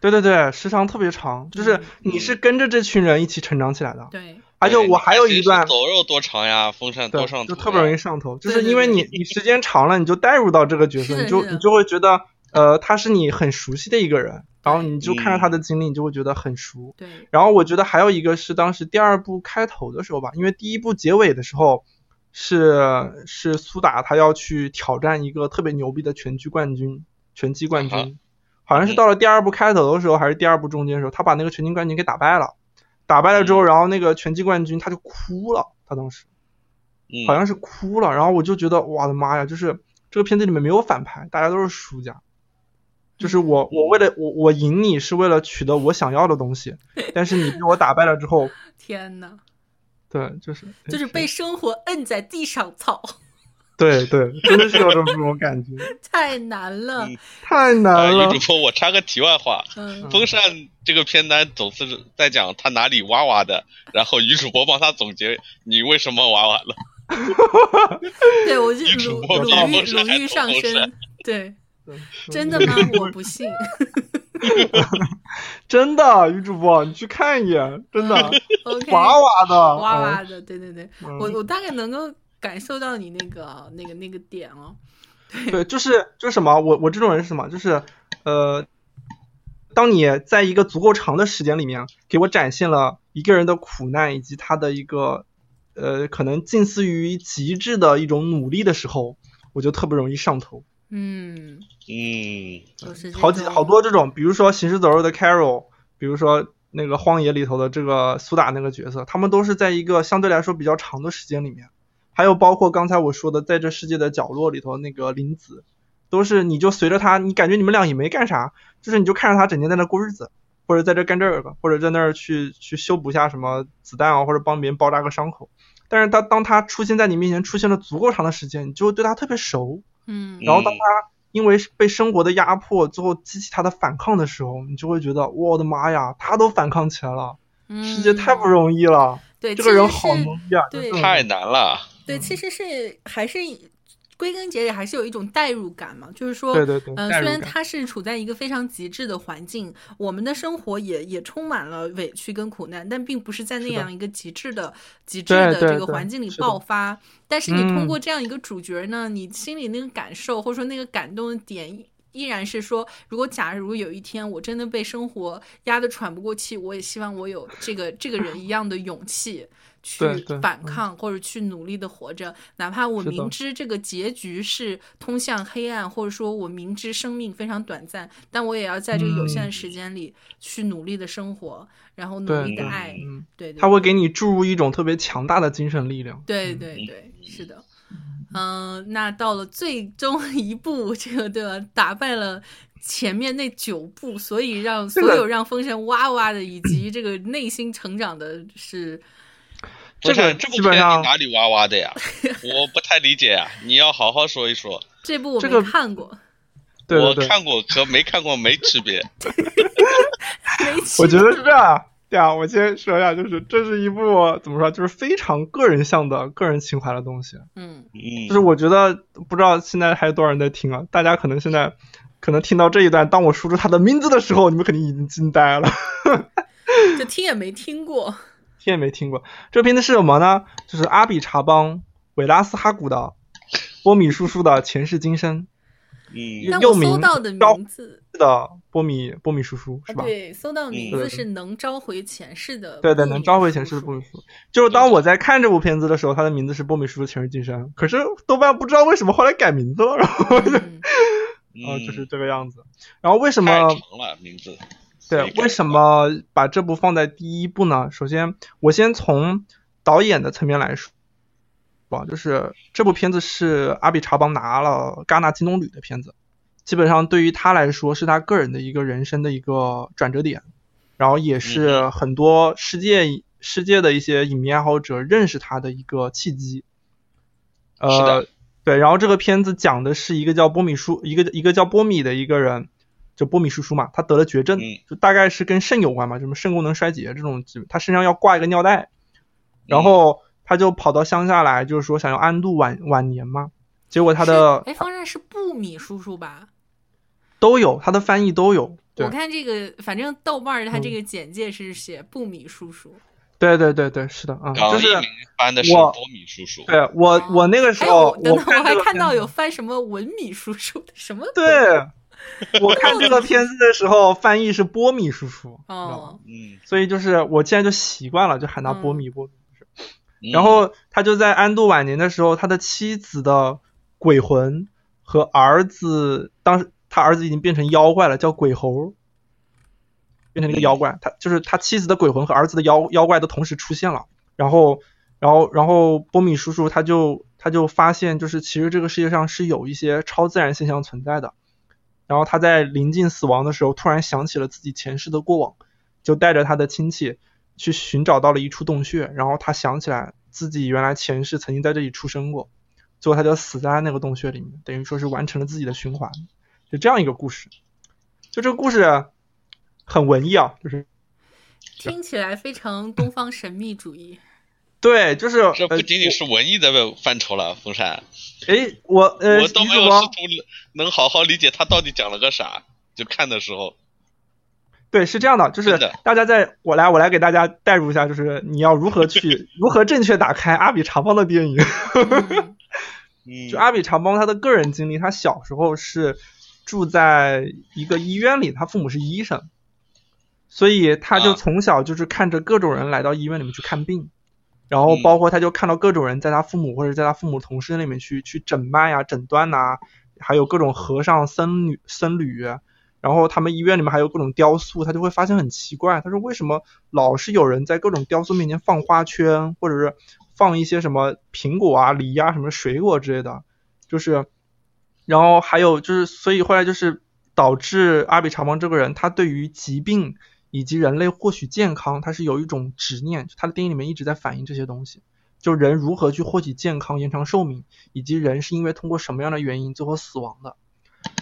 [SPEAKER 3] 对对对，时长特别长，就是你是跟着这群人一起成长起来的，
[SPEAKER 1] 嗯对，
[SPEAKER 3] 而且我还有
[SPEAKER 2] 对
[SPEAKER 3] 一段。
[SPEAKER 2] 走肉多长呀，风扇多
[SPEAKER 3] 对
[SPEAKER 2] 上，头
[SPEAKER 3] 就
[SPEAKER 2] 呀，
[SPEAKER 3] 特别容易上头，就是
[SPEAKER 1] 对
[SPEAKER 3] 因为
[SPEAKER 1] 对
[SPEAKER 3] 你你时间长了，你就带入到这个角
[SPEAKER 1] 是
[SPEAKER 3] 色，
[SPEAKER 1] 的
[SPEAKER 3] 你就是
[SPEAKER 1] 的
[SPEAKER 3] 你就会觉得，呃，他是你很熟悉的一个人，然后你就看着
[SPEAKER 2] 嗯
[SPEAKER 3] 他的经历，你就会觉得很熟。
[SPEAKER 1] 对，
[SPEAKER 3] 然后我觉得还有一个是当时第二部开头的时候吧，因为第一部结尾的时候是是苏打他要去挑战一个特别牛逼的拳击冠军，拳击冠
[SPEAKER 2] 啊
[SPEAKER 3] 军，好像是到了第二部开头的时候，还是第二部中间的时候，他把那个拳击冠军给打败了，打败了之后，
[SPEAKER 2] 嗯
[SPEAKER 3] 然后那个拳击冠军他就哭了，他当时
[SPEAKER 2] 嗯，
[SPEAKER 3] 好像是哭了，然后我就觉得我的妈呀，就是这个片子里面没有反派，大家都是输家。就是我，我为了我我赢你是为了取得我想要的东西，但是你被我打败了之后，
[SPEAKER 1] 天哪，
[SPEAKER 3] 对，就是 哎
[SPEAKER 1] 就是被生活摁在地上操。
[SPEAKER 3] 对对，真的是有种这种感觉，
[SPEAKER 1] 太难了，
[SPEAKER 3] 嗯太
[SPEAKER 2] 啊，
[SPEAKER 3] 难了
[SPEAKER 2] 女。主播，我插个题外话，
[SPEAKER 1] 嗯，
[SPEAKER 2] 风扇这个片单总是在讲他哪里哇哇 的，然后女主播帮他总结你为什么哇哇了。
[SPEAKER 1] 对我就
[SPEAKER 2] 女
[SPEAKER 1] 鲁
[SPEAKER 2] 主
[SPEAKER 1] 鲁
[SPEAKER 2] 播比
[SPEAKER 1] 豫
[SPEAKER 2] 风扇
[SPEAKER 1] 鲁
[SPEAKER 2] 还
[SPEAKER 1] 豫
[SPEAKER 2] 懂
[SPEAKER 1] 上
[SPEAKER 2] 风
[SPEAKER 1] 身
[SPEAKER 2] 扇，
[SPEAKER 1] 对，
[SPEAKER 3] 对
[SPEAKER 1] 真的 吗？我不信，
[SPEAKER 3] 真的，女主播，你去看一眼，真 的，
[SPEAKER 1] ，OK，
[SPEAKER 3] 哇哇的，
[SPEAKER 1] 哇哇
[SPEAKER 3] 嗯，
[SPEAKER 1] 的，对对对，
[SPEAKER 3] 嗯
[SPEAKER 1] 我我大概能够感受到你那个那个那个点哦，
[SPEAKER 3] 对，就是就是什么，我我这种人是什么，就是呃，当你在一个足够长的时间里面，给我展现了一个人的苦难以及他的一个呃，可能近似于极致的一种努力的时候，我就特别容易上头。
[SPEAKER 1] 嗯，
[SPEAKER 2] 嗯，
[SPEAKER 1] 就是这
[SPEAKER 3] 好几
[SPEAKER 1] 种
[SPEAKER 3] 好多这种，比如说《行尸走肉》的 Carol，比如说那个《荒野》里头的这个苏打那个角色，他们都是在一个相对来说比较长的时间里面，还有包括刚才我说的在这世界的角落里头那个林子，都是你就随着他，你感觉你们俩也没干啥，就是你就看着他整天在那过日子，或者在这干这个，或者在那儿去去修补一下什么子弹啊，或者帮别人包扎个伤口。但是他当他出现在你面前，出现了足够长的时间，你就会对他特别熟，
[SPEAKER 1] 嗯
[SPEAKER 3] 然后当他因为被生活的压迫，最后激起他的反抗的时候，你就会觉得我的妈呀，他都反抗起来了，世界太不
[SPEAKER 1] 易，
[SPEAKER 3] 容易
[SPEAKER 1] 嗯
[SPEAKER 3] 了，
[SPEAKER 1] 对，
[SPEAKER 3] 这
[SPEAKER 1] 其
[SPEAKER 3] 个人
[SPEAKER 1] 实
[SPEAKER 3] 好
[SPEAKER 1] 是
[SPEAKER 3] 牛逼啊！
[SPEAKER 1] 对嗯
[SPEAKER 3] 就是
[SPEAKER 2] 太难了。
[SPEAKER 1] 对，其实是还是归根结底还是有一种代入感嘛，就是说，
[SPEAKER 3] 对对对，
[SPEAKER 1] 嗯、
[SPEAKER 3] 代
[SPEAKER 1] 虽
[SPEAKER 3] 入
[SPEAKER 1] 然
[SPEAKER 3] 感
[SPEAKER 1] 它是处在一个非常极致的环境，我们的生活也也充满了委屈跟苦难，但并不是在那
[SPEAKER 3] 是的
[SPEAKER 1] 样一个极致的、极致
[SPEAKER 3] 对
[SPEAKER 1] 的这
[SPEAKER 3] 对
[SPEAKER 1] 个
[SPEAKER 3] 对
[SPEAKER 1] 环境里
[SPEAKER 3] 是的
[SPEAKER 1] 爆发。但是你通
[SPEAKER 3] 嗯
[SPEAKER 1] 过这样一个主角呢，你心里那个感受或者说那个感动的点。依然是说，如果假如有一天我真的被生活压得喘不过气，我也希望我有这个这个人一样的勇气去
[SPEAKER 3] 对对
[SPEAKER 1] 反
[SPEAKER 3] 嗯
[SPEAKER 1] 抗或者去努力的活着，哪怕我
[SPEAKER 3] 是的
[SPEAKER 1] 明知这个结局是通向黑暗，或者说我明知生命非常短暂，但我也要在这个有限的时间里去努力的生活，然后努
[SPEAKER 3] 嗯对
[SPEAKER 1] 力的
[SPEAKER 2] 对
[SPEAKER 1] 爱，
[SPEAKER 3] 嗯，
[SPEAKER 1] 对对，
[SPEAKER 3] 他会
[SPEAKER 1] 对
[SPEAKER 3] 给你注入一种特别强大的精神力量。
[SPEAKER 1] 对对对，是的。嗯，那到了最终一步，这个对吧？打败了前面那九步，所以让所
[SPEAKER 3] 这个
[SPEAKER 1] 有让风神哇哇的，以及这个内心成长的是，
[SPEAKER 3] 这
[SPEAKER 2] 不
[SPEAKER 3] 个
[SPEAKER 2] 是这部
[SPEAKER 3] 基本
[SPEAKER 2] 片
[SPEAKER 3] 上
[SPEAKER 2] 你哪里哇哇的呀？我不太理解啊，你要好好说一说。
[SPEAKER 1] 这部我
[SPEAKER 3] 这
[SPEAKER 1] 没
[SPEAKER 3] 个
[SPEAKER 1] 看过，
[SPEAKER 3] 对对
[SPEAKER 2] 我
[SPEAKER 3] 对，
[SPEAKER 2] 看过和没看过没区别。
[SPEAKER 1] 没
[SPEAKER 3] 我觉
[SPEAKER 1] 去
[SPEAKER 3] 得是这样。对啊，我先说一下，就是这是一部怎么说，就是非常个人向的个人情怀的东西。
[SPEAKER 1] 嗯
[SPEAKER 3] 就是
[SPEAKER 2] 嗯，
[SPEAKER 3] 我觉得不知道现在还有多少人在听啊，大家可能现在可能听到这一段，当我输出他的名字的时候，你们肯定已经惊呆了，
[SPEAKER 1] 就听也没听过，
[SPEAKER 3] 听也没听过。这片子是什么呢？就是阿比查邦维拉斯哈古的波米叔叔的前世今生
[SPEAKER 2] 嗯
[SPEAKER 3] 那
[SPEAKER 1] 但
[SPEAKER 3] 又
[SPEAKER 1] 我搜
[SPEAKER 3] 名
[SPEAKER 1] 到的
[SPEAKER 3] 叫
[SPEAKER 1] 名字，
[SPEAKER 3] 的波米波米叔叔是
[SPEAKER 1] 啊
[SPEAKER 3] 吧？
[SPEAKER 1] 对，搜到的名
[SPEAKER 2] 嗯
[SPEAKER 1] 字
[SPEAKER 3] 对
[SPEAKER 1] 是能召回前世的，
[SPEAKER 3] 对对，能召回前世的波米叔叔。就是当我在看这部片子的时候，他的名字是波米叔叔前世今生，可是豆瓣不知道为什么后来改名字了，然后
[SPEAKER 1] 嗯。
[SPEAKER 3] 啊、
[SPEAKER 2] 嗯，
[SPEAKER 3] 就是这个样子。然后为什
[SPEAKER 2] 太
[SPEAKER 3] 么？
[SPEAKER 2] 长嗯了名字。
[SPEAKER 3] 对，为什？么把这部放在第一部呢？首先，我先从导演的层面来说，吧，就是这部片子是阿比查邦拿了戛纳金棕榈的片子，基本上对于他来说是他个人的一个人生的一个转折点，然后也是
[SPEAKER 2] 嗯
[SPEAKER 3] 很多世界、世界的一些影迷爱好者认识他的一个契机。
[SPEAKER 2] 是
[SPEAKER 3] 呃
[SPEAKER 2] 的，
[SPEAKER 3] 对，然后这个片子讲的是一个叫波米叔，一个一个叫波米的一个人，就波米叔叔嘛，他得了绝症，
[SPEAKER 2] 嗯
[SPEAKER 3] 就大概是跟肾有关嘛，什么肾功能衰竭这种，他身上要挂一个尿袋，然后他就跑到乡下来，就是说想要安度晚晚年嘛。结果他的
[SPEAKER 1] 哎，方丈是布米叔叔吧？
[SPEAKER 3] 都有，他的翻译都有，对
[SPEAKER 1] 我看这个，反正豆瓣儿它这
[SPEAKER 3] 嗯
[SPEAKER 1] 个简介是写布米叔叔。
[SPEAKER 3] 对对对对，是的啊，
[SPEAKER 2] 港
[SPEAKER 3] 就
[SPEAKER 2] 译
[SPEAKER 3] 是
[SPEAKER 2] 名翻的是
[SPEAKER 3] 我
[SPEAKER 2] 波米叔叔。
[SPEAKER 3] 对我哦我那个时
[SPEAKER 1] 还
[SPEAKER 3] 候
[SPEAKER 1] 有，哎等等，哦我
[SPEAKER 3] 看这
[SPEAKER 1] 还
[SPEAKER 3] 个
[SPEAKER 1] 看到
[SPEAKER 3] 片
[SPEAKER 1] 有翻什么文米叔叔的什么鬼？
[SPEAKER 3] 对，我看这个片子的时候，翻译是波米叔叔，你知道吗
[SPEAKER 1] 哦，
[SPEAKER 2] 嗯，
[SPEAKER 3] 所以就是我现在就习惯了，就喊他波米波米。
[SPEAKER 2] 嗯
[SPEAKER 3] 然后他就在安度晚年的时候，他的妻子的鬼魂和儿子，当时他儿子已经变成妖怪了，叫鬼猴，变成一个妖怪。他就是他妻子的鬼魂和儿子的妖妖怪都同时出现了。然后，然后，然后波米叔叔他就他就发现，就是其实这个世界上是有一些超自然现象存在的。然后他在临近死亡的时候，突然想起了自己前世的过往，就带着他的亲戚去寻找到了一处洞穴，然后他想起来自己原来前世曾经在这里出生过，最后他就死在那个洞穴里面，等于说是完成了自己的循环，就这样一个故事。就这个故事很文艺啊，就是
[SPEAKER 1] 听起来非常东方神秘主 义。
[SPEAKER 3] 对，就是
[SPEAKER 2] 这不仅仅是文艺的范畴了，风扇。
[SPEAKER 3] 哎，我呃，
[SPEAKER 2] 我都没有试图能好好理解他到底讲了个啥，就看的时候。
[SPEAKER 3] 对，是这样的，就是大家在我来，我来给大家代入一下，就是你要如何去 如何正确打开阿比长邦的电
[SPEAKER 2] 嗯
[SPEAKER 3] 影。
[SPEAKER 1] 嗯
[SPEAKER 3] 就阿比长邦他的个人经历，他小时候是住在一个医院里，他父母是医生，所以他
[SPEAKER 2] 啊
[SPEAKER 3] 就从小就是看着各种人来到医院里面去看病，然后包括他就看到各种人在他父母或者在他父母同事那里面去去诊脉啊、诊断呐、啊，还有各种和尚、僧侣、僧侣。然后他们医院里面还有各种雕塑，他就会发现很奇怪。他说为什么老是有人在各种雕塑面前放花圈，或者是放一些什么苹果啊、梨啊、什么水果之类的？就是，然后还有就是，所以后来就是导致阿比查邦这个人，他对于疾病以及人类获取健康，他是有一种执念。他的电影里面一直在反映这些东西，就人如何去获取健康、延长寿命，以及人是因为通过什么样的原因最后死亡的。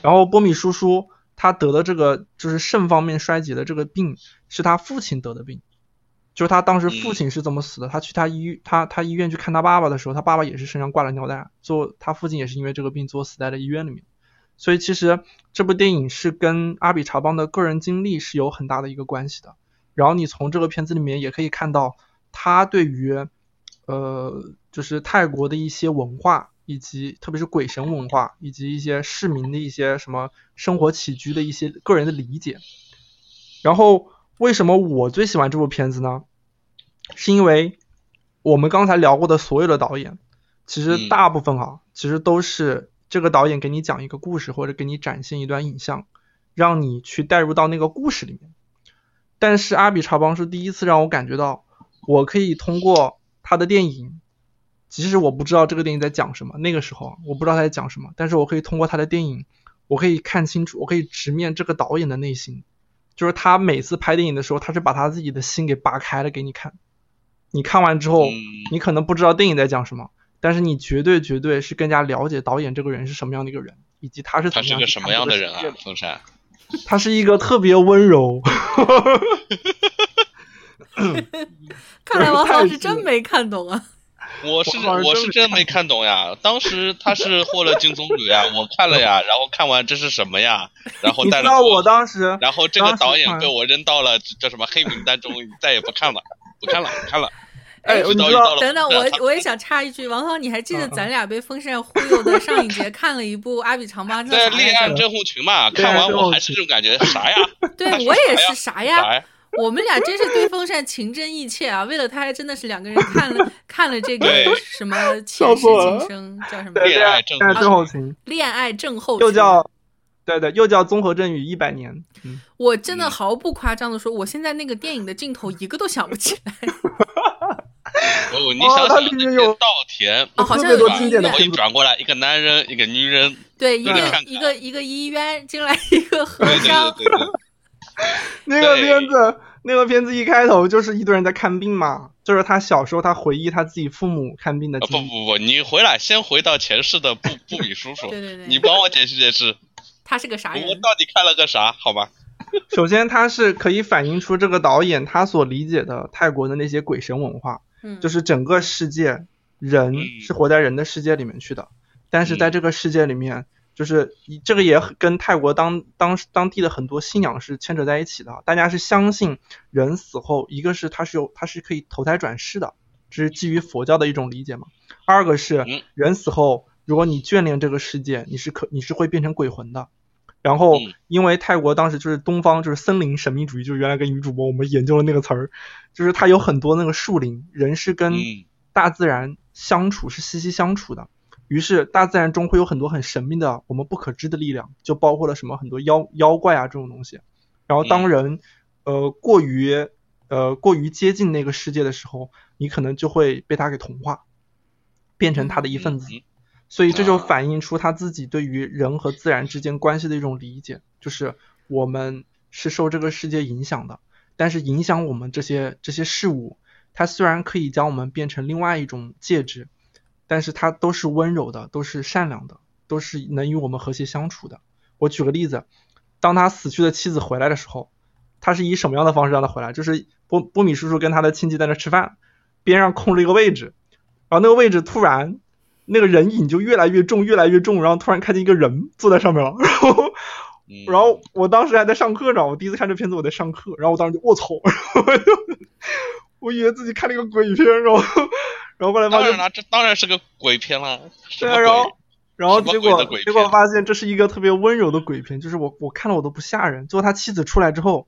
[SPEAKER 3] 然后波米叔叔。他得的这个就是肾方面衰竭的这个病，是他父亲得的病，就是他当时父亲是怎么死的？他去他医他他医院去看他爸爸的时候，他爸爸也是身上挂了尿袋，最后他父亲也是因为这个病最后死在了医院里面。所以其实这部电影是跟阿比查邦的个人经历是有很大的一个关系的。然后你从这个片子里面也可以看到他对于呃就是泰国的一些文化。以及特别是鬼神文化，以及一些市民的一些什么生活起居的一些个人的理解。然后为什么我最喜欢这部片子呢？是因为我们刚才聊过的所有的导演，其实大部分哈、啊，其实都是这个导演给你讲一个故事，或者给你展现一段影像，让你去带入到那个故事里面。但是阿比查邦是第一次让我感觉到，我可以通过他的电影。即使我不知道这个电影在讲什么，那个时候我不知道他在讲什么，但是我可以通过他的电影，我可以看清楚，我可以直面这个导演的内心，就是他每次拍电影的时候，他是把他自己的心给扒开了给你看，你看完之后，
[SPEAKER 2] 嗯
[SPEAKER 3] 你可能不知道电影在讲什么，但是你绝对绝对是更加了解导演这个人是什么样的一个人，以及他是
[SPEAKER 2] 他是个什么样的人啊，风扇，
[SPEAKER 3] 他是一个特别温柔。
[SPEAKER 1] 看来王老师真没看懂啊。
[SPEAKER 2] 我是我是真没看懂呀，当时他是获了金棕榈呀，我看了呀，然后看完这是什么呀，然后带着
[SPEAKER 3] 我当时，
[SPEAKER 2] 然后这个导演被我扔到了这什么黑名单中，再也不看了，不看了，不看了。
[SPEAKER 3] 哎，
[SPEAKER 2] 你知道？
[SPEAKER 1] 等等，我我也想插一句，王涛，你还记得
[SPEAKER 2] 嗯
[SPEAKER 1] 咱俩被风扇忽悠的上一节看了一部《阿比长邦》
[SPEAKER 2] 对《恋爱症候群》嘛？看完我还是这种感觉，啥呀？
[SPEAKER 1] 对啊我也是
[SPEAKER 2] 啥
[SPEAKER 1] 呀？我们俩真是对风扇情真意切啊！为了他，还真的是两个人看 了看了这个什么前世今生，叫什么
[SPEAKER 2] 恋
[SPEAKER 3] 啊
[SPEAKER 2] 爱症
[SPEAKER 3] 候群，
[SPEAKER 1] 恋爱症候
[SPEAKER 3] 群又叫对对，又叫综合症与一百年。嗯、
[SPEAKER 1] 我真的毫不夸张的说，我现在那个电影的镜头一个都想不起来。
[SPEAKER 2] 哦，你想想那个稻田，
[SPEAKER 1] 哦，好像有
[SPEAKER 3] 经典的，
[SPEAKER 2] 然后一转过来，一个男人，一个女人，
[SPEAKER 1] 对，一个
[SPEAKER 2] 一
[SPEAKER 1] 个一个医院进来一个和尚。
[SPEAKER 2] 对对对
[SPEAKER 3] 那个片子，那个片子一开头就是一堆人在看病嘛，就是他小时候他回忆他自啊己父母看病的
[SPEAKER 2] 经历。啊不不不，你回来先回到前世的布布比叔叔，
[SPEAKER 1] 对对对，
[SPEAKER 2] 你帮我解释解释，
[SPEAKER 1] 他是个啥人？
[SPEAKER 2] 我到底看了个啥？好吧。
[SPEAKER 3] 首先，他是可以反映出这个导演他所理解的泰国的那些鬼神文化，
[SPEAKER 1] 嗯，
[SPEAKER 3] 就是整个世界人是活在人的世界里面去的，但是在这个世界里面。就是这个也跟泰国当当当地的很多信仰是牵扯在一起的，大家是相信人死后，一个是他是有他是可以投胎转世的，这是基于佛教的一种理解嘛；二个是人死后，如果你眷恋这个世界，你是可你是会变成鬼魂的。然后因为泰国当时就是东方就是森林神秘主义，就是原来跟女主播我们研究的那个词儿，就是它有很多那个树林，人是跟大自然相处是息息相处的。于是，大自然中会有很多很神秘的、我们不可知的力量，就包括了什么很多妖妖怪啊这种东西。然后，当人呃过于呃过于接近那个世界的时候，你可能就会被他给同化，变成他的一份子。
[SPEAKER 2] 嗯
[SPEAKER 3] 所以，这就反映出他自己对于人和自然之间关系的一种理解，就是我们是受这个世界影响的，但是影响我们这些这些事物，它虽然可以将我们变成另外一种介质。但是他都是温柔的，都是善良的，都是能与我们和谐相处的。我举个例子，当他死去的妻子回来的时候，他是以什么样的方式让他回来？就是波波米叔叔跟他的亲戚在那吃饭，边上空着一个位置，然后那个位置突然那个人影就越来越重，越来越重，然后突然看见一个人坐在上面了， 然后。
[SPEAKER 2] 嗯
[SPEAKER 3] 然后我当时还在上课呢，我第一次看这片子我在上课，然后我当时就卧槽， 然后我就我以为自己看了一个鬼片，然后 然后后来发
[SPEAKER 2] 当然
[SPEAKER 3] 现，
[SPEAKER 2] 啦，这当然是个鬼片啦，什
[SPEAKER 3] 对
[SPEAKER 2] 么
[SPEAKER 3] 啊，然
[SPEAKER 2] 鬼
[SPEAKER 3] 后？然后
[SPEAKER 2] 什么
[SPEAKER 3] 结
[SPEAKER 2] 鬼
[SPEAKER 3] 果
[SPEAKER 2] 的鬼
[SPEAKER 3] 结果
[SPEAKER 2] 片
[SPEAKER 3] 发现这是一个特别温柔的鬼片，就是我我看了我都不吓人。最后他妻子出来之后，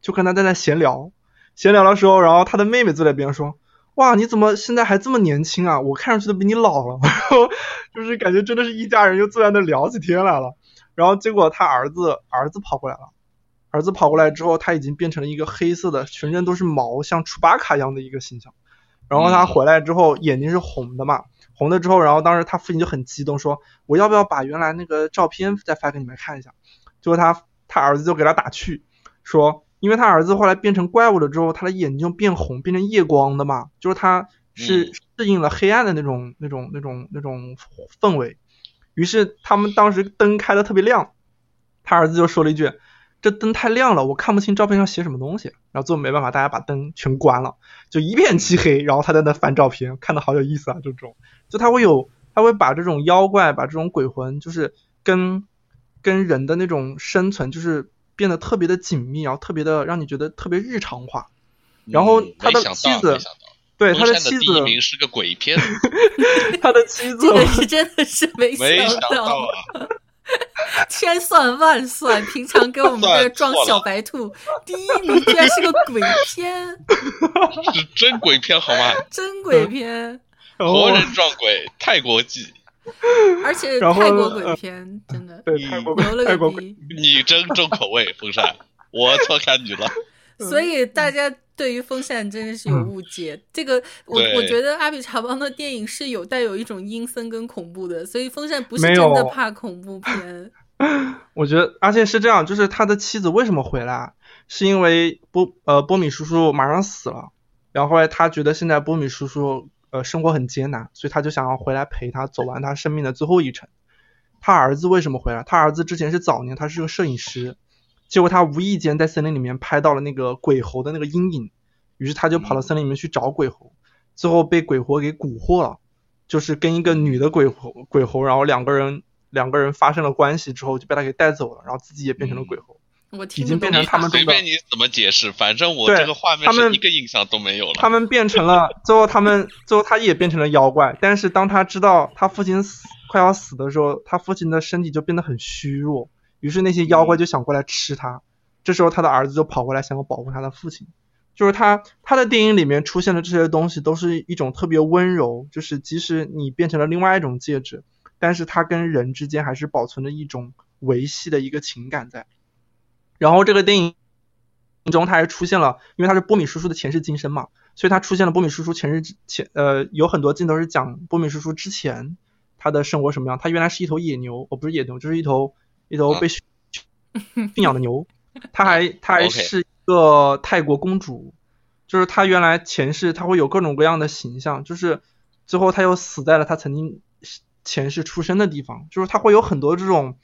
[SPEAKER 3] 就跟他在那闲聊，闲聊的时候，然后他的妹妹坐在边上说。哇，你怎么现在还这么年轻啊？我看上去都比你老了，然 后就是感觉真的是一家人又坐在那聊起天来了。然后结果他儿子儿子跑过来了，儿子跑过来之后，他已经变成了一个黑色的，全身都是毛，像楚巴卡一样的一个形象。然后他回来之后，眼睛是红的嘛，红了之后，然后当时他父亲就很激动，说我要不要把原来那个照片再发给你们看一下？结果他他儿子就给他打趣，说因为他儿子后来变成怪物了之后，他的眼睛就变红，变成夜光的嘛，就是他是
[SPEAKER 2] 嗯
[SPEAKER 3] 适应了黑暗的那种那种那种那种氛围。于是他们当时灯开的特别亮，他儿子就说了一句：“这灯太亮了，我看不清照片上写什么东西。”然后最后没办法，大家把灯全关了，就一片漆黑。然后他在那翻照片，看的好有意思啊！这种，就他会有，他会把这种妖怪，把这种鬼魂，就是跟跟人的那种生存，就是变得特别的紧密，然后特别的让你觉得特别日常化。然后
[SPEAKER 2] 嗯
[SPEAKER 3] 他的
[SPEAKER 2] 没想
[SPEAKER 3] 妻
[SPEAKER 2] 到
[SPEAKER 3] 子
[SPEAKER 2] 没想到
[SPEAKER 3] 对他
[SPEAKER 2] 风
[SPEAKER 3] 的
[SPEAKER 2] 扇
[SPEAKER 3] 妻
[SPEAKER 2] 的第一
[SPEAKER 3] 子，
[SPEAKER 2] 名是个鬼片，
[SPEAKER 3] 他的妻 子
[SPEAKER 1] 这，个是真的是没
[SPEAKER 2] 没
[SPEAKER 1] 想
[SPEAKER 2] 想到
[SPEAKER 1] 到，
[SPEAKER 2] 啊！
[SPEAKER 1] 千算万 算，平常给我们这个装小白兔，第一名居然是个鬼片，
[SPEAKER 2] 是真鬼片好 吗？
[SPEAKER 1] 真鬼片，
[SPEAKER 3] 然后
[SPEAKER 2] 活人撞鬼，泰国记，
[SPEAKER 1] 而且
[SPEAKER 3] 嗯然后
[SPEAKER 1] 泰国鬼片真 的
[SPEAKER 3] 对泰国
[SPEAKER 1] 牛了
[SPEAKER 3] 泰
[SPEAKER 1] 个
[SPEAKER 3] 国
[SPEAKER 1] 逼。
[SPEAKER 2] 你真重口味，风 扇，我错看你了。
[SPEAKER 3] 嗯
[SPEAKER 1] 所以大家对于风扇真的是有误解。这个我
[SPEAKER 2] 对
[SPEAKER 1] 我觉得阿比查邦的电影是有带有一种阴森跟恐怖的，所以风扇不是
[SPEAKER 3] 没
[SPEAKER 1] 真
[SPEAKER 3] 有
[SPEAKER 1] 的怕恐怖片。
[SPEAKER 3] 我觉得，而且是这样，就是他的妻子为什么回来，是因为波呃波米叔叔马上死了，然后后来他觉得现在波米叔叔呃生活很艰难，所以他就想要回来陪他走完他生命的最后一程。他儿子为什么回来？他儿子之前是早年他是个摄影师，结果他无意间在森林里面拍到了那个鬼猴的那个阴影，于是他就跑到森林里面去找鬼猴，最后被鬼猴给蛊惑了，就是跟一个女的鬼猴鬼猴，然后两个人两个人发生了关系之后就被他给带走了，然后自己也变成了鬼猴。
[SPEAKER 1] 我听
[SPEAKER 3] 已经
[SPEAKER 1] 不
[SPEAKER 3] 变成
[SPEAKER 1] 懂
[SPEAKER 3] 他们中
[SPEAKER 2] 随
[SPEAKER 3] 的
[SPEAKER 2] 便你怎么解释，反正我
[SPEAKER 3] 对
[SPEAKER 2] 这个画面
[SPEAKER 3] 他们
[SPEAKER 2] 是一个印象都没有
[SPEAKER 3] 他
[SPEAKER 2] 了。
[SPEAKER 3] 们变成了最后，他们最后他也变成了妖怪。但是当他知道他父亲死快要死的时候，他父亲的身体就变得很虚弱，于是那些妖怪就想过来吃他。这时候他的儿子就跑过来想要保护他的父亲。就是他他的电影里面出现的这些东西都是一种特别温柔，就是即使你变成了另外一种介质，但是它跟人之间还是保存着一种维系的一个情感在。然后这个电影中，它还出现了，因为它是波米叔叔的前世今生嘛，所以它出现了波米叔叔前世之前呃有很多镜头是讲波米叔叔之前他的生活什么样。他原来是一头野牛，哦不是野牛，就是一头一头被驯驯养的牛。他还他还
[SPEAKER 2] OK
[SPEAKER 3] 是一个泰国公主，就是他原来前世他会有各种各样的形象，就是最后他又死在了他曾经前世出生的地方，就是他会有很多这种。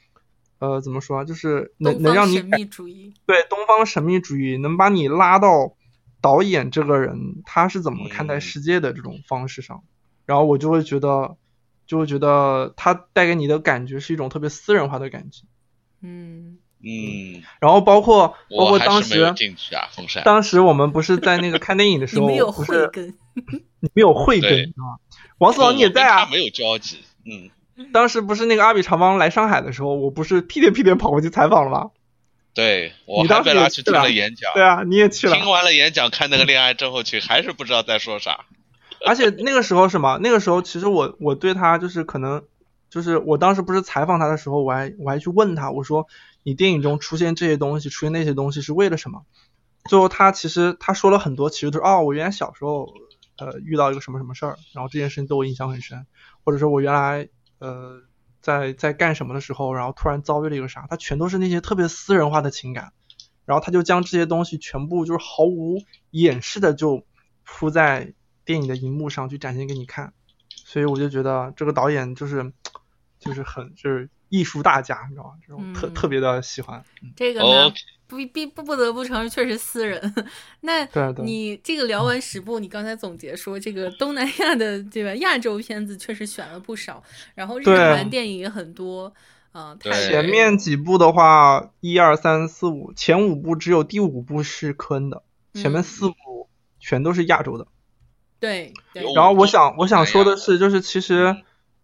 [SPEAKER 3] 呃，怎么说啊？就是能
[SPEAKER 1] 东
[SPEAKER 3] 能让
[SPEAKER 1] 方
[SPEAKER 3] 你
[SPEAKER 1] 神
[SPEAKER 3] 感
[SPEAKER 1] 秘主义。
[SPEAKER 3] 对东方神秘主义能把你拉到导演这个人他是怎么看待
[SPEAKER 2] 嗯
[SPEAKER 3] 世界的这种方式上，然后我就会觉得，就会觉得他带给你的感觉是一种特别私人化的感觉。
[SPEAKER 1] 嗯，
[SPEAKER 2] 嗯，
[SPEAKER 3] 然后包括包
[SPEAKER 2] 我
[SPEAKER 3] 括
[SPEAKER 2] 还
[SPEAKER 3] 当
[SPEAKER 2] 是没有
[SPEAKER 3] 时，
[SPEAKER 2] 进去啊，风扇。
[SPEAKER 3] 当时我们不是在那个看电影的时
[SPEAKER 1] 你
[SPEAKER 3] 候，
[SPEAKER 1] 们有
[SPEAKER 3] 不
[SPEAKER 1] 慧
[SPEAKER 3] 是
[SPEAKER 1] 根，
[SPEAKER 3] 你们有慧根
[SPEAKER 2] 对
[SPEAKER 3] 啊，王思
[SPEAKER 2] 我
[SPEAKER 3] 王你也
[SPEAKER 2] 我跟
[SPEAKER 3] 在啊
[SPEAKER 2] 他，没有交集，嗯，
[SPEAKER 3] 当时不是那个阿比长邦来上海的时候，我不是屁颠屁颠跑过去采访了吗？
[SPEAKER 2] 对我还
[SPEAKER 3] 你当时
[SPEAKER 2] 被
[SPEAKER 3] 也
[SPEAKER 2] 拉
[SPEAKER 3] 去
[SPEAKER 2] 去听
[SPEAKER 3] 了
[SPEAKER 2] 了演讲，
[SPEAKER 3] 对啊，你也去了。
[SPEAKER 2] 听完了演讲，看那个恋爱症候群，还是不知道在说啥。
[SPEAKER 3] 而且那个时候什么？那个时候其实我我对他就是可能，就是我当时不是采访他的时候，我还我还去问他，我说你电影中出现这些东西，出现那些东西是为了什么？最后他其实他说了很多，其实都是哦，我原来小时候呃遇到一个什么什么事儿，然后这件事情对我影响很深，或者说我原来呃在在干什么的时候，然后突然遭遇了一个啥，他全都是那些特别私人化的情感，然后他就将这些东西全部就是毫无掩饰的就铺在电影的荧幕上去展现给你看，所以我就觉得这个导演就是就是很就是艺术大家，你知道吗？这种特、
[SPEAKER 1] 嗯
[SPEAKER 3] 特别的喜欢。
[SPEAKER 1] 这个呢
[SPEAKER 2] 哦，
[SPEAKER 1] 不必不不得不承认，确实私人。那
[SPEAKER 3] 对啊对
[SPEAKER 1] 你这个聊完十部，你刚才总结说，这个东南亚的对吧？亚洲片子确实选了不少，然后日
[SPEAKER 3] 对啊
[SPEAKER 1] 韩电影也很多。啊、
[SPEAKER 2] 对
[SPEAKER 1] 泰国
[SPEAKER 3] 前面几部的话，一二三四五，前五部只有第五部是坑的，前
[SPEAKER 1] 嗯
[SPEAKER 3] 面四部全都是亚洲的。
[SPEAKER 1] 对对
[SPEAKER 2] 有
[SPEAKER 3] 然后我想我
[SPEAKER 2] 嗯哎呀嗯
[SPEAKER 3] 想说的是，就是其实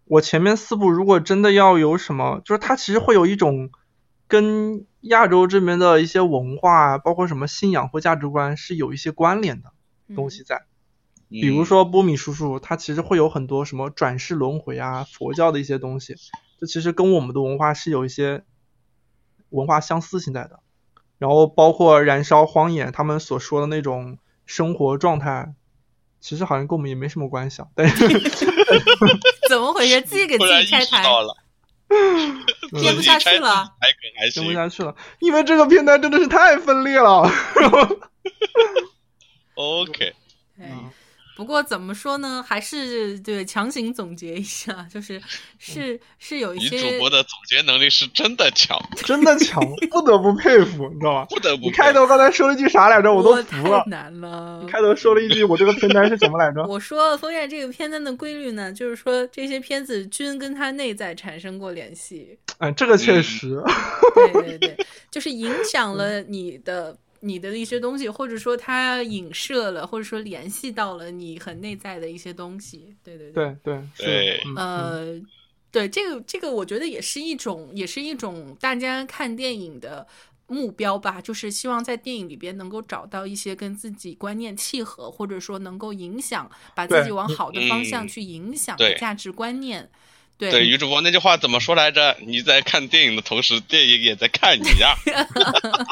[SPEAKER 3] 我前面四部如果真的要有什么，就是它其实会有一种跟亚洲这边的一些文化，包括什么信仰或价值观是有一些关联的
[SPEAKER 1] 嗯
[SPEAKER 3] 东
[SPEAKER 2] 嗯
[SPEAKER 3] 西，在。比如说波米叔叔，他其实会有很多什么转世轮回啊、佛教的一些东西，这其实跟我们的文化是有一些文化相似性在的。然后包括燃烧荒野他们所说的那种生活状态，其实好像跟我们也没什么关系啊。但是
[SPEAKER 1] 嗯怎么回事？自己给
[SPEAKER 2] 突
[SPEAKER 1] 自
[SPEAKER 2] 然
[SPEAKER 1] 己
[SPEAKER 2] 意
[SPEAKER 1] 拆
[SPEAKER 2] 识
[SPEAKER 1] 台，
[SPEAKER 2] 到 了，
[SPEAKER 1] 接不 下去了。
[SPEAKER 2] 还梗还
[SPEAKER 3] 听不
[SPEAKER 2] 行。
[SPEAKER 3] 下去了，因为这个片段真的是太分裂了。
[SPEAKER 2] OK，
[SPEAKER 1] 对
[SPEAKER 3] 嗯
[SPEAKER 1] 哎不过怎么说呢，还是对强行总结一下，就是是是有一
[SPEAKER 2] 嗯女
[SPEAKER 1] 些
[SPEAKER 2] 主播的总结能力是真的强，
[SPEAKER 3] 真的强，不得不佩服，你知道吧？
[SPEAKER 2] 不得不
[SPEAKER 3] 你开头刚才说了一句啥来着？我都服
[SPEAKER 1] 太
[SPEAKER 3] 了。
[SPEAKER 1] 难了。
[SPEAKER 3] 你开头说了一句我这个片单是什么来着？
[SPEAKER 1] 我说封建这个片单的规律呢，就是说这些片子均跟它内在产生过联系，
[SPEAKER 3] 哎，这个确
[SPEAKER 2] 嗯
[SPEAKER 3] 实，
[SPEAKER 1] 对对对，就是影响了你的你的一些东西，或者说它影射了，或者说联系到了你很内在的一说东西，对对
[SPEAKER 3] 对对是
[SPEAKER 2] 对
[SPEAKER 3] 嗯嗯
[SPEAKER 1] 呃，对这个这个，我觉得也是一种，也是一种大家看电影的目标吧，就是希望在电影里边能够找到一些跟自己观念契合，或者说能够影响，把自
[SPEAKER 3] 对
[SPEAKER 1] 己往好的方向
[SPEAKER 2] 嗯
[SPEAKER 1] 去影响
[SPEAKER 2] 对
[SPEAKER 1] 的价值观念。
[SPEAKER 2] 对，女主播那句话怎么说来着？你在看电影的同时，电影也在看你呀。
[SPEAKER 3] 嗯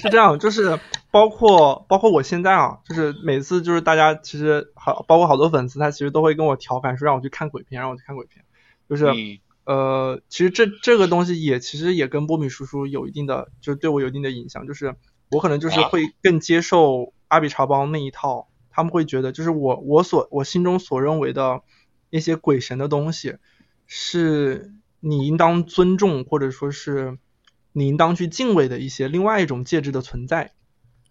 [SPEAKER 3] 是这样，就是包括包括我现在啊，就是每次就是大家其实好，包括好多粉丝他其实都会跟我调侃说让我去看鬼片，让我去看鬼片， 就是、啊
[SPEAKER 2] 嗯，
[SPEAKER 3] 呃，其实这这个东西也其实也跟波米叔叔有一定的，就是对我有一定的影响，就是我可能就是
[SPEAKER 2] 啊
[SPEAKER 3] 会更接受阿比查邦那一套，他们会觉得就是我我所我心中所认为的一些鬼神的东西，是你应当尊重或者说是你应当去敬畏的一些另外一种介质的存在，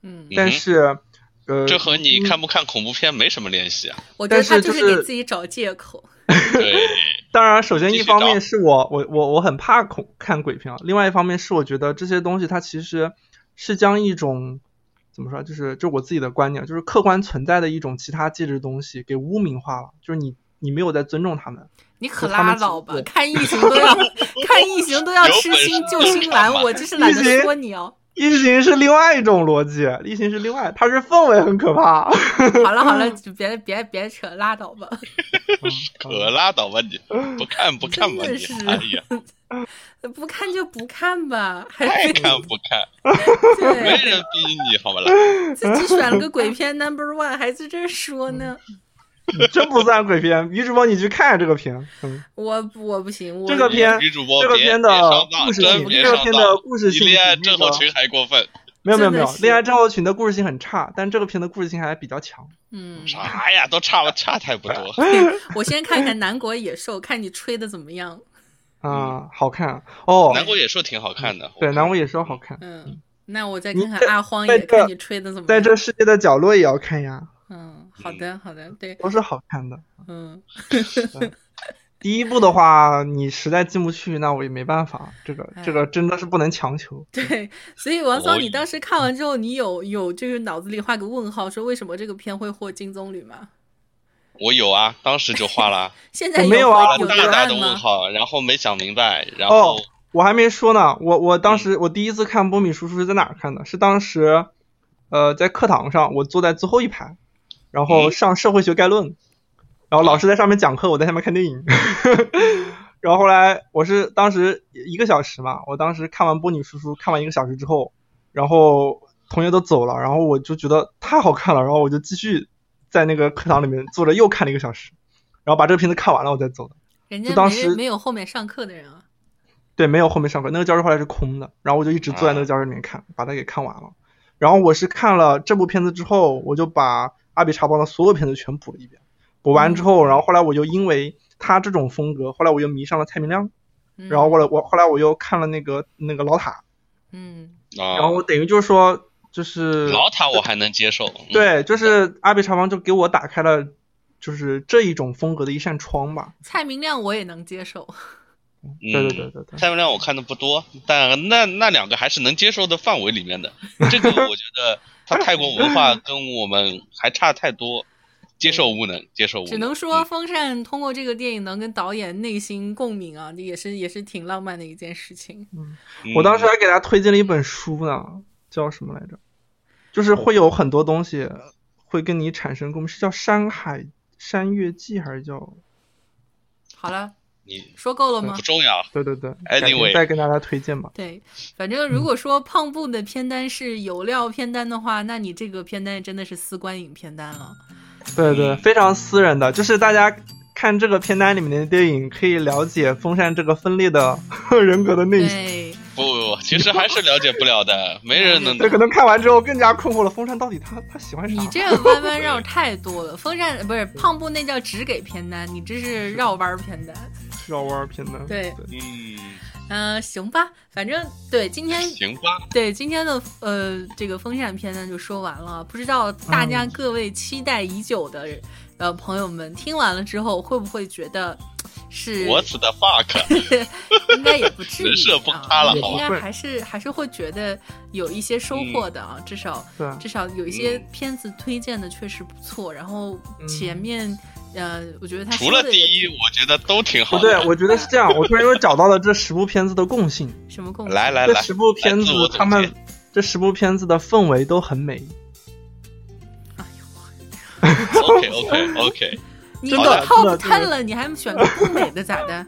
[SPEAKER 1] 嗯，
[SPEAKER 2] 嗯
[SPEAKER 3] 但是。呃，
[SPEAKER 2] 这和你
[SPEAKER 3] 嗯
[SPEAKER 2] 看不看恐怖片没什么联系啊。
[SPEAKER 1] 我觉得
[SPEAKER 3] 但是
[SPEAKER 1] 他
[SPEAKER 3] 就是
[SPEAKER 1] 给
[SPEAKER 3] 是
[SPEAKER 1] 自己找借口。
[SPEAKER 3] 嗯
[SPEAKER 2] 对，
[SPEAKER 3] 当然，首先
[SPEAKER 2] 继
[SPEAKER 3] 一
[SPEAKER 2] 续
[SPEAKER 3] 方
[SPEAKER 2] 找
[SPEAKER 3] 面是我我我我很怕恐看鬼片啊，另外一方面是我觉得这些东西它其实是将一种怎么说啊，就是就我自己的观念，就是客观存在的一种其他介质的东西给污名化了，就是你你没有在尊重他们。
[SPEAKER 1] 你可
[SPEAKER 3] 就他
[SPEAKER 1] 拉
[SPEAKER 3] 们自己
[SPEAKER 1] 倒吧
[SPEAKER 3] 做！
[SPEAKER 1] 看异形都 要看异形都要
[SPEAKER 2] 有
[SPEAKER 1] 吃
[SPEAKER 2] 本事
[SPEAKER 1] 腥
[SPEAKER 2] 你
[SPEAKER 1] 救腥
[SPEAKER 2] 就看
[SPEAKER 1] 丸，
[SPEAKER 2] 吧
[SPEAKER 1] 我真是懒
[SPEAKER 3] 异形
[SPEAKER 1] 得说你哦。
[SPEAKER 3] 异形是另外一种逻辑，异形是另外，它是氛围很 可怕。
[SPEAKER 1] 好了 好了，别别别扯，拉倒吧。
[SPEAKER 3] 嗯
[SPEAKER 2] 可拉倒吧你，不看不看吧
[SPEAKER 1] 真的
[SPEAKER 2] 你
[SPEAKER 1] 是，
[SPEAKER 2] 哎 呀，
[SPEAKER 1] 不看就不看吧，还
[SPEAKER 3] 哎
[SPEAKER 2] 爱看不看，没
[SPEAKER 1] 对
[SPEAKER 2] 人逼你好吧啦。
[SPEAKER 1] 自己选了个鬼片 number one，还在这儿说呢。
[SPEAKER 3] 嗯这不算鬼片，女主播你去看这个片，嗯，
[SPEAKER 1] 我我不行，我
[SPEAKER 3] 这个片
[SPEAKER 2] 女主播
[SPEAKER 3] 这个
[SPEAKER 2] 哦别
[SPEAKER 3] 片
[SPEAKER 2] 别
[SPEAKER 3] 的
[SPEAKER 2] 上当
[SPEAKER 3] 故事
[SPEAKER 2] 真
[SPEAKER 3] 性，
[SPEAKER 2] 别
[SPEAKER 3] 这个
[SPEAKER 2] 上
[SPEAKER 3] 片
[SPEAKER 2] 当
[SPEAKER 3] 的故事
[SPEAKER 2] 比
[SPEAKER 3] 性
[SPEAKER 2] 恋爱
[SPEAKER 3] 比那
[SPEAKER 2] 症候
[SPEAKER 3] 个
[SPEAKER 2] 群还过分，
[SPEAKER 3] 没有没有没有
[SPEAKER 1] 真的，是
[SPEAKER 3] 恋爱症候群的故事性很差，但这个片的故事性还比较强。
[SPEAKER 1] 嗯，
[SPEAKER 2] 啥呀？都差差太不多。
[SPEAKER 3] 哎
[SPEAKER 1] 我先看看南国野兽，看你吹的怎么样。嗯
[SPEAKER 3] 啊，好看哦。
[SPEAKER 2] 南国野兽挺好看的，
[SPEAKER 3] 对，
[SPEAKER 2] 我看
[SPEAKER 3] 南国野兽好看，
[SPEAKER 1] 嗯，那我再
[SPEAKER 3] 你
[SPEAKER 1] 看看
[SPEAKER 3] 在
[SPEAKER 1] 阿荒
[SPEAKER 3] 在
[SPEAKER 1] 野，看
[SPEAKER 3] 这
[SPEAKER 1] 你吹的怎么样。
[SPEAKER 3] 在这世界的角落也要看呀，
[SPEAKER 1] 嗯，好的好的，对，
[SPEAKER 3] 都是好看的。
[SPEAKER 1] 嗯，
[SPEAKER 3] 第一部的话，你实在进不去，那我也没办法，这个
[SPEAKER 1] 哎
[SPEAKER 3] 这个真的是不能强求。
[SPEAKER 1] 对。所以王嫂，
[SPEAKER 2] 哦
[SPEAKER 1] 你当时看完之后，你有有就是脑子里画个问号，说为什么这个片会获金棕榈吗？
[SPEAKER 2] 我有啊，当时就画了，
[SPEAKER 1] 现在
[SPEAKER 3] 我没有啊
[SPEAKER 1] 画
[SPEAKER 2] 画
[SPEAKER 1] 有答
[SPEAKER 2] 了大大的
[SPEAKER 1] 案
[SPEAKER 2] 问
[SPEAKER 1] 吗？
[SPEAKER 2] 号，然后没想明白，然
[SPEAKER 3] 哦
[SPEAKER 2] 后，嗯
[SPEAKER 3] 我还没说呢，我我当时我第一次看波米叔叔是在哪儿看的？是当时，呃，在课堂上，我坐在最后一排，然后
[SPEAKER 2] 嗯
[SPEAKER 3] 上社会学概论，然后老师在上面讲课，我在下面看电影。 然后后来我是当时一个小时嘛，我当时看完波米叔叔看完一个小时之后，然后同学都走了，然后我就觉得太好看了，然后我就继续在那个课堂里面坐着又看了一个小时，然后把这个片子看完了我再走的。
[SPEAKER 1] 人
[SPEAKER 3] 就
[SPEAKER 1] 家
[SPEAKER 3] 当
[SPEAKER 1] 没
[SPEAKER 3] 时
[SPEAKER 1] 没有后面上课的人啊。
[SPEAKER 3] 对，没有后面上课，那个教室后来是空的，然后我就一直坐在
[SPEAKER 2] 啊
[SPEAKER 3] 那个教室里面看，把它给看完了。然后我是看了这部片子之后，我就把阿比查邦的所有片子全补了一遍，补完之
[SPEAKER 2] 嗯
[SPEAKER 3] 后，然后后来我就因为他这种风格，后来我又迷上了蔡明亮，
[SPEAKER 1] 嗯
[SPEAKER 3] 然后我我后来我又看了那个那个老塔，
[SPEAKER 1] 嗯
[SPEAKER 2] 啊，
[SPEAKER 3] 然后我等于就是说就是
[SPEAKER 2] 老塔我还能接受，嗯，
[SPEAKER 3] 对，就是阿比茶房就给我打开了就是这一种风格的一扇窗吧。
[SPEAKER 1] 蔡明亮我也能接受，
[SPEAKER 2] 对
[SPEAKER 3] 对对对对对，
[SPEAKER 2] 蔡文亮我看的不多，但那那两个还是能接受的范围里面的。这个我觉得他泰国文化跟我们还差太多，接受无能，接受无能。
[SPEAKER 1] 只能
[SPEAKER 2] 嗯
[SPEAKER 1] 说风扇通过这个电影能跟导演内心共鸣啊，也是也是挺浪漫的一件事情。
[SPEAKER 2] 嗯，
[SPEAKER 3] 我当时还给他推荐了一本书呢，叫什么来着？就是会有很多东西会跟你产生共鸣，是叫《山海山月记》还是叫？
[SPEAKER 1] 好了，
[SPEAKER 2] 你
[SPEAKER 1] 说够了吗
[SPEAKER 2] 不？重要，
[SPEAKER 3] 对对对
[SPEAKER 2] Anyway
[SPEAKER 3] 改天再跟大家推荐吧。
[SPEAKER 1] 对，反正如果说胖布的片单是有料片单的话，那你这个片单真的是私观影片单了。
[SPEAKER 3] 对
[SPEAKER 2] 嗯
[SPEAKER 3] 对，非常私人的，就是大家看这个片单里面的电影，可以了解风扇这个分裂的 人格的内心。
[SPEAKER 1] 对，
[SPEAKER 2] 不不不，其实还是了解不了的，没 人能
[SPEAKER 3] 这可能看完之后更加困惑了，风扇到底他他喜欢啥？
[SPEAKER 1] 你这个弯弯绕太多了。风扇不是胖布那叫只给片单，你这是绕弯儿片单。
[SPEAKER 3] 绕弯儿片单。
[SPEAKER 1] 对
[SPEAKER 2] 嗯，
[SPEAKER 1] 嗯、行吧，反正对今天
[SPEAKER 2] 行吧，
[SPEAKER 1] 对今天的呃这个风扇片段就说完了，啊不知道大
[SPEAKER 2] 嗯
[SPEAKER 1] 家各位期待已久的、呃朋友们听完了之后会不会觉得是
[SPEAKER 2] 我死 的 fuck，
[SPEAKER 1] 应该也不至于、啊，
[SPEAKER 2] 人设崩塌了
[SPEAKER 1] 也
[SPEAKER 3] 好
[SPEAKER 1] 应
[SPEAKER 3] 吧
[SPEAKER 1] 该还是还是会觉得有一些收获的啊，至少
[SPEAKER 3] 对，
[SPEAKER 1] 至少有一些
[SPEAKER 2] 嗯
[SPEAKER 1] 片子推荐的确实不错，然后前面、呃，我觉得他
[SPEAKER 2] 除了
[SPEAKER 1] 说的也
[SPEAKER 2] 第一，我觉得都挺
[SPEAKER 3] 不
[SPEAKER 2] 好
[SPEAKER 3] 对
[SPEAKER 2] 的。，
[SPEAKER 3] 我觉得是这样。我突然又找到了这十部片子的共性。
[SPEAKER 1] 什么共
[SPEAKER 2] 来来
[SPEAKER 3] 这
[SPEAKER 2] 来，
[SPEAKER 3] 十部片
[SPEAKER 2] 来
[SPEAKER 3] 子
[SPEAKER 2] 自我，总
[SPEAKER 3] 他
[SPEAKER 2] 结
[SPEAKER 3] 们这十部片子的氛围都很美。
[SPEAKER 1] 哎
[SPEAKER 2] OK OK OK，
[SPEAKER 1] 你
[SPEAKER 2] 真的
[SPEAKER 1] top
[SPEAKER 3] 真的
[SPEAKER 1] ten 了，你还选个不美的咋的？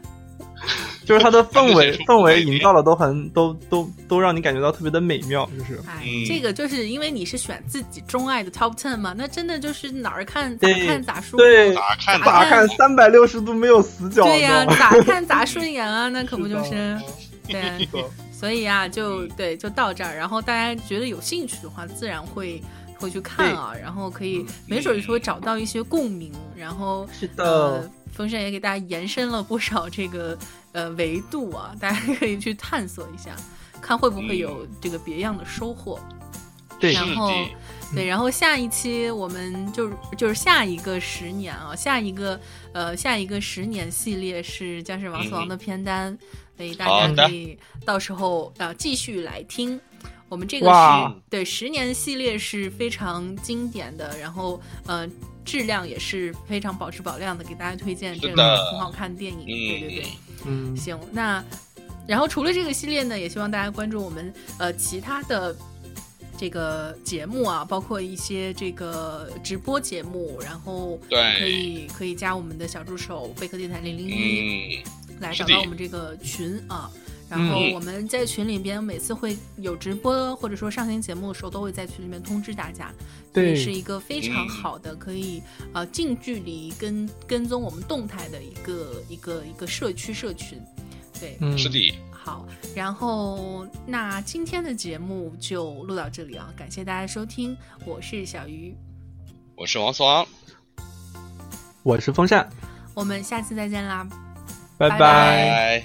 [SPEAKER 3] 就是 它的氛围
[SPEAKER 2] 这些是
[SPEAKER 3] 氛围营造的都很都都都让你感觉到特别的美妙，就是
[SPEAKER 1] 哎
[SPEAKER 2] 嗯，
[SPEAKER 1] 这个就是因为你是选自己钟爱的 top ten 嘛，那真的就是哪儿看咋
[SPEAKER 3] 对
[SPEAKER 1] 看咋舒服。
[SPEAKER 3] 对
[SPEAKER 2] 咋看
[SPEAKER 1] 咋
[SPEAKER 3] 咋
[SPEAKER 1] 看
[SPEAKER 3] 看三百六十度没有死角，
[SPEAKER 1] 对呀、
[SPEAKER 3] 你知
[SPEAKER 1] 咋看咋顺眼啊，那可不就
[SPEAKER 3] 道
[SPEAKER 1] 是
[SPEAKER 3] 吗？
[SPEAKER 1] 对啊、
[SPEAKER 3] 是的
[SPEAKER 1] 所以啊，就对，就到这儿。然后大家觉得有兴趣的话，自然会会去看啊，然后可以没准儿就会找到一些共鸣。然后
[SPEAKER 3] 是
[SPEAKER 1] 呃
[SPEAKER 3] 的，，
[SPEAKER 1] 风扇也给大家延伸了不少这个 呃维度啊，大家可以去探索一下，看会不会有这个别样的收获。
[SPEAKER 3] 对
[SPEAKER 1] 然后
[SPEAKER 2] 是的
[SPEAKER 1] 对，然后下一期我们就就是下一个十年啊，下一个呃下一个十年系列是《僵尸王死亡》的片单，所以大
[SPEAKER 2] 嗯
[SPEAKER 1] 家
[SPEAKER 2] 好的
[SPEAKER 1] 可以到时候呃继续来听。我们这个
[SPEAKER 3] 哇
[SPEAKER 1] 十对十年系列是非常经典的，然后呃质量也是非常保质保量的，给大家推荐这
[SPEAKER 2] 是
[SPEAKER 1] 个
[SPEAKER 2] 的
[SPEAKER 1] 很好看的电影。对对对。
[SPEAKER 2] 嗯
[SPEAKER 3] 嗯，
[SPEAKER 1] 行，那然后除了这个系列呢，也希望大家关注我们呃其他的这个节目啊，包括一些这个直播节目，然后可
[SPEAKER 2] 对，
[SPEAKER 1] 以可以加我们的小助手贝壳电台零零一
[SPEAKER 2] 嗯，
[SPEAKER 1] 来
[SPEAKER 2] 是
[SPEAKER 1] 找
[SPEAKER 2] 的
[SPEAKER 1] 到我们这个群啊。然后
[SPEAKER 2] 嗯
[SPEAKER 1] 我们在群里边每次会有直播或者说上新节目的时候，都会在群里面通知大家，所以
[SPEAKER 3] 对
[SPEAKER 1] 是一个非常
[SPEAKER 2] 嗯
[SPEAKER 1] 好的可以呃近距离跟跟踪我们动态的一个一个一个社区社群，对，
[SPEAKER 3] 嗯
[SPEAKER 2] 是的，
[SPEAKER 1] 好，然后那今天的节目就录到这里啊，感谢大家收听，我是小鱼，
[SPEAKER 2] 我是王思王，
[SPEAKER 3] 我是风扇，
[SPEAKER 1] 我们下次再见啦，
[SPEAKER 3] 拜
[SPEAKER 1] 拜
[SPEAKER 3] 拜。
[SPEAKER 2] 拜。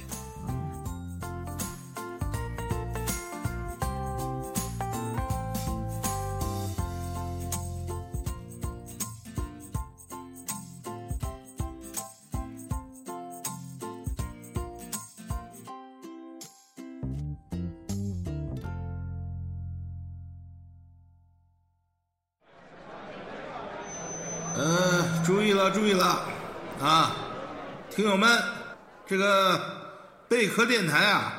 [SPEAKER 4] 嗯，注意了，注意了，啊，听友们，这个贝壳电台啊，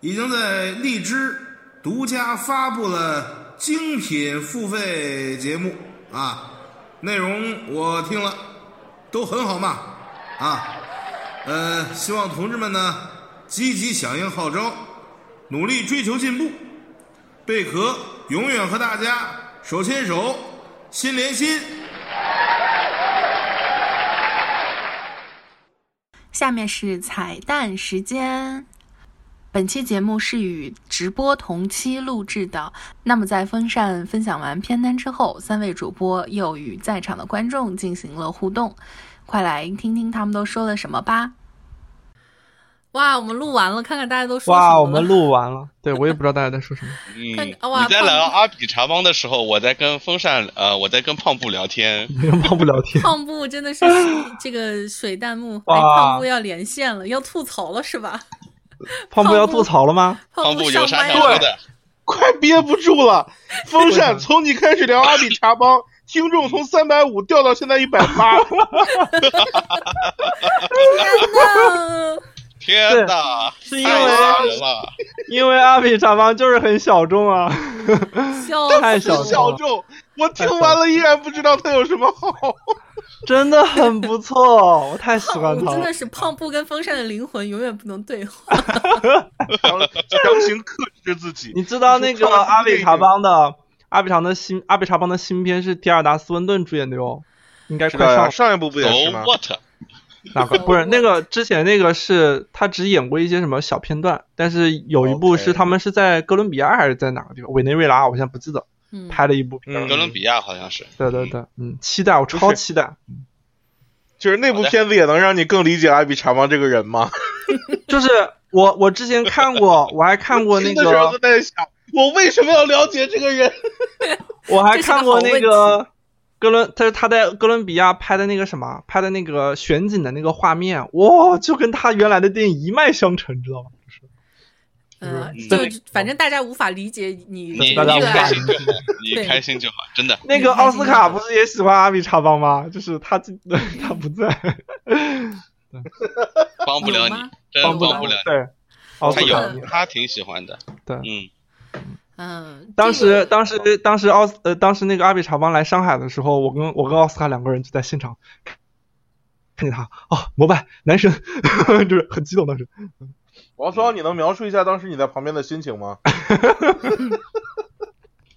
[SPEAKER 4] 已经在荔枝独家发布了精品付费节目啊，内容我听了都很好嘛，啊，呃，希望同志们呢积极响应号召，努力追求进步，贝壳永远和大家手牵手，心连心。
[SPEAKER 1] 下面是彩蛋时间。本期节目是与直播同期录制的。那么，在风扇分享完片单之后，三位主播又与在场的观众进行了互动，快来听听他们都说了什么吧。哇，我们录完了，看看大家都说什么
[SPEAKER 3] 哇，
[SPEAKER 1] 了
[SPEAKER 3] 我们录完了，对我也不知道大家在说什么。
[SPEAKER 1] 看
[SPEAKER 2] 嗯，
[SPEAKER 1] 哇
[SPEAKER 2] 你在来到阿比茶帮的时候，我在跟风扇呃，我在跟胖布聊天。
[SPEAKER 3] 你们帮不了天。
[SPEAKER 1] 胖布真的是水这个水弹 幕，哎，
[SPEAKER 3] 哇
[SPEAKER 1] 胖布要连线了，要吐槽了是吧？
[SPEAKER 3] 胖布要吐槽了吗？
[SPEAKER 2] 胖布
[SPEAKER 1] 布
[SPEAKER 2] 有
[SPEAKER 1] 上
[SPEAKER 2] 啥
[SPEAKER 1] 麦
[SPEAKER 2] 想
[SPEAKER 1] 了
[SPEAKER 2] 说，的？
[SPEAKER 5] 快憋不住 了！风
[SPEAKER 3] 为什
[SPEAKER 5] 扇
[SPEAKER 3] 么
[SPEAKER 5] 从你开始聊阿比茶帮，听众从三百五掉到现在一百 八，
[SPEAKER 1] 天呐，
[SPEAKER 2] 天哪，
[SPEAKER 3] 是因
[SPEAKER 2] 太吓
[SPEAKER 3] 为
[SPEAKER 2] 人了！
[SPEAKER 3] 哎因为阿比茶帮就是很小众啊，
[SPEAKER 1] 笑
[SPEAKER 3] 太
[SPEAKER 5] 很
[SPEAKER 3] 众
[SPEAKER 5] 小
[SPEAKER 3] 了，
[SPEAKER 5] 众。我听完了依然不知道它有什么好。
[SPEAKER 3] 真的很不错，我太喜欢
[SPEAKER 1] 胖布
[SPEAKER 3] 他
[SPEAKER 1] 真
[SPEAKER 3] 了
[SPEAKER 1] 的。是胖布跟风扇的灵魂永远不能对话。
[SPEAKER 5] 强行克制自己。
[SPEAKER 3] 你知道那
[SPEAKER 5] 你说
[SPEAKER 3] 个
[SPEAKER 5] 胖子
[SPEAKER 3] 阿比茶帮的阿比茶的新阿比茶帮的新片是提尔达斯温顿主演的哟，应该
[SPEAKER 5] 是
[SPEAKER 3] 快上
[SPEAKER 5] 的，上一部不也是
[SPEAKER 2] So
[SPEAKER 5] 吗？
[SPEAKER 2] ，Oh, what？
[SPEAKER 3] 哪个？不是那个之前那个是他只演过一些什么小片段，但是有一部
[SPEAKER 5] OK
[SPEAKER 3] 是他们是在哥伦比亚还是在哪个地方？委内瑞拉，我现在不记得
[SPEAKER 1] 嗯，
[SPEAKER 3] 拍了一部片。
[SPEAKER 5] 嗯
[SPEAKER 2] 哥伦比亚好像是。
[SPEAKER 3] 对对对，嗯，期待，我超期待。
[SPEAKER 5] 就是那部片子也能让你更理解阿比查邦这个人吗？
[SPEAKER 3] 就是我我之前看过，我还看过那
[SPEAKER 5] 听的时候
[SPEAKER 3] 个
[SPEAKER 5] 都，在想，我为什么要了解这个人？
[SPEAKER 3] 我还看过那
[SPEAKER 1] 这是个好
[SPEAKER 3] 个哥伦，他他在哥伦比亚拍的那个什么，拍的那个选景的那个画面，哇，就跟他原来的电影一脉相承，知道吗？就是
[SPEAKER 1] 呃，
[SPEAKER 2] 嗯
[SPEAKER 1] 就
[SPEAKER 3] 对
[SPEAKER 1] 反正大家无法理解你
[SPEAKER 2] 你
[SPEAKER 1] 你
[SPEAKER 2] 你
[SPEAKER 3] 大家无
[SPEAKER 2] 开
[SPEAKER 3] 法
[SPEAKER 2] 心就好，你
[SPEAKER 1] 对
[SPEAKER 2] 开心就好，真的。
[SPEAKER 3] 那个奥斯卡不是也喜欢阿比查邦吗？就是他自 他不在，
[SPEAKER 2] 帮不了你
[SPEAKER 1] 有吗，
[SPEAKER 2] 真
[SPEAKER 1] 帮
[SPEAKER 2] 帮
[SPEAKER 1] 不了
[SPEAKER 2] 不了你。
[SPEAKER 3] 对，奥斯
[SPEAKER 2] 他
[SPEAKER 1] 不
[SPEAKER 3] 卡
[SPEAKER 1] 了
[SPEAKER 2] 有，他挺喜欢的。
[SPEAKER 3] 对
[SPEAKER 2] 嗯，
[SPEAKER 1] 嗯，
[SPEAKER 3] 当
[SPEAKER 1] 这个
[SPEAKER 3] 时，当时，当时奥斯呃，当时那个阿比查邦来上海的时候，我跟我跟奥斯卡两个人就在现场看见他，哦，膜拜男神， 就是很激动当时。
[SPEAKER 5] 王双，你能描述一下当时你在旁边的心情
[SPEAKER 1] 嗯
[SPEAKER 5] 吗？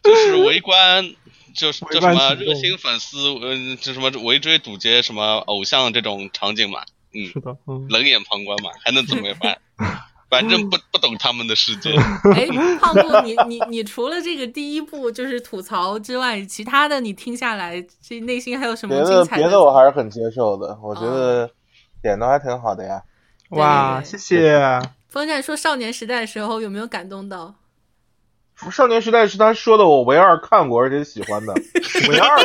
[SPEAKER 2] 就是围观，就是
[SPEAKER 3] 围
[SPEAKER 2] 叫什
[SPEAKER 3] 观
[SPEAKER 2] 么
[SPEAKER 3] 群
[SPEAKER 2] 热
[SPEAKER 3] 众
[SPEAKER 2] 心粉丝，嗯，这什么围追堵截什么偶像这种场景嘛，嗯，
[SPEAKER 3] 是的，嗯，
[SPEAKER 2] 冷眼旁观嘛，还能怎么办？ 反正不不懂他们的世界，
[SPEAKER 1] 哎，胖布，你你你除了这个第一部就是吐槽之外，其他的你听下来，这内心还有什么
[SPEAKER 5] 别
[SPEAKER 1] 精
[SPEAKER 5] 的
[SPEAKER 1] 彩
[SPEAKER 5] 别的我还是很接受的，我觉
[SPEAKER 1] 哦
[SPEAKER 5] 得点的还挺好的呀。
[SPEAKER 3] 哇，
[SPEAKER 1] 对
[SPEAKER 3] 谢谢。
[SPEAKER 1] 风扇说少年时代的时候有没有感动到？
[SPEAKER 5] 少年时代是他说的，我唯二看过而且喜欢的。
[SPEAKER 3] 唯二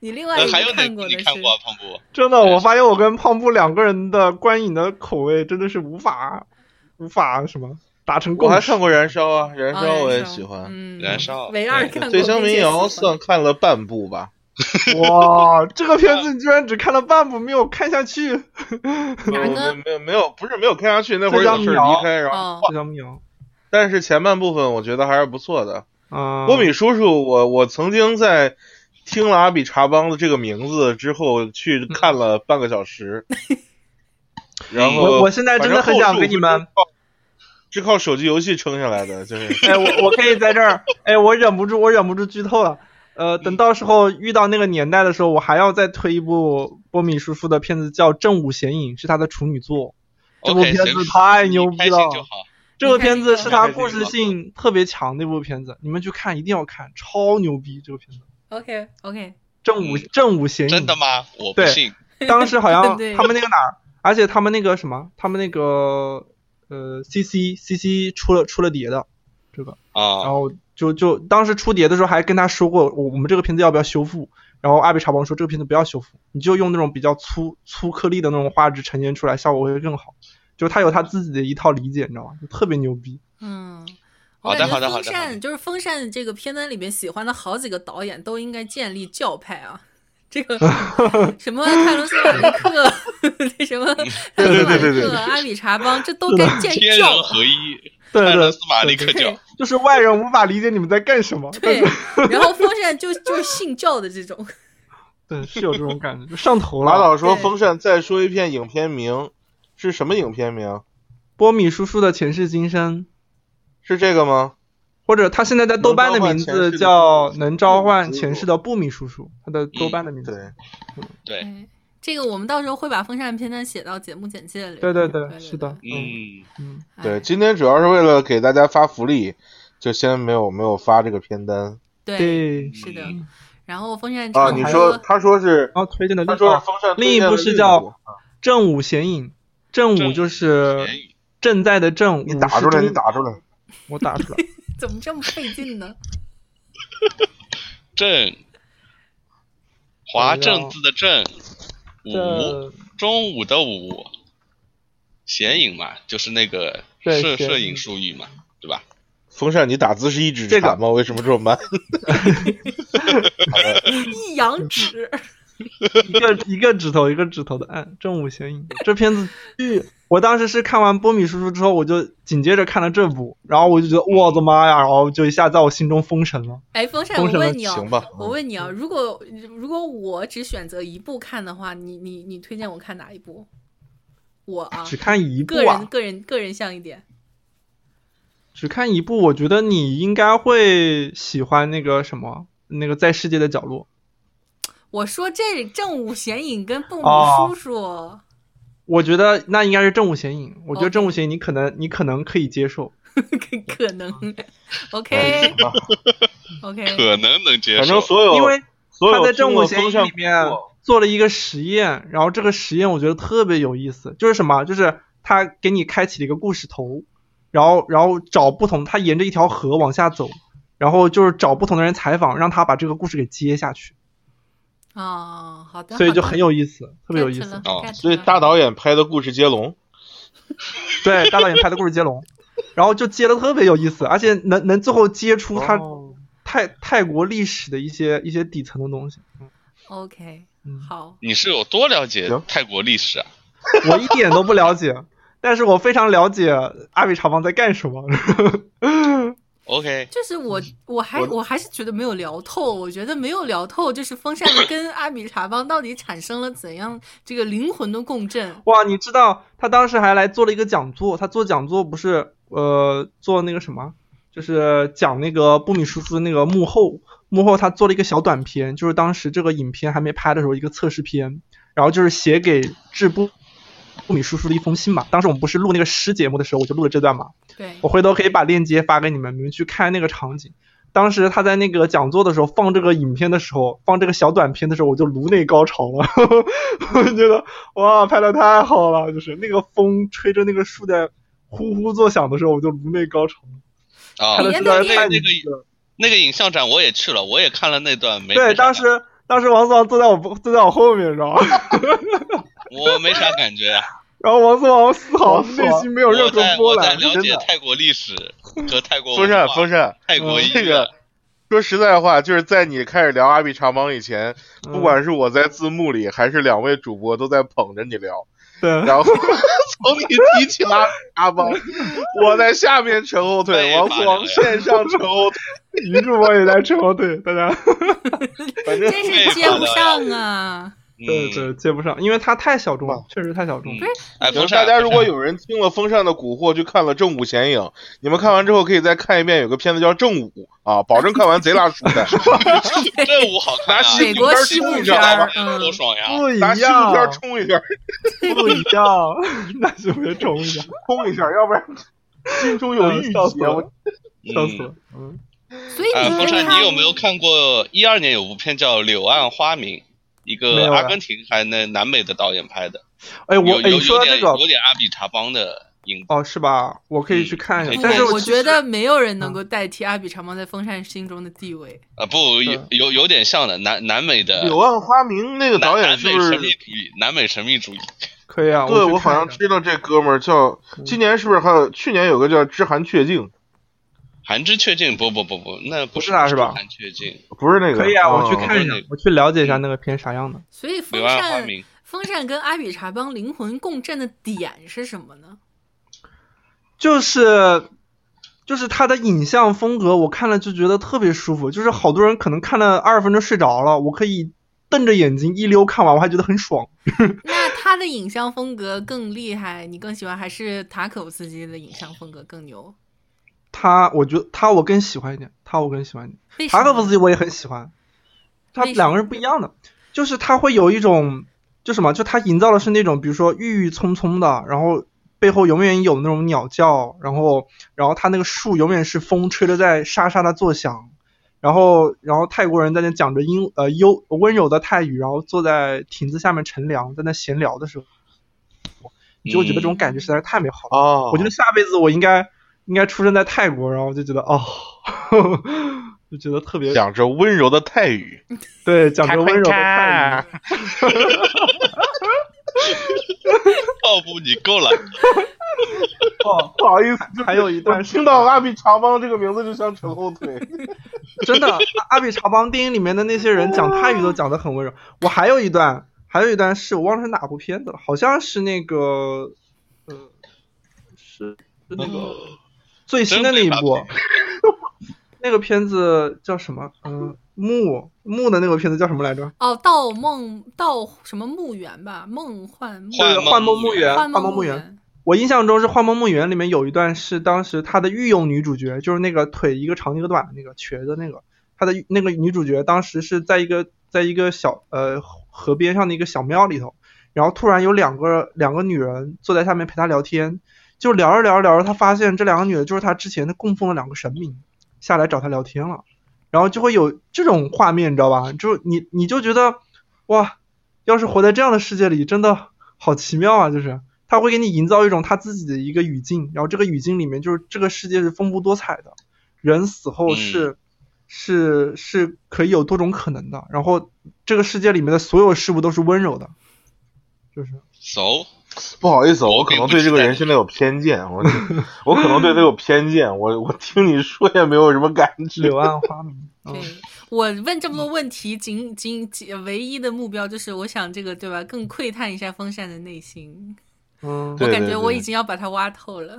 [SPEAKER 1] 你另外
[SPEAKER 2] 呃
[SPEAKER 1] 一个
[SPEAKER 2] 还有哪
[SPEAKER 1] 看过的
[SPEAKER 2] 部你
[SPEAKER 1] 是？
[SPEAKER 2] 看过啊，胖布？
[SPEAKER 3] 真的，我发现我跟胖布两个人的观影的口味真的是无 法无法什么达成
[SPEAKER 5] 我
[SPEAKER 3] 共
[SPEAKER 5] 还
[SPEAKER 3] 识
[SPEAKER 5] 看。过《燃烧》啊，《燃
[SPEAKER 1] 啊
[SPEAKER 5] 烧》我也喜欢。
[SPEAKER 1] 嗯，
[SPEAKER 2] 燃烧
[SPEAKER 1] 唯二看过。
[SPEAKER 5] 醉乡民谣
[SPEAKER 1] 并》且喜欢
[SPEAKER 5] 算看了半部吧，
[SPEAKER 3] 哇，这个片子你居然只看了半部，没有看下 去。
[SPEAKER 1] 哪
[SPEAKER 5] 没有
[SPEAKER 1] 个
[SPEAKER 5] 没有没有，不是没有看下去，那会儿
[SPEAKER 3] 醉乡
[SPEAKER 5] 有
[SPEAKER 3] 民
[SPEAKER 5] 事儿
[SPEAKER 3] 谣
[SPEAKER 5] 离开，然后，
[SPEAKER 1] 哦，
[SPEAKER 3] 这张民谣
[SPEAKER 5] 但是前半部分我觉得还是不错的。
[SPEAKER 3] 啊，
[SPEAKER 5] 波米叔叔，我我曾经在听了阿比查邦的这个名字之后，去
[SPEAKER 1] 嗯
[SPEAKER 5] 看了半个小时，然
[SPEAKER 2] 嗯
[SPEAKER 5] 后
[SPEAKER 3] 我我现在真的很想跟你们，
[SPEAKER 5] 是靠手机游戏撑下来的，就是
[SPEAKER 3] 哎，我我可以在这儿， 哎，我忍不住，我忍不住剧透了。呃，等到时候遇到那个年代的时候，我还要再推一部波米叔叔的片子，叫《正午显影》，是他的处女作。这部
[SPEAKER 2] OK，
[SPEAKER 3] 片
[SPEAKER 2] 行
[SPEAKER 3] 子太牛
[SPEAKER 2] 开
[SPEAKER 3] 逼
[SPEAKER 2] 心
[SPEAKER 3] 了。
[SPEAKER 2] 就好。
[SPEAKER 3] 这个片子是他故事性特别强的一部片子，你们去看一定要看，超牛逼！这个片子
[SPEAKER 1] OK OK，
[SPEAKER 3] 正午
[SPEAKER 2] 嗯
[SPEAKER 3] 正午显影，
[SPEAKER 2] 真的？吗？我不
[SPEAKER 3] 对
[SPEAKER 2] 信。
[SPEAKER 3] 当时好像
[SPEAKER 1] 对
[SPEAKER 3] 他们那个哪儿，而且他们那个什么，他们那个呃 CC CC 出了出了碟
[SPEAKER 2] 哦
[SPEAKER 3] 的这个，然
[SPEAKER 2] 啊，
[SPEAKER 3] 后就就当时出碟的时候还跟他说过，我我们这个片子要不要修复？然后阿比查邦说这个片子不要修复，你就用那种比较粗粗颗粒的那种画质呈现出来，效果会更好。就是他有他自己的一套理解，你知道吗？就特别牛逼。
[SPEAKER 1] 嗯。
[SPEAKER 2] 好的
[SPEAKER 1] 我感觉
[SPEAKER 2] 好的好
[SPEAKER 1] 风
[SPEAKER 2] 的好的
[SPEAKER 1] 扇就是风扇这个片单里面喜欢的好几个导演都应该建立教派啊，这个什么泰伦斯马利克，那什么泰伦斯马
[SPEAKER 5] 对对
[SPEAKER 1] 利
[SPEAKER 5] 对对
[SPEAKER 1] 克、
[SPEAKER 5] 对
[SPEAKER 1] 阿比查邦，这都该建
[SPEAKER 2] 天
[SPEAKER 1] 教
[SPEAKER 2] 人
[SPEAKER 1] 派。
[SPEAKER 2] 合一，
[SPEAKER 3] 对
[SPEAKER 2] 泰
[SPEAKER 3] 对
[SPEAKER 2] 勒斯马利克教，
[SPEAKER 3] 就是外人无法理解你们在干什么。
[SPEAKER 1] 对，然后风扇就就是信教的这种，
[SPEAKER 3] 对，是有这种感觉，就上 头
[SPEAKER 5] 马
[SPEAKER 3] 了。
[SPEAKER 5] 导说
[SPEAKER 1] 对
[SPEAKER 5] 风扇再说一遍影片名是什么影片名？
[SPEAKER 3] 波米叔叔的前世今生，
[SPEAKER 5] 是这个吗？
[SPEAKER 3] 或者他现在在豆瓣的名字嗯叫《能召唤前世的布米叔叔》，他的豆瓣的名字。
[SPEAKER 5] 对，
[SPEAKER 2] 对，
[SPEAKER 1] 哎这个我们到时候会把风扇片单写到节目简介里。
[SPEAKER 3] 对
[SPEAKER 1] 对
[SPEAKER 3] 对对
[SPEAKER 1] 对，
[SPEAKER 3] 是的，
[SPEAKER 2] 嗯，
[SPEAKER 3] 嗯，
[SPEAKER 1] 哎
[SPEAKER 5] 对，今天主要是为了给大家发福利，就先没有没有发这个片单
[SPEAKER 1] 对，
[SPEAKER 3] 对，
[SPEAKER 1] 是的。然后风扇
[SPEAKER 5] 啊。
[SPEAKER 1] 唱
[SPEAKER 5] 你
[SPEAKER 1] 歌
[SPEAKER 5] 说他说是
[SPEAKER 3] 然后推荐的
[SPEAKER 5] 他
[SPEAKER 3] 另
[SPEAKER 5] 说是
[SPEAKER 3] 哦
[SPEAKER 5] 风扇
[SPEAKER 3] 另一部是叫《正午显影》，正
[SPEAKER 2] 正
[SPEAKER 3] 午
[SPEAKER 2] 午
[SPEAKER 3] 就是
[SPEAKER 2] 言语
[SPEAKER 3] 正在的正，
[SPEAKER 5] 你
[SPEAKER 3] 午
[SPEAKER 5] 打
[SPEAKER 3] 是
[SPEAKER 5] 出来，
[SPEAKER 3] 中
[SPEAKER 5] 你，打出来，
[SPEAKER 3] 我打 出来，
[SPEAKER 1] 怎么这么费劲 呢？
[SPEAKER 2] 正，华
[SPEAKER 3] 我要
[SPEAKER 2] 正字的正，午
[SPEAKER 3] 这
[SPEAKER 2] 中午的午，显影嘛，就是那个
[SPEAKER 3] 对
[SPEAKER 2] 摄
[SPEAKER 3] 显
[SPEAKER 2] 摄
[SPEAKER 3] 影
[SPEAKER 2] 影术语嘛，对吧？
[SPEAKER 5] 风扇你打字是一指
[SPEAKER 3] 这个
[SPEAKER 5] 禅吗？为什么这么 慢？
[SPEAKER 1] 一阳指，
[SPEAKER 3] 一个一个指头一个指头的按，《正午显影》这片子剧，我当时是看完波米叔叔之后，我就紧接着看了这部，然后我就觉得我的妈呀，然后就一下在我心中封神了。
[SPEAKER 1] 哎，风扇，我
[SPEAKER 3] 风扇
[SPEAKER 1] 问
[SPEAKER 3] 的嗯
[SPEAKER 1] 你
[SPEAKER 5] 行
[SPEAKER 1] 哦，
[SPEAKER 5] 吧，
[SPEAKER 1] 我问你哦，如果如果我只选择一部看的话，你你你推荐我看哪一部？我啊
[SPEAKER 3] 只，看一部
[SPEAKER 1] 个人
[SPEAKER 3] 啊，
[SPEAKER 1] 个人个人像一点。
[SPEAKER 3] 只看一部，我觉得你应该会喜欢那个什么，那个在世界的角落。
[SPEAKER 1] 我说这正午显影跟蹦
[SPEAKER 3] 哦
[SPEAKER 1] 迪叔叔，
[SPEAKER 3] 我觉得那应该是正午显影，我觉得
[SPEAKER 1] OK
[SPEAKER 3] 正午显影你可能你可能可以接受，
[SPEAKER 1] 可可能
[SPEAKER 5] 哎
[SPEAKER 1] ，OK
[SPEAKER 5] 行吧
[SPEAKER 1] OK，
[SPEAKER 2] 可能能接
[SPEAKER 5] 反
[SPEAKER 2] 受，
[SPEAKER 5] 正所有
[SPEAKER 3] 因为
[SPEAKER 5] 所有
[SPEAKER 3] 他在
[SPEAKER 5] 听
[SPEAKER 3] 正
[SPEAKER 5] 过
[SPEAKER 3] 午显
[SPEAKER 5] 风
[SPEAKER 3] 影
[SPEAKER 5] 扇
[SPEAKER 3] 里面做了一个实验，然后这个实验我觉得特别有意思，就是什么，就是他给你开启了一个故事头，然后然后找不同，他沿着一条河往下走，然后就是找不同的人采访，让他把这个故事给接下去，
[SPEAKER 1] 哦，好的，
[SPEAKER 3] 所以就
[SPEAKER 1] 好的
[SPEAKER 3] 很有意思，特别有意
[SPEAKER 1] get 了
[SPEAKER 3] 思。
[SPEAKER 2] 哦
[SPEAKER 1] get
[SPEAKER 5] 所以
[SPEAKER 1] 了
[SPEAKER 5] 大导演拍的故事接龙，
[SPEAKER 3] 对，大导演拍的故事接龙，然后就接的特别有意思，而且能能最后接出他
[SPEAKER 5] 哦
[SPEAKER 3] 泰泰国历史的一些一些底层的东西。
[SPEAKER 1] OK，
[SPEAKER 3] 嗯
[SPEAKER 1] 好，
[SPEAKER 2] 你是有多了解
[SPEAKER 5] 行
[SPEAKER 2] 泰国历史啊？
[SPEAKER 3] 我一点都不了解，但是我非常了解阿比查邦在干什么。
[SPEAKER 2] OK，
[SPEAKER 1] 就是我我还
[SPEAKER 5] 我
[SPEAKER 1] 我还是觉得没有聊透，我觉得没有聊透，就是风扇跟阿比查邦到底产生了怎样这个灵魂的共振？
[SPEAKER 3] 哇，你知道他当时还来做了一个讲座，他做讲座不是呃做那个什么，就是讲那个布米叔叔的那个幕后，幕后他做了一个小短片，就是当时这个影片还没拍的时候一个测试片，然后就是写给制布布米叔叔的一封信嘛。当时我们不是录那个诗节目的时候，我就录了这段嘛。
[SPEAKER 1] 对
[SPEAKER 3] 我，回头可以把链接发给你们，你们去看那个场景。当时他在那个讲座的时候放这个影片的时候，放这个小短片的时候，我就颅内高潮了， 我就觉得哇，拍的太好了，就是那个风吹着那个树在呼呼作响的时候，我就颅内高潮了，
[SPEAKER 2] 啊
[SPEAKER 3] 看
[SPEAKER 1] 好的，
[SPEAKER 3] 的实在
[SPEAKER 1] 那
[SPEAKER 3] 是太
[SPEAKER 2] 那
[SPEAKER 3] 有
[SPEAKER 2] 个
[SPEAKER 3] 意思了。
[SPEAKER 2] 那个影像展我也去了，我也看了那段，没
[SPEAKER 3] 对，
[SPEAKER 2] 没啥
[SPEAKER 3] 当时当时王思王坐在我坐在我后面，你知道吗？
[SPEAKER 2] 我没啥感觉呀、
[SPEAKER 3] 然后王思王丝毫
[SPEAKER 5] 王思
[SPEAKER 3] 内
[SPEAKER 5] 王
[SPEAKER 3] 心没有任
[SPEAKER 2] 我
[SPEAKER 3] 何
[SPEAKER 2] 在
[SPEAKER 3] 波
[SPEAKER 2] 我在
[SPEAKER 3] 澜，
[SPEAKER 2] 了
[SPEAKER 3] 真
[SPEAKER 2] 解
[SPEAKER 3] 的。
[SPEAKER 2] 泰国历史和泰国
[SPEAKER 5] 风
[SPEAKER 2] 文
[SPEAKER 5] 扇
[SPEAKER 2] 化、
[SPEAKER 5] 风扇，
[SPEAKER 2] 泰国音
[SPEAKER 5] 这
[SPEAKER 2] 乐
[SPEAKER 5] 个。说实在话，就是在你开始聊阿比长邦以前，
[SPEAKER 3] 嗯
[SPEAKER 5] 不管是我在字幕里，还是两位主播都在捧着你聊，
[SPEAKER 3] 对，
[SPEAKER 5] 然后 从你提起了阿比查邦，我在下面扯后腿，
[SPEAKER 2] 对
[SPEAKER 5] 王
[SPEAKER 2] 把
[SPEAKER 5] 思
[SPEAKER 2] 这
[SPEAKER 5] 王
[SPEAKER 2] 个
[SPEAKER 5] 线上扯后腿，
[SPEAKER 3] 女主播也来扯后腿，大家。
[SPEAKER 2] 嗯
[SPEAKER 5] 反正
[SPEAKER 1] 真是接不上啊！
[SPEAKER 3] 对
[SPEAKER 2] 嗯，
[SPEAKER 3] 对，接不上，因为它太小众了
[SPEAKER 5] 哇，
[SPEAKER 3] 确实太小众了。
[SPEAKER 2] 哎，
[SPEAKER 5] 就
[SPEAKER 2] 风
[SPEAKER 5] 是
[SPEAKER 2] 扇，
[SPEAKER 5] 大家如果
[SPEAKER 2] 风扇
[SPEAKER 5] 有人听了《风扇的蛊惑》，去看了《正午显影》，你们看完之后可以再看一遍，有个片子叫《正午》啊，保证看完贼拉舒坦。
[SPEAKER 2] 这舞好看、啊，
[SPEAKER 5] 拿西
[SPEAKER 1] 美
[SPEAKER 5] 部
[SPEAKER 1] 国
[SPEAKER 5] 片儿
[SPEAKER 1] 西
[SPEAKER 5] 西部
[SPEAKER 1] 部
[SPEAKER 5] 片
[SPEAKER 1] 片
[SPEAKER 5] 儿
[SPEAKER 1] 儿，
[SPEAKER 2] 多
[SPEAKER 1] 嗯，
[SPEAKER 2] 爽呀！
[SPEAKER 3] 不 一
[SPEAKER 5] 拿西部片儿
[SPEAKER 3] 样，
[SPEAKER 5] 冲一下，
[SPEAKER 3] 哎不一样， 那就别冲一下，啊
[SPEAKER 5] 冲一下，要不然心中有 郁
[SPEAKER 3] 笑死
[SPEAKER 5] 结。我
[SPEAKER 3] 了，笑死了。嗯，
[SPEAKER 1] 所以
[SPEAKER 2] 啊，
[SPEAKER 1] 你
[SPEAKER 2] 风
[SPEAKER 1] 看
[SPEAKER 2] 扇，
[SPEAKER 1] 他
[SPEAKER 2] 你有没有看过一二年有部片叫《柳暗花明》，一
[SPEAKER 3] 没
[SPEAKER 2] 个
[SPEAKER 3] 有啊
[SPEAKER 2] 阿根廷还那南美的导演拍的，
[SPEAKER 3] 哎，我
[SPEAKER 2] 有
[SPEAKER 3] 哎，
[SPEAKER 2] 有
[SPEAKER 3] 你说
[SPEAKER 2] 有
[SPEAKER 3] 到这
[SPEAKER 2] 点
[SPEAKER 3] 个
[SPEAKER 2] 有点阿比查邦的影子。
[SPEAKER 3] 哦，是吧？我可以去看一下
[SPEAKER 2] 嗯，
[SPEAKER 3] 但是
[SPEAKER 1] 我
[SPEAKER 3] 其实
[SPEAKER 1] 觉得没有人能够代替阿比长毛在风扇心中的地位。
[SPEAKER 2] 啊，不，有有有点像的南南美的
[SPEAKER 5] 柳暗花明那个
[SPEAKER 2] 南
[SPEAKER 5] 导演
[SPEAKER 2] 南
[SPEAKER 5] 是
[SPEAKER 2] 美
[SPEAKER 5] 不是
[SPEAKER 2] 神？秘主义，南美神秘主义。
[SPEAKER 3] 可以啊。
[SPEAKER 5] 对，
[SPEAKER 3] 我
[SPEAKER 5] 我
[SPEAKER 3] 去看
[SPEAKER 5] 好像
[SPEAKER 3] 一下嗯
[SPEAKER 5] 知道这哥们儿叫，今年是不是还有去年有个叫《知寒雀静》，
[SPEAKER 2] 韩之确进，不不不不，那不
[SPEAKER 3] 不是啊是吧
[SPEAKER 2] 韩确进，
[SPEAKER 5] 不是那个？
[SPEAKER 3] 可以嗯啊，我去
[SPEAKER 5] 哦
[SPEAKER 3] 看一下
[SPEAKER 2] 我觉得，
[SPEAKER 3] 我去了解一下那个片啥样的。
[SPEAKER 1] 所以风
[SPEAKER 2] 柳暗花
[SPEAKER 1] 扇，
[SPEAKER 2] 明。
[SPEAKER 1] 风扇跟阿比查邦灵魂共振的点是什么呢？
[SPEAKER 3] 就是就是他的影像风格，我看了就觉得特别舒服。就是好多人可能看了二十分钟睡着了，我可以瞪着眼睛一溜看完，我还觉得很爽。
[SPEAKER 1] 那他的影像风格更厉害，你更喜欢还是塔可夫斯基的影像风格更牛？
[SPEAKER 3] 他，我觉得他我更喜欢一点，他我更喜欢一点。
[SPEAKER 1] 为什
[SPEAKER 3] 塔可夫
[SPEAKER 1] 么
[SPEAKER 3] 斯基我也很喜欢，他
[SPEAKER 1] 为什么
[SPEAKER 3] 两个人不一样的，就是他会有一种就什么，就他营造的是那种，比如说郁郁葱葱的，然后背后永远有那种鸟叫，然后然后他那个树永远是风吹着在沙沙的作响，然后然后泰国人在那讲着英呃优温柔的泰语，然后坐在亭子下面乘凉，在那闲聊的时候，就我觉得这种感觉实在是太美好了。
[SPEAKER 5] 哦，
[SPEAKER 3] 我觉得下辈子我应该应该出生在泰国，然后就觉得哦， 就觉得特别
[SPEAKER 5] 讲着温柔的泰 语，
[SPEAKER 3] 对，讲着温柔的泰语。
[SPEAKER 2] 要不你够了，
[SPEAKER 3] 哦，不好意思， 还有一
[SPEAKER 5] 我
[SPEAKER 3] 段是
[SPEAKER 5] 听到阿比查邦这个名字就想扯后腿。
[SPEAKER 3] 真的，阿阿比查邦电影里面的那些人讲泰语都讲得很温柔。我还有一段，还有一段是我忘了是哪部片子了，好像是那个，呃，是是那个最新的那一部， 那个片子叫什么？嗯、木木的那个片子叫什么来着？
[SPEAKER 1] 哦，盗梦盗什么墓园吧，梦幻墓
[SPEAKER 2] 幻
[SPEAKER 3] 对，幻梦墓园，
[SPEAKER 1] 幻
[SPEAKER 3] 幻梦
[SPEAKER 1] 墓
[SPEAKER 3] 墓园。，我印象中是《幻梦墓园》里面有一段是当时她的御用女主角，就是那个腿一个长一个短的那个瘸的那个，她的那个女主角当时是在一个在一个小呃河边上的一个小庙里头，然后突然有两个两个女人坐在下面陪她聊天，就聊着聊着聊着，她发现这两个女的就是她之前的供奉的两个神明，下来找她聊天了，然后就会有这种画面，你知道吧？就你你就觉得哇，要是活在这样的世界里，真的好奇妙啊！就是他会给你营造一种他自己的一个语境，然后这个语境里面就是这个世界是丰富多彩的，人死后是、是是可以有多种可能的，然后这个世界里面的所有事物都是温柔的，就是
[SPEAKER 2] 熟
[SPEAKER 5] 不好意思，
[SPEAKER 2] 我
[SPEAKER 5] 我可能对这个人现在有偏见， 我我可能对他有偏见，我我听你说也没有什么感觉。
[SPEAKER 3] 柳暗花明。嗯
[SPEAKER 1] 对，我问这么多问题，仅仅仅唯一的目标就是，我想这个对吧？更窥探一下风扇的内心。
[SPEAKER 3] 嗯，
[SPEAKER 5] 对
[SPEAKER 1] 我感
[SPEAKER 5] 对
[SPEAKER 1] 觉我
[SPEAKER 5] 对
[SPEAKER 1] 已经要把它挖透了。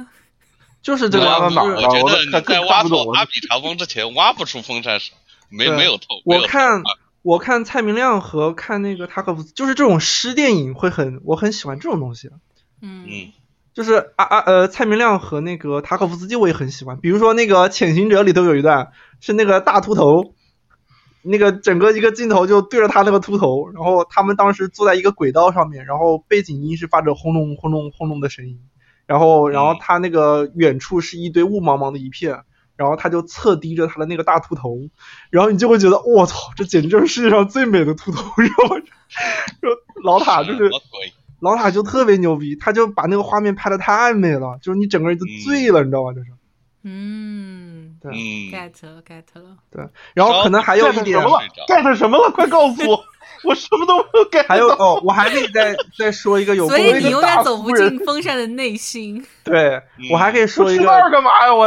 [SPEAKER 3] 就是这个
[SPEAKER 5] 对啊
[SPEAKER 3] 样子。
[SPEAKER 5] 挖到哪儿
[SPEAKER 2] 我
[SPEAKER 5] 了
[SPEAKER 2] 觉
[SPEAKER 5] 我
[SPEAKER 2] 得
[SPEAKER 5] 都看
[SPEAKER 2] 你在
[SPEAKER 5] 看
[SPEAKER 2] 挖
[SPEAKER 5] 不懂
[SPEAKER 2] 透
[SPEAKER 5] 我
[SPEAKER 2] 阿比查邦之前，挖不出风扇是没
[SPEAKER 3] 对
[SPEAKER 2] 没有透。没有透
[SPEAKER 3] 我看我看蔡明亮和看那个塔可夫斯，就是这种诗电影会很，我很喜欢这种东西。
[SPEAKER 1] 嗯
[SPEAKER 2] 嗯，
[SPEAKER 3] 就是啊啊呃，蔡明亮和那个塔可夫斯基我也很喜欢，比如说那个《潜行者》里头有一段是那个大秃头，那个整个一个镜头就对着他那个秃头，然后他们当时坐在一个轨道上面，然后背景音是发着轰隆轰隆轰隆的声音，然后然后他那个远处是一堆雾茫茫的一片，然后他就侧低着他的那个大秃头，然后你就会觉得我操，这简直就是世界上最美的秃头，然后然后老塔 啊就是
[SPEAKER 2] 老鬼
[SPEAKER 3] 老塔就特别牛逼，他就把那个画面拍的太美了，就是你整个人都醉了，你知道吧？就是，
[SPEAKER 1] 嗯
[SPEAKER 3] 对，
[SPEAKER 2] 嗯，
[SPEAKER 1] ，get 了 get 了。
[SPEAKER 3] 然后可能还有一点
[SPEAKER 5] 什， 么了？get 什么了？快告诉我，我什么都没有 get
[SPEAKER 3] 还有
[SPEAKER 5] 到。
[SPEAKER 3] 哦，我还可以再再说一个有
[SPEAKER 1] 所
[SPEAKER 3] 关
[SPEAKER 1] 以
[SPEAKER 3] 于
[SPEAKER 1] 你
[SPEAKER 3] 那
[SPEAKER 1] 永
[SPEAKER 3] 个
[SPEAKER 1] 远
[SPEAKER 3] 大
[SPEAKER 1] 走不
[SPEAKER 3] 夫人
[SPEAKER 1] 进风扇的内心。
[SPEAKER 3] 对我还可以说
[SPEAKER 5] 我
[SPEAKER 3] 一
[SPEAKER 5] 吃
[SPEAKER 3] 个
[SPEAKER 5] 那，儿干嘛呀？我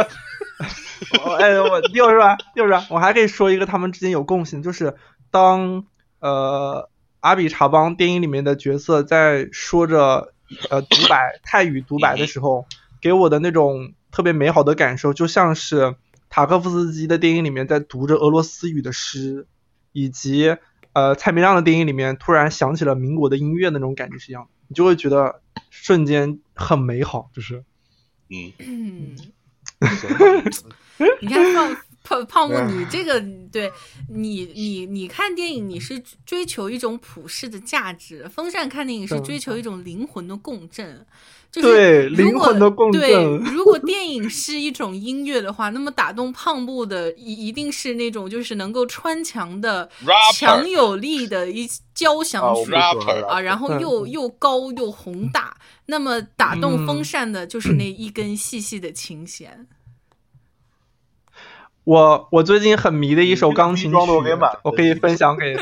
[SPEAKER 3] 哦哎，我六是吧？六是吧？我还可以说一个他们之间有共性，就是当呃阿比查邦电影里面的角色在说着呃独白泰语独白的时候，给我的那种特别美好的感受，就像是塔科夫斯基的电影里面在读着俄罗斯语的诗，以及呃蔡明亮的电影里面突然响起了民国的音乐那种感觉是一样的，你就会觉得瞬间很美好，就是
[SPEAKER 2] 嗯，
[SPEAKER 1] 嗯，你 看胖胖胖木，
[SPEAKER 3] 哎
[SPEAKER 1] 你这个对你你你看电影，你是追求一种普世的价值；风扇看电影是
[SPEAKER 3] 对
[SPEAKER 1] 追求一种灵魂的共振。就是
[SPEAKER 3] 对
[SPEAKER 1] 如
[SPEAKER 3] 灵
[SPEAKER 1] 果
[SPEAKER 3] 魂的共振。
[SPEAKER 1] 对，如果电影是一种音乐的话，那么打动胖布的一一定是那种就是能够穿墙的、强
[SPEAKER 2] rapper
[SPEAKER 1] 有力的一交响
[SPEAKER 5] 啊，我
[SPEAKER 1] 曲
[SPEAKER 5] 不说了
[SPEAKER 2] rapper
[SPEAKER 1] 啊，然后
[SPEAKER 3] 对
[SPEAKER 1] 又又高又宏大，那么打动风
[SPEAKER 3] 嗯
[SPEAKER 1] 扇的就是那一根细细的琴弦。
[SPEAKER 3] 我我最近很迷的一首钢琴
[SPEAKER 5] 你
[SPEAKER 3] 曲
[SPEAKER 5] 这个逼装的我给买了，
[SPEAKER 3] 我可以分享 给，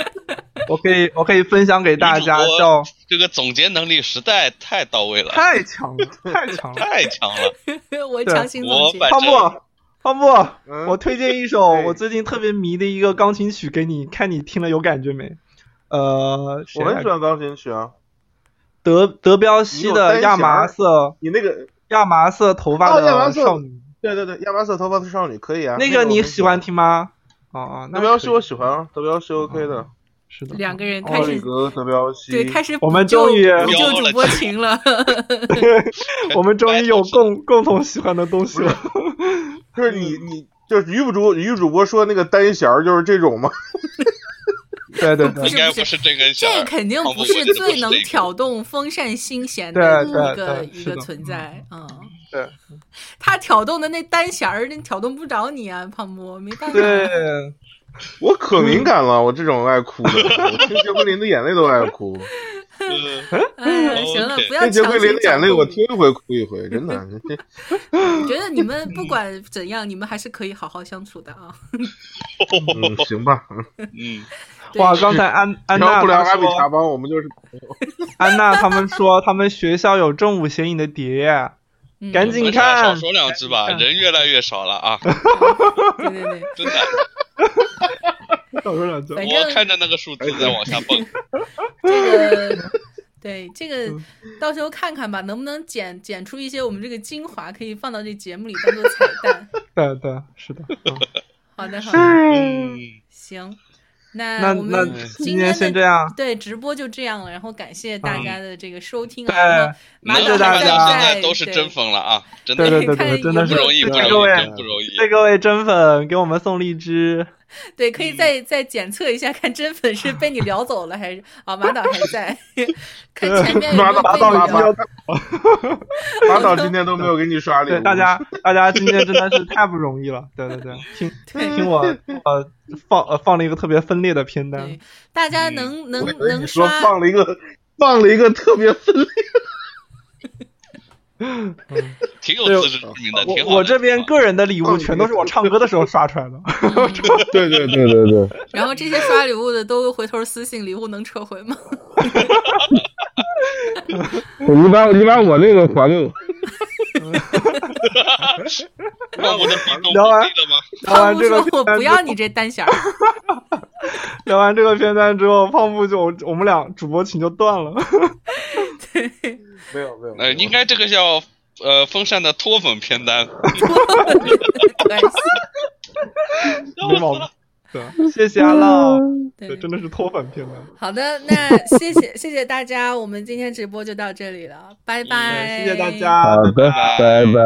[SPEAKER 3] 我可以我可以分享给大家
[SPEAKER 2] 女主播，
[SPEAKER 3] 叫
[SPEAKER 2] 这个总结能力实在太到位了，
[SPEAKER 3] 太强了，太强 了。
[SPEAKER 2] 太强了。
[SPEAKER 1] 我
[SPEAKER 3] 对
[SPEAKER 1] 强行
[SPEAKER 2] 我
[SPEAKER 1] 总结，
[SPEAKER 2] 反
[SPEAKER 3] 泡
[SPEAKER 2] 正
[SPEAKER 3] 沫，泡沫，
[SPEAKER 5] 嗯
[SPEAKER 3] 我推荐一首
[SPEAKER 5] 对
[SPEAKER 3] 我最近特别迷的一个钢琴曲给你，看你听了有感觉没？呃，谁
[SPEAKER 5] 我
[SPEAKER 3] 来
[SPEAKER 5] 很喜欢钢琴曲啊。
[SPEAKER 3] 德德彪西的亚麻色
[SPEAKER 5] 你那个，
[SPEAKER 3] 亚麻色头发
[SPEAKER 5] 哦亚麻
[SPEAKER 3] 的
[SPEAKER 5] 色
[SPEAKER 3] 少女，
[SPEAKER 5] 对对对，亚麻色头发的少女可以啊。
[SPEAKER 3] 那
[SPEAKER 5] 个
[SPEAKER 3] 个
[SPEAKER 5] 我
[SPEAKER 3] 你
[SPEAKER 5] 很
[SPEAKER 3] 喜欢？听吗？哦哦，那
[SPEAKER 5] 德彪
[SPEAKER 3] 可
[SPEAKER 5] 西
[SPEAKER 3] 以
[SPEAKER 5] 我喜欢啊，德彪西 OK 的。
[SPEAKER 3] 是的，
[SPEAKER 1] 两个人开
[SPEAKER 5] 奥里
[SPEAKER 1] 始
[SPEAKER 5] 格、德彪西，
[SPEAKER 1] 对开始
[SPEAKER 3] 我们
[SPEAKER 1] 补救
[SPEAKER 3] 终于
[SPEAKER 1] 补救主播情 了。
[SPEAKER 3] 我们终于有共共同喜欢的东西了。
[SPEAKER 5] 就是你你就是女主女主播说那个单弦儿就是这种吗？
[SPEAKER 3] 对对
[SPEAKER 1] 不
[SPEAKER 3] 对
[SPEAKER 1] 是
[SPEAKER 2] 应该不是这个小孩
[SPEAKER 1] 这
[SPEAKER 2] 儿。
[SPEAKER 1] 肯定
[SPEAKER 2] 黄
[SPEAKER 1] 不
[SPEAKER 2] 渤
[SPEAKER 1] 是
[SPEAKER 2] 这个不
[SPEAKER 1] 最
[SPEAKER 2] 是
[SPEAKER 1] 能
[SPEAKER 2] 这个
[SPEAKER 1] 挑动丰善心弦的
[SPEAKER 3] 对
[SPEAKER 1] 一
[SPEAKER 3] 对
[SPEAKER 1] 个
[SPEAKER 3] 对
[SPEAKER 1] 一
[SPEAKER 3] 是
[SPEAKER 1] 个
[SPEAKER 3] 的
[SPEAKER 1] 存在，嗯，
[SPEAKER 3] 对
[SPEAKER 1] 他挑动的那单弦儿，那挑动不着你啊，胖波，没办法。
[SPEAKER 3] 对，
[SPEAKER 5] 我可敏感了，我这种爱哭的，我听杰奎琳的眼泪都爱哭。
[SPEAKER 2] 嗯
[SPEAKER 1] 哎呀，行了，
[SPEAKER 2] OK
[SPEAKER 1] 不要强
[SPEAKER 5] 听杰奎琳
[SPEAKER 1] 行
[SPEAKER 5] 的眼泪，
[SPEAKER 1] 找
[SPEAKER 5] 我
[SPEAKER 1] 动
[SPEAKER 5] 听一回哭一回，真的。这
[SPEAKER 1] 我觉得你 们不管怎样，你们还是可以好好相处的啊。
[SPEAKER 5] 嗯，行吧。
[SPEAKER 2] 嗯，
[SPEAKER 1] 对
[SPEAKER 3] 哇，刚才安安
[SPEAKER 5] 然后
[SPEAKER 3] 娜
[SPEAKER 5] 不聊
[SPEAKER 3] 她
[SPEAKER 5] 阿比 查
[SPEAKER 3] 说，
[SPEAKER 5] 邦，我们就是
[SPEAKER 3] 安娜他们说他们学校有正午显影的碟，
[SPEAKER 1] 嗯
[SPEAKER 3] 赶紧
[SPEAKER 2] 我们
[SPEAKER 3] 看
[SPEAKER 2] 少说两句吧，人越来越少了啊，
[SPEAKER 1] 对对对，
[SPEAKER 2] 真的，
[SPEAKER 3] 少说两句
[SPEAKER 1] 反
[SPEAKER 2] 我
[SPEAKER 1] 正
[SPEAKER 2] 看着那个数字在往下蹦。
[SPEAKER 1] 这 个。对这
[SPEAKER 3] 嗯
[SPEAKER 1] 个，到时候看看吧，能不能剪剪出一些我们这个精华，可以放到这节目里当做彩蛋。
[SPEAKER 3] 对对，是的。嗯
[SPEAKER 1] 好 的，好的。
[SPEAKER 2] 嗯，
[SPEAKER 1] 行，那
[SPEAKER 3] 那
[SPEAKER 1] 我
[SPEAKER 3] 那
[SPEAKER 1] 们
[SPEAKER 3] 今
[SPEAKER 1] 天
[SPEAKER 3] 天
[SPEAKER 1] 的
[SPEAKER 3] 先这样，嗯
[SPEAKER 1] 对直播就这样了，然后感谢大家的这个收听
[SPEAKER 3] 对
[SPEAKER 1] 啊，然后 马
[SPEAKER 2] 能
[SPEAKER 1] 导
[SPEAKER 3] 谢大
[SPEAKER 2] 看
[SPEAKER 1] 还
[SPEAKER 3] 家
[SPEAKER 2] 到现
[SPEAKER 1] 在
[SPEAKER 2] 在都是真，粉了啊，真
[SPEAKER 3] 对
[SPEAKER 2] 的
[SPEAKER 3] 对对
[SPEAKER 1] 看有
[SPEAKER 3] 对，真的
[SPEAKER 1] 没
[SPEAKER 2] 不
[SPEAKER 3] 是
[SPEAKER 1] 有
[SPEAKER 2] 容易，不
[SPEAKER 3] 对
[SPEAKER 2] 容
[SPEAKER 3] 各
[SPEAKER 2] 易，
[SPEAKER 3] 位
[SPEAKER 2] 真不容易。
[SPEAKER 3] 对各位真粉给我们送荔枝，
[SPEAKER 1] 对对，可以
[SPEAKER 2] 嗯
[SPEAKER 1] 再再检测一下，看真粉是被你聊走了还是啊马导还在， 看前面有没
[SPEAKER 5] 马
[SPEAKER 1] 有
[SPEAKER 5] 导
[SPEAKER 1] 被
[SPEAKER 5] 马
[SPEAKER 1] 你
[SPEAKER 5] 导已
[SPEAKER 1] 聊
[SPEAKER 5] 经要，马导今天都没有给你刷礼
[SPEAKER 3] 对
[SPEAKER 5] 物，
[SPEAKER 3] 大家大家今天真的是太不容易了，对对对， 听听我呃放呃放了一个特别分裂的片单
[SPEAKER 1] 对，大家
[SPEAKER 2] 嗯
[SPEAKER 1] 能
[SPEAKER 5] 我
[SPEAKER 1] 能
[SPEAKER 5] 以为你
[SPEAKER 1] 能
[SPEAKER 5] 说
[SPEAKER 1] 刷
[SPEAKER 5] 放了一个放了一个特别分裂，
[SPEAKER 2] 挺有自知之明的，挺好的。啊
[SPEAKER 3] 我我这边个人的礼物
[SPEAKER 5] 嗯
[SPEAKER 3] 全都是我唱歌的时候刷出来的，
[SPEAKER 5] 对对对对对，
[SPEAKER 1] 然后这些刷礼物的都回头私信礼物能撤回 吗？
[SPEAKER 5] 你把你把我那个还给我，
[SPEAKER 2] 那我的比重不低
[SPEAKER 3] 聊完
[SPEAKER 2] 了吗？
[SPEAKER 3] 聊
[SPEAKER 1] 他
[SPEAKER 3] 完
[SPEAKER 1] 不
[SPEAKER 3] 啊这个
[SPEAKER 1] 说我
[SPEAKER 3] 片单
[SPEAKER 1] 不
[SPEAKER 3] 之
[SPEAKER 1] 要
[SPEAKER 3] 后
[SPEAKER 1] 你这单弦 儿，
[SPEAKER 3] 聊完这个片单之后，胖布就我们俩主播群就断了。
[SPEAKER 5] 没有没有，
[SPEAKER 2] 呃，应该这个叫呃风扇的脱粉片单。
[SPEAKER 1] 对
[SPEAKER 3] 没毛病。 对，谢谢阿浪，对，
[SPEAKER 1] 对。
[SPEAKER 3] 真的是脱粉片段。
[SPEAKER 1] 好的，那谢谢谢谢大家，我们今
[SPEAKER 3] 嗯
[SPEAKER 1] 天直播就到这里了，拜拜，
[SPEAKER 3] 对，谢谢大。家，
[SPEAKER 5] 的
[SPEAKER 2] 拜拜
[SPEAKER 5] 拜。